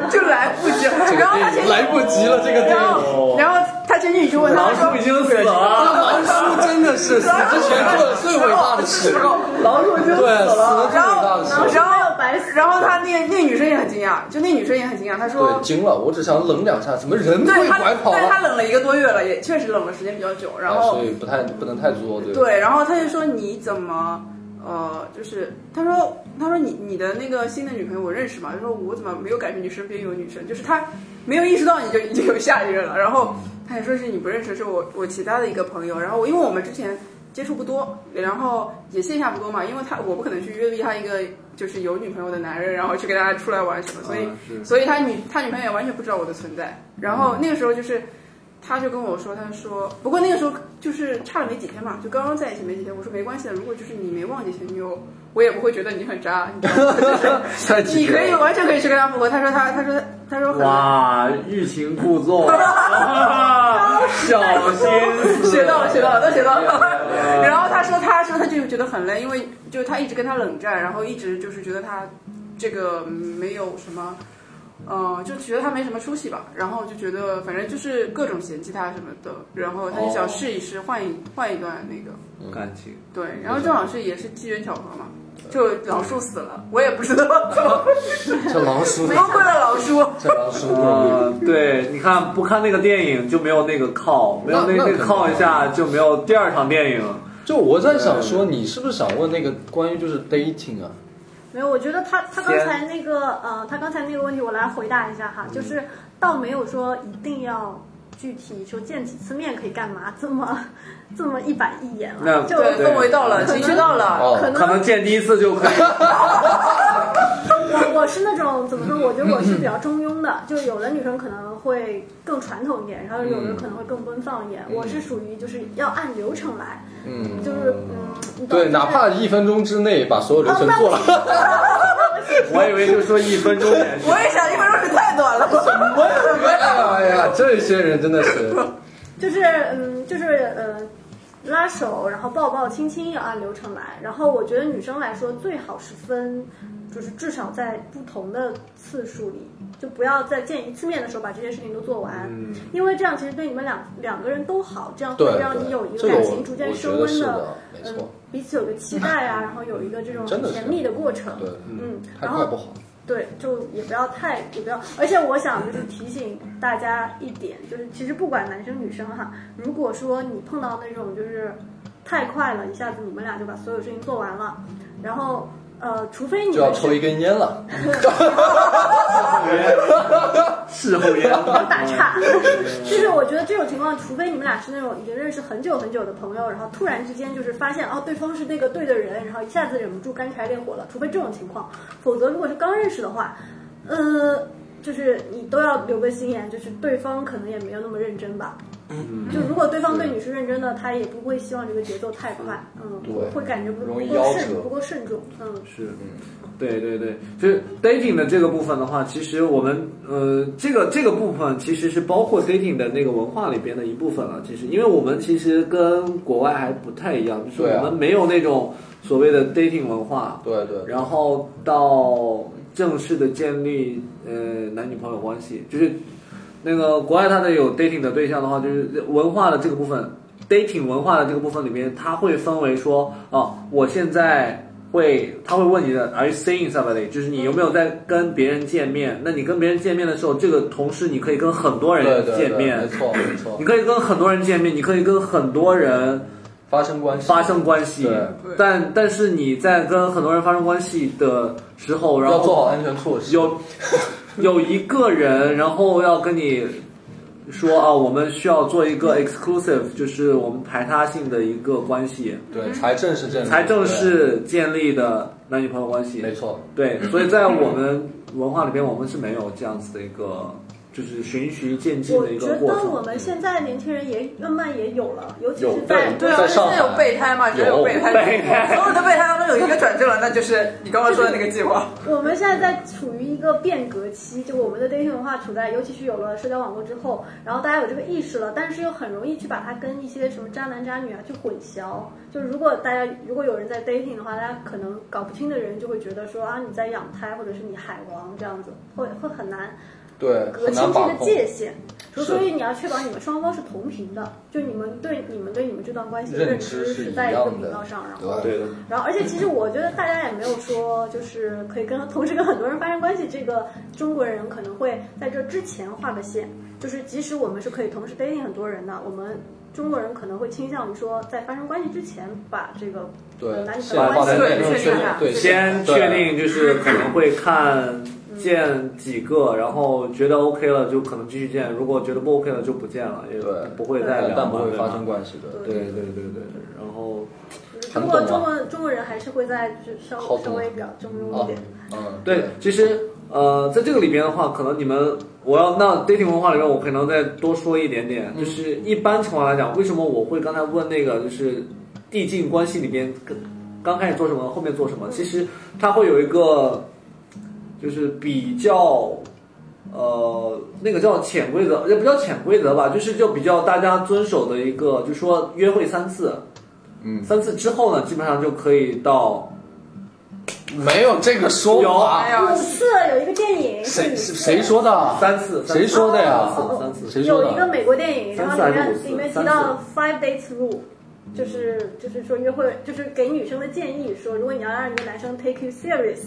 Speaker 3: 就来不及了。然后他前女友
Speaker 1: 来不及了，这个电
Speaker 3: 然
Speaker 1: 影。
Speaker 3: 后然后他前女友就问他
Speaker 2: 狼叔已
Speaker 3: 说，
Speaker 2: 经死了，
Speaker 1: 狼叔真的是死之前做的最伟大的事，
Speaker 2: 狼叔已经死
Speaker 1: 对，死
Speaker 2: 了。
Speaker 1: 的最
Speaker 3: 然
Speaker 1: 伟大的
Speaker 3: 后
Speaker 1: 事。
Speaker 3: 然后
Speaker 4: 白死
Speaker 3: 然后他那那女生也很惊讶，就那女生也很惊讶，她说
Speaker 1: 对，惊了！我只想冷两下，怎么人
Speaker 3: 对
Speaker 1: 被
Speaker 3: 他，
Speaker 1: 拐跑
Speaker 3: 对他
Speaker 1: 了？
Speaker 3: 冷了一个多月了，也确实冷了时间比较久。啊然
Speaker 1: 哎
Speaker 3: 后
Speaker 1: 所以不太不能太作，对吧？
Speaker 3: 对，然后他就说你怎么呃，就是他说他说你你的那个新的女朋友我认识吗？他说我怎么没有感觉你身边有女生？就是他没有意识到你就已经有下一任了。然后他也说是你不认识，是我我其他的一个朋友。然后我因为我们之前。接触不多，然后也线下不多嘛，因为他我不可能去约逼他一个就是有女朋友的男人，然后去跟他出来玩什么，所以
Speaker 1: 嗯是
Speaker 3: 所以他女他女朋友也完全不知道我的存在。然后那个时候就是，他就跟我说，他说，不过那个时候就是差了没几天嘛，就刚刚在一起没几天。我说没关系的，如果就是你没忘记前女友，我也不会觉得你很渣，你知道吗？
Speaker 1: 太
Speaker 3: 就是你
Speaker 1: 急了
Speaker 3: 可以完全可以去跟他复合。他说他他说他说很
Speaker 2: 哇，欲擒故纵，小心
Speaker 3: 学到了学到了都学到 了。然后他说他说他就觉得很累，因为就他一直跟他冷战，然后一直就是觉得他这个没有什么。嗯，就觉得他没什么出息吧，然后就觉得反正就是各种嫌弃他什么的，然后他就想试一试，换一换一段那个，
Speaker 2: 感情。
Speaker 3: 对，然后正好是也是机缘巧合嘛，就老树死了，我也不知道怎 么，
Speaker 1: 这狼 叔，
Speaker 3: 崩溃了老树。
Speaker 1: 这狼叔，
Speaker 2: 呃，对，你看不看那个电影就没有那个靠，没有
Speaker 1: 那
Speaker 2: 那
Speaker 1: 那
Speaker 2: 个
Speaker 1: 肯定
Speaker 2: 靠一下就没有第二场电影。
Speaker 1: 就我在想说，你是不是想问那个关于就是 dating 啊？
Speaker 4: 没有，我觉得他他刚才那个呃，他刚才那个问题我来回答一下哈，
Speaker 1: 嗯
Speaker 4: 就是倒没有说一定要具体说见几次面可以干嘛，这么 这么一板一眼
Speaker 2: 那
Speaker 4: 了，就
Speaker 3: 对，氛围到了，情绪到了，
Speaker 1: 哦
Speaker 4: 可
Speaker 2: 可能见第一次就可以。
Speaker 4: 我我是那种怎么 说？我觉得我是比较中庸的，就有的女生可能会更传统一点，然后有
Speaker 1: 嗯
Speaker 4: 的可能会更奔放一点。我是属于就是要按流程来，
Speaker 1: 嗯，
Speaker 4: 就是嗯，你
Speaker 1: 对，
Speaker 4: 懂就是
Speaker 1: 哪怕一分钟之内把所有流程做了，
Speaker 2: 我以为就说一分钟连续
Speaker 3: 我也想，一分钟是太短了吧？
Speaker 1: 哎呀，这些人真的是，
Speaker 4: 就是嗯，就是呃，拉手，然后抱抱亲亲要按流程来。然后我觉得女生来说最好是分，就是至少在不同的次数里，就不要在见一次面的时候把这些事情都做完，因为这样其实对你们两两个人都好，这样会
Speaker 1: 嗯对，
Speaker 4: 让你
Speaker 1: 对
Speaker 4: 有一
Speaker 1: 这
Speaker 4: 个
Speaker 1: 个
Speaker 4: 感
Speaker 1: 我
Speaker 4: 情逐渐
Speaker 1: 我觉
Speaker 4: 升
Speaker 1: 得
Speaker 4: 温
Speaker 1: 是的，没
Speaker 4: 嗯
Speaker 1: 错，，
Speaker 4: 彼此有个期待啊，然后有一个这种
Speaker 1: 真的是
Speaker 4: 甜蜜的过程。
Speaker 1: 对，
Speaker 4: 嗯，
Speaker 1: 太
Speaker 4: 然
Speaker 1: 快
Speaker 4: 后
Speaker 1: 不好。
Speaker 4: 对，就也不要太，也不要。而且我想就是提醒大家一点，就是其实不管男生女生哈，如果说你碰到那种就是太快了，一下子你们俩就把所有事情做完了，然后呃，除非你
Speaker 1: 就要
Speaker 4: 们
Speaker 1: 抽一
Speaker 4: 是
Speaker 1: 根烟了，
Speaker 2: 事后烟。
Speaker 4: 要打岔，就是我觉得这种情况，除非你们俩是那种已经认识很久很久的朋友，然后突然之间就是发现哦，对方是那个对的人，然后一下子忍不住干柴烈火了，除非这种情况，否则如果是刚认识的话，呃，就是你都要留个心眼，就是对方可能也没有那么认真吧。就如果对方对你是认真的，他也不会希望这个节奏太快，嗯，
Speaker 1: 对
Speaker 4: 会感觉不
Speaker 1: 容易
Speaker 4: 不够
Speaker 1: 夭折
Speaker 4: 慎，不够慎重，嗯，
Speaker 2: 是，对对对，就是 dating 的这个部分的话，其实我们呃，这个这个部分其实是包括 dating 的那个文化里边的一部分了。其实，因为我们其实跟国外还不太一样，就是
Speaker 1: 对啊
Speaker 2: 我们没有那种所谓的 dating 文化，
Speaker 1: 对对，
Speaker 2: 然后到正式的建立呃男女朋友关系，就是那个国外它的有 dating 的对象的话，就是文化的这个部分，dating 文化的这个部分里面，它会分为说，哦，我现在会，他会问你的，Are you seeing somebody？就是你有没有在跟别人见面？那你跟别人见面的时候，这个同时你可以跟很多人
Speaker 1: 对对对
Speaker 2: 见面，
Speaker 1: 没错没错
Speaker 2: 你，可以跟很多人见面，你可以跟很多人。
Speaker 1: 发生关系，
Speaker 2: 发生关系
Speaker 1: 对，
Speaker 2: 但但是你在跟很多人发生关系的时候，然
Speaker 1: 要做好
Speaker 2: 后
Speaker 1: 安全措施。
Speaker 2: 有有一个人，然后要跟你说啊，我们需要做一个
Speaker 1: 嗯
Speaker 2: exclusive，就是我们排他性的一个关系，
Speaker 1: 对，才正式正
Speaker 2: 才正式建立的男女朋友关系
Speaker 1: 对，没错，
Speaker 2: 对，所以在我们文化里边，我们是没有这样子的一个就是循序渐进
Speaker 4: 我
Speaker 2: 的一
Speaker 4: 觉
Speaker 2: 个过
Speaker 4: 得
Speaker 2: 程。
Speaker 4: 我们现在年轻人也慢慢也有了，尤其
Speaker 1: 有
Speaker 4: 是在
Speaker 1: 对
Speaker 3: 对啊，
Speaker 1: 在
Speaker 3: 现
Speaker 1: 上海
Speaker 3: 在有备胎嘛，只要有备胎，
Speaker 2: 备胎
Speaker 3: 所有的备胎当中有一个转正了，那就是你刚刚说的那个计划。
Speaker 4: 我们现在在处于一个变革期，就我们的 dating 文化处在，尤其是有了社交网络之后，然后大家有这个意识了，但是又很容易去把它跟一些什么渣男渣女啊去混淆。就如果大家如果有人在 dating 的话，大家可能搞不清的人就会觉得说啊你在养胎，或者是你海王这样子，会会很难
Speaker 1: 对，
Speaker 4: 隔
Speaker 1: 很
Speaker 4: 清
Speaker 1: 难
Speaker 4: 这
Speaker 1: 把
Speaker 4: 个
Speaker 1: 控。
Speaker 4: 界限。
Speaker 1: 是
Speaker 4: 所以你要确保你们双方是同频的，就你们对你们对你们这段关系的
Speaker 1: 认
Speaker 4: 认
Speaker 1: 知
Speaker 4: 知
Speaker 1: 是
Speaker 4: 是
Speaker 1: 一
Speaker 4: 在一
Speaker 1: 样
Speaker 4: 个
Speaker 1: 的
Speaker 4: 频道上，然后
Speaker 1: 对
Speaker 2: 对的，
Speaker 4: 然后，而且其实我觉得大家也没有说，就是可以跟同时跟很多人发生关系。这个中国人可能会在这之前画个线，就是即使我们是可以同时 dating 很多人的，我们中国人可能会倾向于说，在发生关系之前把这个
Speaker 1: 对，
Speaker 4: 男女
Speaker 1: 先
Speaker 4: 朋友
Speaker 1: 把
Speaker 4: 关系
Speaker 1: 它
Speaker 3: 对
Speaker 1: 面
Speaker 3: 确
Speaker 1: 确
Speaker 3: 定
Speaker 1: 定
Speaker 3: 啊，
Speaker 1: 对，
Speaker 2: 先确定就是可能会看见几个，然后觉得 OK 了就可能继续见，如果觉得不 OK 了就不见了，也
Speaker 1: 对
Speaker 2: 不会再
Speaker 1: 对
Speaker 2: 聊
Speaker 1: 但
Speaker 2: 嘛
Speaker 1: 不会
Speaker 2: 对
Speaker 1: 发
Speaker 2: 吧
Speaker 1: 生关系的。
Speaker 2: 对对对对对，然后
Speaker 4: 中国中国中国人还是会在就稍
Speaker 1: 啊好啊懂
Speaker 4: 稍微表中庸一点。
Speaker 1: 嗯，
Speaker 2: 对，其实呃，在这个里边的话，可能你们我要那 dating 文化里面，我可能再多说一点点，就是一般情况来讲，为什么我会刚才问那个就是递进关系里边跟刚开始做什么，后面做什么，其实它会有一个就是比较。呃，那个叫潜规则，也不叫潜规则吧，就是就比较大家遵守的一个，就说约会三次，
Speaker 1: 嗯
Speaker 2: 三次之后呢，基本上就可以到
Speaker 1: 没有这个说
Speaker 2: 有
Speaker 1: 法
Speaker 3: 哎，呀，
Speaker 4: 五次有一个电影是
Speaker 1: 谁
Speaker 4: 五次
Speaker 1: 谁说的？
Speaker 2: 三次，三次
Speaker 1: 谁说的呀
Speaker 2: 三次，三次，
Speaker 1: 谁说
Speaker 4: 哦有一个
Speaker 1: 的？
Speaker 4: 美国电影，
Speaker 2: 三
Speaker 4: 然
Speaker 2: 次
Speaker 4: 后
Speaker 2: 还
Speaker 4: 里
Speaker 2: 是五
Speaker 4: 面
Speaker 2: 次
Speaker 4: 里面提
Speaker 2: 三次
Speaker 4: 到 five dates rule，就是
Speaker 1: 嗯
Speaker 4: 就是说约会，就是给女生的建议说，如果你要让一个男生 take you serious，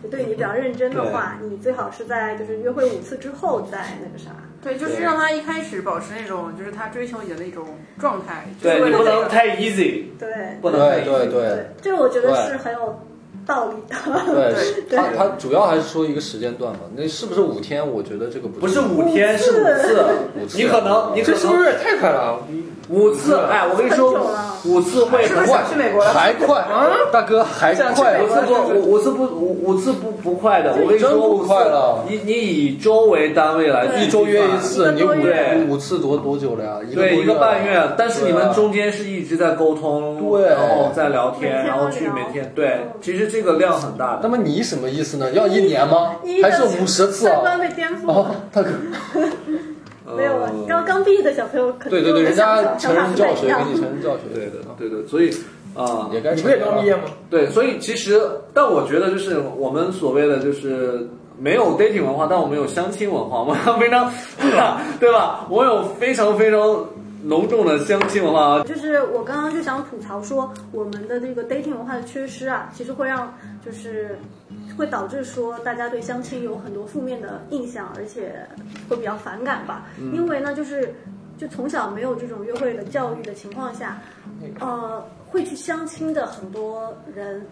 Speaker 4: 就对你比较认真的话，你最好是在就是约会五次之后再那个啥。
Speaker 3: 对，就是让他一开始保持那种，就是他追求你的那种状态，就是
Speaker 2: 对
Speaker 3: 为
Speaker 2: 你
Speaker 3: 了
Speaker 2: 不
Speaker 3: 那
Speaker 2: 能
Speaker 3: 个
Speaker 2: 太 easy，
Speaker 4: 对
Speaker 2: 不能太
Speaker 1: 对
Speaker 2: easy。
Speaker 1: 对对
Speaker 4: 对，这个我觉得是很有道理的。
Speaker 1: 对，
Speaker 4: 对
Speaker 1: 他他主要还是说一个时间段嘛，那是不是五天？我觉得这个不
Speaker 2: 不是五天，是五次
Speaker 1: 五。次
Speaker 2: 你可能，你可
Speaker 6: 这是不
Speaker 2: 能
Speaker 6: 是太快了？
Speaker 2: 五次。哎，我跟你
Speaker 4: 很久
Speaker 2: 说
Speaker 4: 了，
Speaker 2: 五次会
Speaker 3: 是不
Speaker 2: 很
Speaker 3: 是
Speaker 2: 快
Speaker 1: 快
Speaker 3: 想，去美国了？
Speaker 1: 还快，大哥还
Speaker 3: 想去
Speaker 1: 快啊
Speaker 3: 美
Speaker 2: 五
Speaker 3: 国
Speaker 2: 次不，五五次不，五五次不不快的。我跟你
Speaker 1: 真
Speaker 2: 说，
Speaker 1: 不
Speaker 2: 五次
Speaker 1: 快了
Speaker 2: 你你以周为单位来
Speaker 4: 对
Speaker 2: 计
Speaker 1: 一周约一
Speaker 2: 算
Speaker 1: 次，你
Speaker 4: 一个多月
Speaker 1: 五五次多多久了呀？一个
Speaker 2: 对，
Speaker 1: 多
Speaker 2: 一个
Speaker 1: 了
Speaker 2: 半月，但是你
Speaker 1: 对
Speaker 2: 们
Speaker 1: 啊
Speaker 2: 中间是一直在沟通，
Speaker 1: 对
Speaker 2: 然后在聊天，
Speaker 4: 每天都
Speaker 2: 然后去
Speaker 4: 聊嗯
Speaker 2: 每天，对，其实这个量很大的
Speaker 1: 那。么你什么意思呢？要一年吗
Speaker 4: 一？
Speaker 1: 还是五十次
Speaker 4: 三观
Speaker 1: 啊？
Speaker 4: 被颠覆
Speaker 1: 哦
Speaker 4: 了。，
Speaker 1: 大哥，
Speaker 4: 没有了
Speaker 2: 呃，
Speaker 4: 刚刚毕业的小朋友肯定
Speaker 1: 对对对，人家成
Speaker 4: 想法
Speaker 1: 人
Speaker 4: 不太
Speaker 1: 教
Speaker 4: 一
Speaker 1: 学
Speaker 4: 样
Speaker 1: 给你成人教学，
Speaker 2: 对的，对的，所以啊，
Speaker 1: 也该
Speaker 6: 你
Speaker 1: 成
Speaker 6: 不也
Speaker 1: 人
Speaker 6: 刚毕
Speaker 1: 了。
Speaker 6: 业吗？
Speaker 2: 对，所以其实，但我觉得就是我们所谓的就是没有 dating 文化，但我们有相亲文化，我们 非常对吧？我有非常非常浓重的相亲文化。啊
Speaker 4: 就是我刚刚就想吐槽说，我们的这个 dating 文化的缺失啊，其实会让就是会导致说大家对相亲有很多负面的印象，而且会比较反感吧。因为呢，就是就从小没有这种约会的教育的情况下，呃，会去相亲的很多人。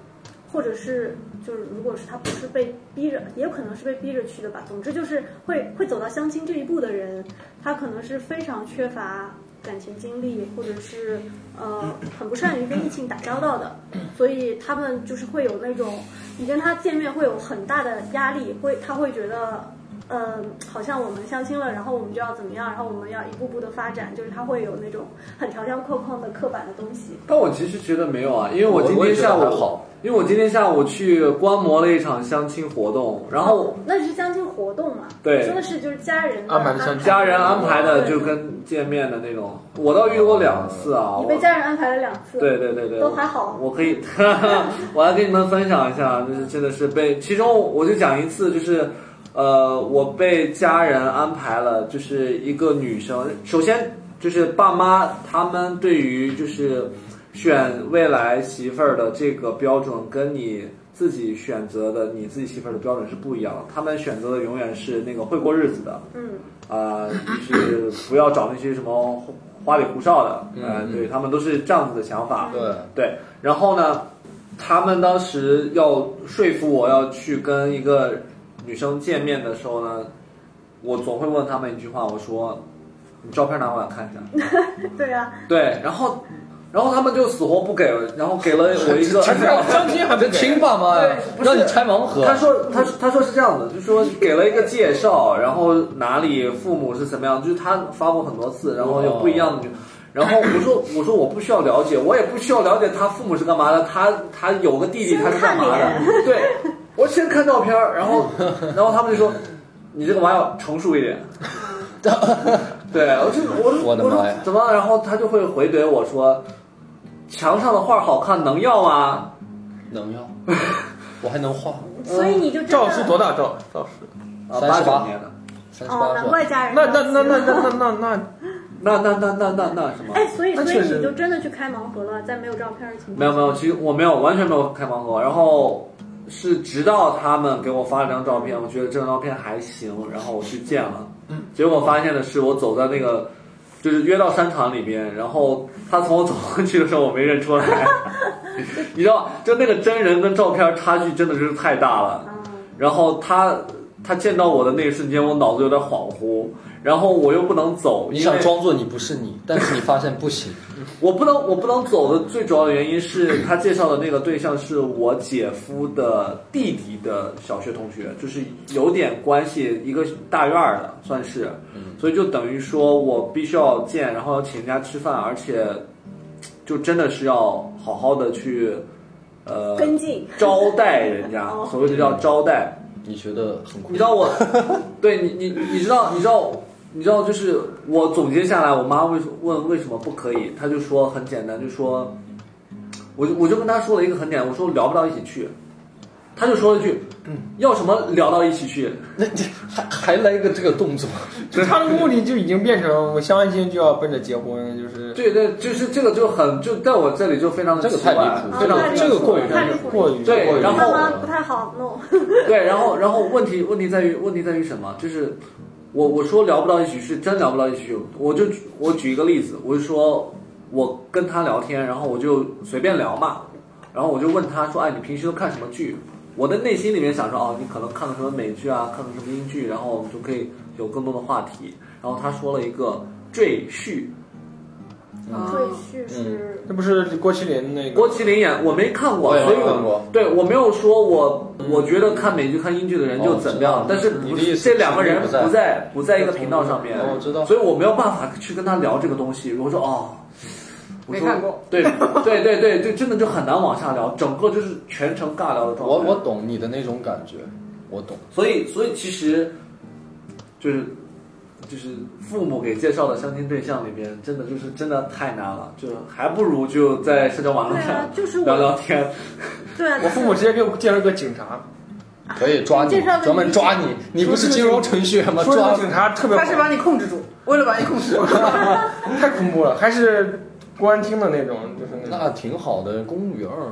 Speaker 4: 或者是就是，如果是他不是被逼着，也有可能是被逼着去的吧。总之就是会会走到相亲这一步的人，他可能是非常缺乏感情经历，或者是呃很不善于跟异性打交道的，所以他们就是会有那种你跟他见面会有很大的压力，会他会觉得。呃，好像我们相亲了，然后我们就要怎么样，然后我们要一步步的发展，就是他会有那种很条条框框的刻板的东西。
Speaker 2: 但我其实觉得没有啊，因为我今
Speaker 1: 我也
Speaker 2: 天
Speaker 1: 觉得
Speaker 2: 下午
Speaker 1: 还好，
Speaker 2: 因为我今天下午去观摩了一场相亲活动，然后
Speaker 4: 哦那是相亲活动嘛？
Speaker 2: 对
Speaker 4: 我说的是就是家人
Speaker 6: 安排的相亲
Speaker 2: 家人安排的就跟见面的那种，我倒遇过两次啊。
Speaker 4: 你
Speaker 2: 我
Speaker 4: 被家人安排了两次，
Speaker 2: 对对对对，
Speaker 4: 都还好
Speaker 2: 我可 以， 我来跟你们分享一下，就是真的是被，其中我就讲一次，就是，呃，我被家人安排了，就是一个女生，首先就是爸妈他们对于就是选未来媳妇儿的这个标准跟你。自己选择的你自己媳妇儿的标准是不一样的，他们选择的永远是那个会过日子的，
Speaker 4: 嗯，
Speaker 2: 啊，就是不要找那些什么花里胡哨的，呃，
Speaker 1: 嗯
Speaker 2: 对他们都是这样子的想法。
Speaker 1: 对，。
Speaker 2: 对，然后呢，他们当时要说服我要去跟一个女生见面的时候呢，我总会问他们一句话，我说：“你照片拿过来看一下。
Speaker 4: 对啊，”
Speaker 2: 对，然后，然后他们就死活不给，然后给了我一个
Speaker 1: 相亲还不亲爸妈呀
Speaker 2: 对，不是
Speaker 1: 让你拆盲盒。
Speaker 2: 他说，他他说是这样的，就是说给了一个介绍，然后哪里父母是什么样，就是他发过很多次，然后有不一样的女。然后我 说我说我不需要了解，我也不需要了解他父母是干嘛的，他他有个弟弟他是干嘛的
Speaker 4: 先看，
Speaker 2: 对我先看照片儿，然后然后他们就说你这个娃要成熟 一点。对，我就我就
Speaker 1: 我的妈呀
Speaker 2: 说怎么？然后他就会回怼我说，墙上的画好看能要吗？
Speaker 1: 能要，我还能画，
Speaker 4: 所以你就真的
Speaker 6: 嗯赵是多大赵？赵是？
Speaker 2: 啊，
Speaker 1: 三
Speaker 2: 八
Speaker 1: 十
Speaker 2: 九
Speaker 1: 八
Speaker 2: 年的，
Speaker 1: 三十
Speaker 4: 哦，
Speaker 1: 八
Speaker 4: 难
Speaker 1: 岁。
Speaker 4: 怪家人
Speaker 6: 那那那那那那那
Speaker 2: 那那那那那那什么？
Speaker 4: 哎，所以
Speaker 6: 那
Speaker 4: 所以
Speaker 6: 确实
Speaker 4: 你就真的去开盲盒了，在没有照片的情况
Speaker 2: 没有没有，其实我没有完全没有开盲盒，然后是直到他们给我发了张照片，我觉得这张照片还行，然后我去见了，嗯，结果发现的是我走在那个就是约到商场里边，然后他从我走过去的时候我没认出来， 你知道，就那个真人跟照片差距真的是太大了，
Speaker 4: 嗯
Speaker 2: 然后他他见到我的那一瞬间，我脑子有点恍惚，然后我又不能走，
Speaker 1: 你
Speaker 2: 因为
Speaker 1: 想装作你不是你，但是你发现不行。
Speaker 2: 我不能我不能走的最主要的原因是他介绍的那个对象是我姐夫的弟弟的小学同学，就是有点关系，一个大院儿的算是，所以就等于说我必须要见，然后要请人家吃饭，而且就真的是要好好的去呃
Speaker 4: 跟进，
Speaker 2: 招待人家，
Speaker 4: 哦
Speaker 2: 所谓的叫招待。
Speaker 1: 你觉得很酷
Speaker 2: 你知？道 我，对你你你知道你知道你知道就是我总结下来，我妈为什问为什么不可以，她就说很简单，就说，我就我就跟她说了一个很简单，我说聊不到一起去，她就说了一句，
Speaker 1: 嗯
Speaker 2: 要什么聊到一起去？
Speaker 1: 那这还还来一个这个动作，
Speaker 6: 就他的目的就已经变成我相完亲就要奔着结婚，就是
Speaker 2: 对对，就是这个就很就在我这里就非常的
Speaker 1: 这个
Speaker 2: 奇怪
Speaker 1: 太离谱
Speaker 2: 非常
Speaker 4: 啊
Speaker 1: 这个过于
Speaker 4: 太离谱了
Speaker 6: 过于
Speaker 2: 对
Speaker 6: 过于
Speaker 2: 然后
Speaker 4: 妈妈不太好弄，
Speaker 2: 对，然后然后问题问题在于问题在于什么？就是我我说聊不到一起是真聊不到一起去。我就举我举一个例子，我就说我跟他聊天，然后我就随便聊嘛，然后我就问他说，哎，你平时都看什么剧？我的内心里面想说，哦，你可能看个什么美剧啊，看个什么英剧，然后我们就可以有更多的话题。然后他说了一个赘婿，
Speaker 6: 嗯
Speaker 3: 嗯
Speaker 4: 赘婿是
Speaker 2: 嗯
Speaker 6: 这不是郭麒麟那个
Speaker 2: 郭麒麟演我没看过，
Speaker 1: 我也没
Speaker 2: 所以
Speaker 1: 看过
Speaker 2: 对我没有说我我觉得看美剧看英剧的人就怎么样，
Speaker 1: 哦
Speaker 2: 但是
Speaker 1: 你
Speaker 2: 不
Speaker 1: 的意
Speaker 2: 是
Speaker 1: 思
Speaker 2: 这两个人
Speaker 1: 不在
Speaker 2: 不在不在一个频道上面，
Speaker 1: 哦我知道
Speaker 2: 所以我没有办法去跟他聊这个东西。我说哦，我
Speaker 6: 没
Speaker 2: 说
Speaker 6: 看过，
Speaker 2: 对对对对对，真的就很难往下聊，整个就是全程尬聊的状态。
Speaker 1: 我我懂你的那种感觉，我懂。
Speaker 2: 所以所以其实就是就是父母给介绍的相亲对象里边，真的就是真的太难了，就还不如就在社交网络
Speaker 4: 对啊
Speaker 2: 上
Speaker 4: 就是我
Speaker 2: 聊聊天。
Speaker 4: 对啊，
Speaker 6: 我父母直接给我介绍个警察，
Speaker 1: 可以抓你
Speaker 4: 介绍，个
Speaker 1: 专门
Speaker 4: 女
Speaker 1: 抓你。你不是金融程序员吗？
Speaker 6: 说这
Speaker 1: 抓
Speaker 6: 个警察特别好
Speaker 3: 他是把你控制住，为了把你控制住。
Speaker 6: 太恐怖了，还是公安厅的那种，就是那种
Speaker 1: 那挺好的，公务员儿。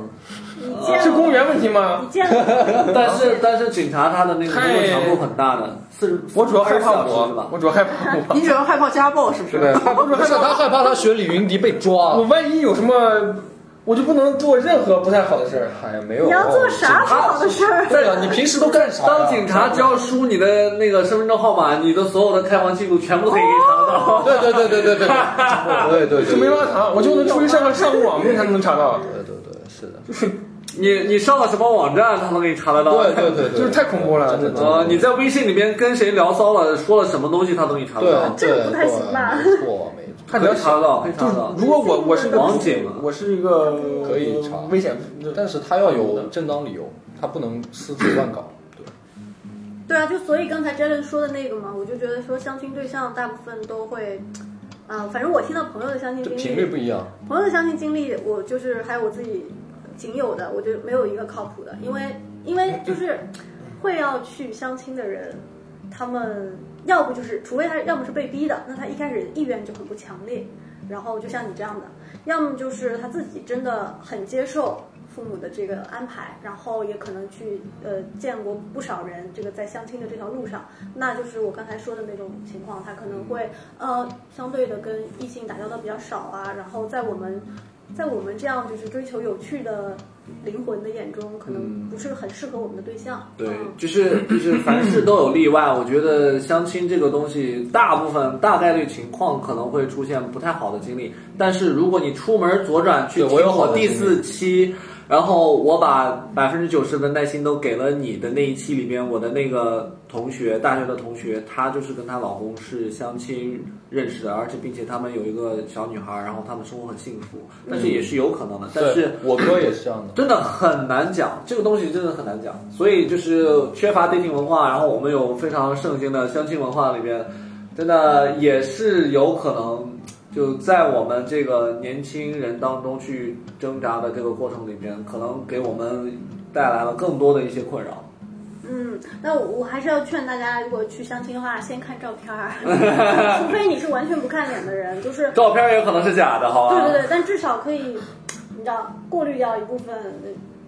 Speaker 4: 你见
Speaker 6: 是公务哦
Speaker 4: 过
Speaker 6: 员问题吗
Speaker 4: 你？见过
Speaker 2: 但是但是警察他的那个
Speaker 6: 太
Speaker 2: 工作强度很大的，四十
Speaker 6: 我主要害怕
Speaker 2: 二十小时是
Speaker 6: 我
Speaker 2: 吧，？
Speaker 6: 我主要害 怕我，
Speaker 3: 你主要害怕家暴是不
Speaker 6: 是
Speaker 3: 是？
Speaker 6: 的，我主
Speaker 1: 不
Speaker 6: 要害
Speaker 1: 是
Speaker 6: 怕
Speaker 1: 他害怕他学李云迪被
Speaker 6: 我
Speaker 1: 抓。
Speaker 6: 万一有什么，我就不能做任何不太好的事儿。
Speaker 1: 哎呀，没有。
Speaker 4: 你要做啥不好的事儿？
Speaker 1: 对啊，你平时都干啥呀？
Speaker 2: 当警察只要输你的那个身份证号码，你的所有的开房记录全部都可以给你查得 到。
Speaker 1: 对对对对对对，对对对，
Speaker 6: 就没法查，我就能出去上个上个网面才能查到，
Speaker 1: 对对对，是的，
Speaker 2: 你你上了什么网站，他能给你查得到。
Speaker 1: 对对对对，
Speaker 6: 就是太恐怖了
Speaker 1: 真的。
Speaker 2: 呃，你在微信里面跟谁聊骚了，说了什么东西，他都给你查得
Speaker 1: 对
Speaker 2: 到，
Speaker 4: 啊这个不太行吧
Speaker 1: 对没错没错，
Speaker 6: 太
Speaker 2: 可
Speaker 6: 了
Speaker 2: 以
Speaker 6: 解
Speaker 2: 查得到，可以查
Speaker 6: 就
Speaker 2: 得
Speaker 6: 是
Speaker 2: 到。
Speaker 6: 如果我我是一个
Speaker 2: 网警啊
Speaker 6: 我是一个
Speaker 1: 可以查
Speaker 6: 危险，
Speaker 1: 但是他要有正当理由，他不能私自乱搞。对，
Speaker 4: 对啊，就所以刚才 Jalen 说的那个嘛，我就觉得说相亲对象大部分都会，啊、反正我听到朋友的相亲
Speaker 1: 这
Speaker 4: 经
Speaker 1: 频率
Speaker 4: 历，
Speaker 1: 不一样。
Speaker 4: 朋友的相亲经历，我就是还有我自己仅有的，我就没有一个靠谱的，因为因为就是会要去相亲的人，他们要不就是，除非他要么是被逼的，那他一开始意愿就很不强烈，然后就像你这样的，要么就是他自己真的很接受父母的这个安排，然后也可能去呃见过不少人，这个在相亲的这条路上，那就是我刚才说的那种情况，他可能会呃相对的跟异性打交道比较少啊，然后在我们在我们这样就是追求有趣的灵魂的眼中，可能不是很适合我们的对象。
Speaker 2: 对
Speaker 4: 嗯，
Speaker 2: 就是就是凡事都有例外。我觉得相亲这个东西，大部分大概率情况可能会出现不太好的经历。但是如果你出门左转去
Speaker 1: 对
Speaker 2: 听
Speaker 1: 我有好的
Speaker 2: 第
Speaker 1: 经历
Speaker 2: 四期，然后我把百分之九十的耐心都给了你的那一期里边，我的那个同学，大学的同学，她就是跟她老公是相亲认识的，而且并且他们有一个小女孩，然后他们生活很幸福，但是也是有可能的，但是
Speaker 1: 嗯对。我哥也是这样的。
Speaker 2: 真的很难讲，这个东西真的很难讲，所以就是缺乏 dating 文化，然后我们有非常盛行的相亲文化里边，真的也是有可能就在我们这个年轻人当中去挣扎的这个过程里边，可能给我们带来了更多的一些困扰。
Speaker 4: 嗯，那我我还是要劝大家，如果去相亲的话，先看照片儿，除非你是完全不看脸的人，就是
Speaker 2: 照片也可能是假的，好吧？
Speaker 4: 对对对，但至少可以，你知道，过滤掉一部分呃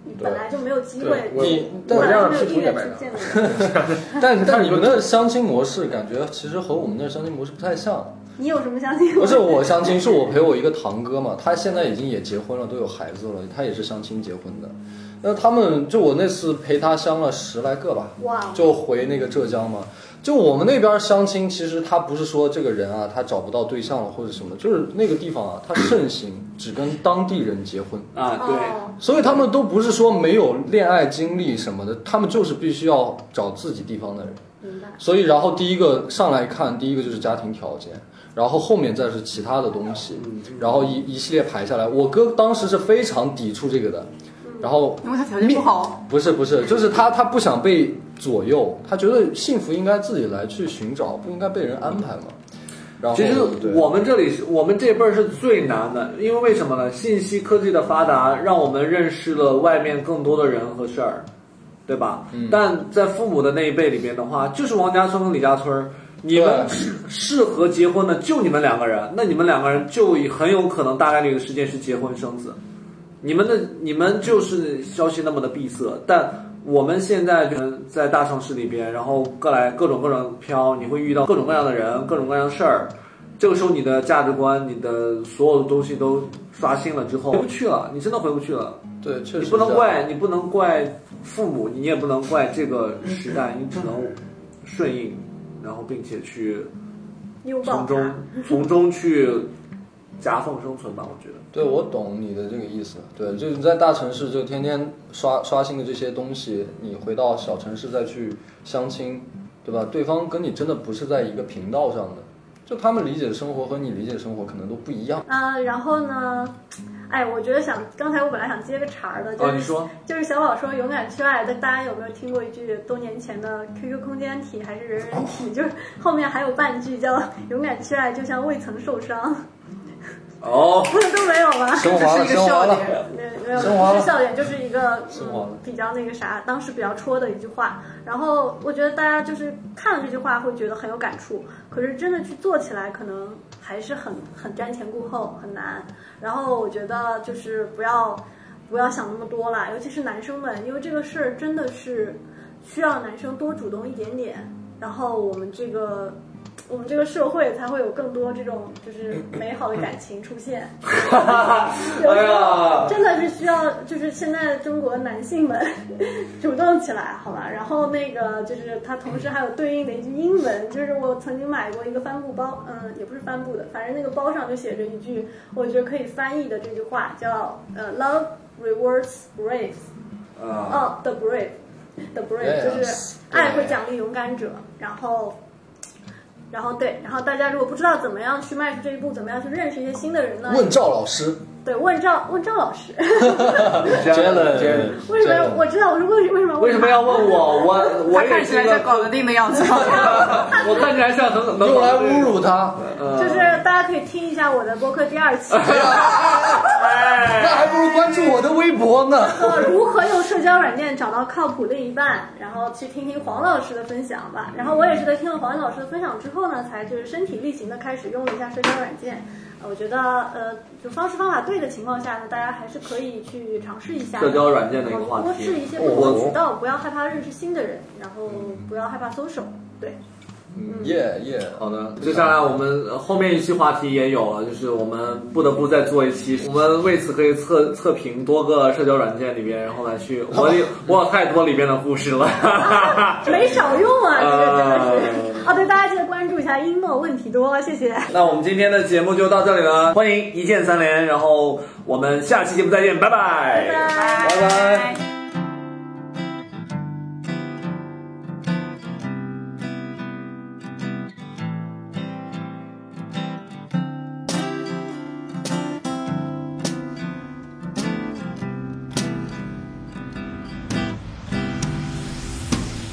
Speaker 4: 你本来就没有机会
Speaker 6: 对，我
Speaker 1: 你
Speaker 4: 本
Speaker 6: 我
Speaker 4: 来
Speaker 6: 这
Speaker 4: 就
Speaker 6: 样
Speaker 4: 没有
Speaker 6: 是
Speaker 4: 意
Speaker 6: 出
Speaker 4: 愿
Speaker 6: 点
Speaker 4: 去
Speaker 6: 白的。
Speaker 4: 见的人。
Speaker 1: 但但你们的相亲模式感觉其实和我们那相亲模式不太像。
Speaker 4: 你有什么相亲？
Speaker 1: 不是我相亲，是我陪我一个堂哥嘛，他现在已经也结婚了，都有孩子了，他也是相亲结婚的。那他们就我那次陪他相了十来个吧，
Speaker 4: 哇，
Speaker 1: 就回那个浙江嘛。就我们那边相亲，其实他不是说这个人啊，他找不到对象了或者什么，就是那个地方啊，他盛行只跟当地人结婚，
Speaker 2: 啊，对。
Speaker 4: 哦，
Speaker 1: 所以他们都不是说没有恋爱经历什么的，他们就是必须要找自己地方的人。
Speaker 4: 明白。
Speaker 1: 所以，然后第一个上来看，第一个就是家庭条件，然后后面再是其他的东西，
Speaker 4: 嗯
Speaker 1: 然后一一系列排下来，我哥当时是非常抵触这个的，
Speaker 4: 嗯
Speaker 1: 然后
Speaker 3: 因为他条件不好，
Speaker 1: 不是不是，就是他他不想被左右，他觉得幸福应该自己来去寻找，不应该被人安排嘛。然后
Speaker 2: 其实
Speaker 1: 对
Speaker 2: 我们这里是我们这辈儿是最难的，因为为什么呢？信息科技的发达，让我们认识了外面更多的人和事儿，对吧？
Speaker 1: 嗯
Speaker 2: 但在父母的那一辈里边的话，就是王家村和李家村儿，你们
Speaker 1: 对
Speaker 2: 适适合结婚的就你们两个人，那你们两个人就很有可能大概率的时间是结婚生子。你们的你们就是消息那么的闭塞，但我们现在就是在大城市里边，然后各来各种各种飘，你会遇到各种各样的人，各种各样的事儿。这个时候，你的价值观、你的所有的东西都刷新了之后，回不去了，你真的回不去了。
Speaker 1: 对，确实
Speaker 2: 你不能
Speaker 1: 是这样
Speaker 2: 怪你不能怪父母，你也不能怪这个时代，你只能顺应，然后并且去
Speaker 4: 拥
Speaker 2: 从
Speaker 4: 抱它
Speaker 2: 中从中去夹缝生存吧。我觉得。
Speaker 1: 对，我懂你的这个意思。对，就是在大城市就天天刷刷新的这些东西，你回到小城市再去相亲，对吧？对方跟你真的不是在一个频道上的，就他们理解生活和你理解生活可能都不一样。
Speaker 4: 啊、然后呢，哎，我觉得想刚才我本来想接个茬儿的，就
Speaker 2: 哦，
Speaker 4: 是、
Speaker 2: 你说，
Speaker 4: 就是小宝说勇敢去爱，但大家有没有听过一句多年前的 QQ 空间体还是人人体，就是后面还有半句叫勇敢去爱，就像未曾受伤，
Speaker 2: 哦，
Speaker 4: 都没有吗？
Speaker 1: 升华
Speaker 3: 这
Speaker 1: 了，
Speaker 3: 是一
Speaker 1: 升
Speaker 3: 个
Speaker 1: 华
Speaker 3: 笑
Speaker 1: 了。
Speaker 3: 点。
Speaker 4: 没有没有，
Speaker 1: 升华
Speaker 4: 不
Speaker 1: 了
Speaker 4: 是笑点，就是一个
Speaker 1: 升华了
Speaker 4: 嗯比较那个啥，当时比较戳的一句话。然后我觉得大家就是看了这句话会觉得很有感触，可是真的去做起来，可能还是很很瞻前顾后，很难。然后我觉得就是不要不要想那么多了，尤其是男生们，因为这个事儿真的是需要男生多主动一点点，然后我们这个。我们这个社会才会有更多这种就是美好的感情出现。有
Speaker 2: 哎
Speaker 4: 时
Speaker 2: 呀
Speaker 4: 候真的是需要，就是现在中国男性们 主动起来，好吧？然后那个就是它同时还有对应的一句英文，就是我曾经买过一个帆布包，嗯，也不是帆布的，反正那个包上就写着一句我觉得可以翻译的这句话，叫呃 “Love rewards brave”，
Speaker 2: 啊、
Speaker 4: 哦，the brave，the brave 就
Speaker 1: Yes，
Speaker 4: 是爱会奖励勇敢者，然后，然后对，然后大家如果不知道怎么样去迈出这一步，怎么样去认识一些新的人呢？
Speaker 1: 问赵老师
Speaker 4: 对，问赵问赵老师，
Speaker 2: 嗯
Speaker 1: ，Jalen，
Speaker 6: Jalen
Speaker 4: 为什么？我知道我是为为什么要问
Speaker 2: 为什么要问我？我我
Speaker 3: 他
Speaker 2: 也
Speaker 3: 看起
Speaker 2: 是
Speaker 3: 来
Speaker 2: 一
Speaker 3: 像
Speaker 2: 个，
Speaker 3: 搞得定的样子。
Speaker 2: 我看起来像呃很很
Speaker 1: 用来侮辱他，
Speaker 4: 他？就是大家可以听一下我的播客第 二期，呃，
Speaker 2: 哎
Speaker 1: 那还不如关注我的微博呢。
Speaker 4: 如何用社交软件找到靠谱另一半，然后去听听黄老师的分享吧。
Speaker 2: 嗯
Speaker 4: 然后我也是在听了黄老师的分享之后呢，才就是身体力行的开始用了一下社交软件。呃我觉得呃，就方式方法对的情况下呢，大家还是可以去尝试一下
Speaker 2: 社交软件的一
Speaker 4: 然
Speaker 2: 个
Speaker 4: 后
Speaker 2: 话
Speaker 4: 多
Speaker 2: 题
Speaker 4: 试
Speaker 2: 嗯
Speaker 1: 嗯
Speaker 4: 一。些不同的渠道，不要害怕认识新的人，然后不要害怕 social。对，
Speaker 1: 耶耶，
Speaker 2: 好的，嗯接下来我们呃后面一期话题也有了，就是我们不得不再做一期，我们为此可以测测评多个社交软件里边，然后来去我 有我有太多里边的故事了，
Speaker 4: 没少用啊，这个真的是。
Speaker 2: 呃
Speaker 4: 哦，对，大家记得关注一下英诺，问题多，谢谢。
Speaker 2: 那我们今天的节目就到这里了，欢迎一键三连，然后我们下期节目再见，拜拜
Speaker 4: 拜拜。
Speaker 3: 拜
Speaker 1: 拜。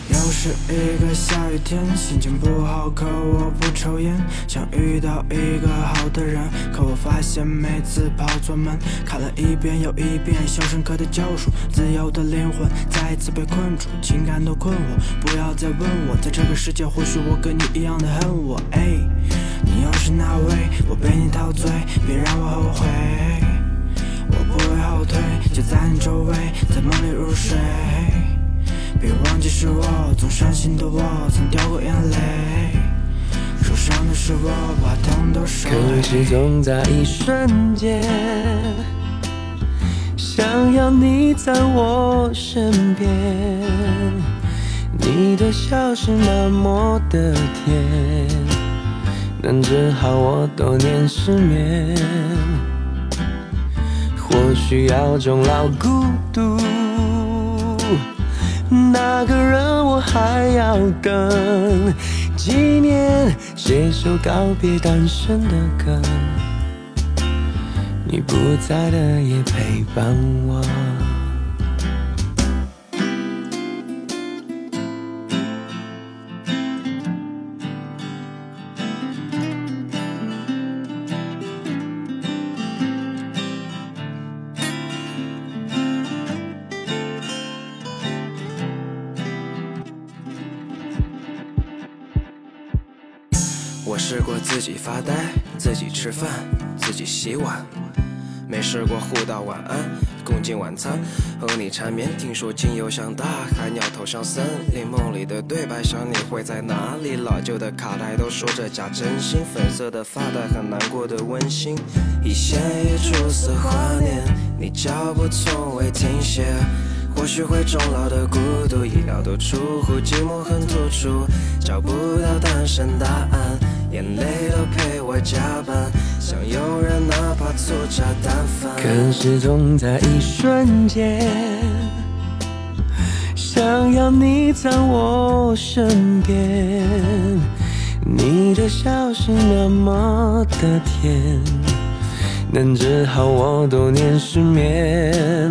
Speaker 7: 又是一个下雨天，心情不好，可我不抽烟。想遇到一个好的人，可我发现每次跑错门。看了一遍又一遍《肖申克的救赎》，自由的灵魂再一次被困住，情感的困惑。不要再问我，在这个世界，或许我跟你一样的恨我。哎，你又是哪位？我被你陶醉，别让我后悔。我不会后退，就在你周围，在梦里入睡。别忘记是我，总伤心的我，曾掉过眼泪。受伤的是我，把痛都收
Speaker 8: 可
Speaker 7: 回。
Speaker 8: 是总在一瞬间，想要你在我身边，你的笑是那么的甜，能治好我多年失眠。或许要终老孤独，那个人我还要等几年，写首告别单身的歌。你不在的夜陪伴我。
Speaker 7: 我试过自己发呆，自己吃饭，自己洗碗，没试过互道晚安，共进晚餐，和你缠绵。听说精油像大海，鸟头像森林，梦里的对白想你会在哪里？老旧的卡带都说着假真心，粉色的发带很难过的温馨。以前一出色怀念，你脚步从未停歇。或许会终老的孤独，意料都出乎，寂寞很突出，找不到单身答案，眼泪都陪我加班，想有人哪怕粗茶淡饭。
Speaker 8: 可是总在一瞬间，想要你在我身边，你的笑是那么的甜，能治好我多年失眠。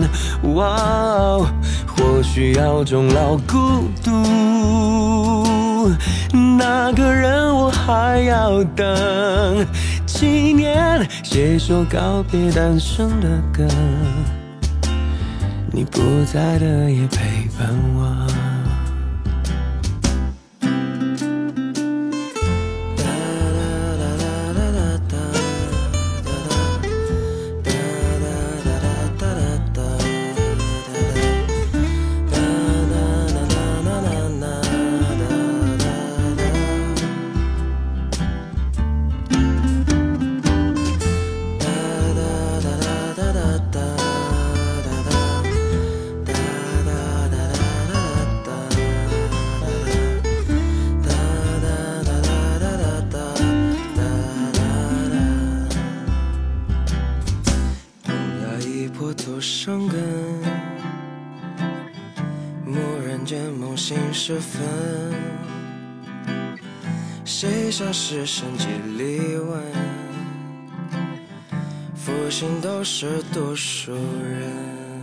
Speaker 8: 哇哦，或许要终老孤独，那个人我还要等几年，写首告别单身的歌。你不在的夜陪伴我。哒哒哒哒哒哒哒哒哒哒哒哒哒。摇一波土生根，蓦然间梦醒时分，谁笑是身几里问，复兴都是读书人。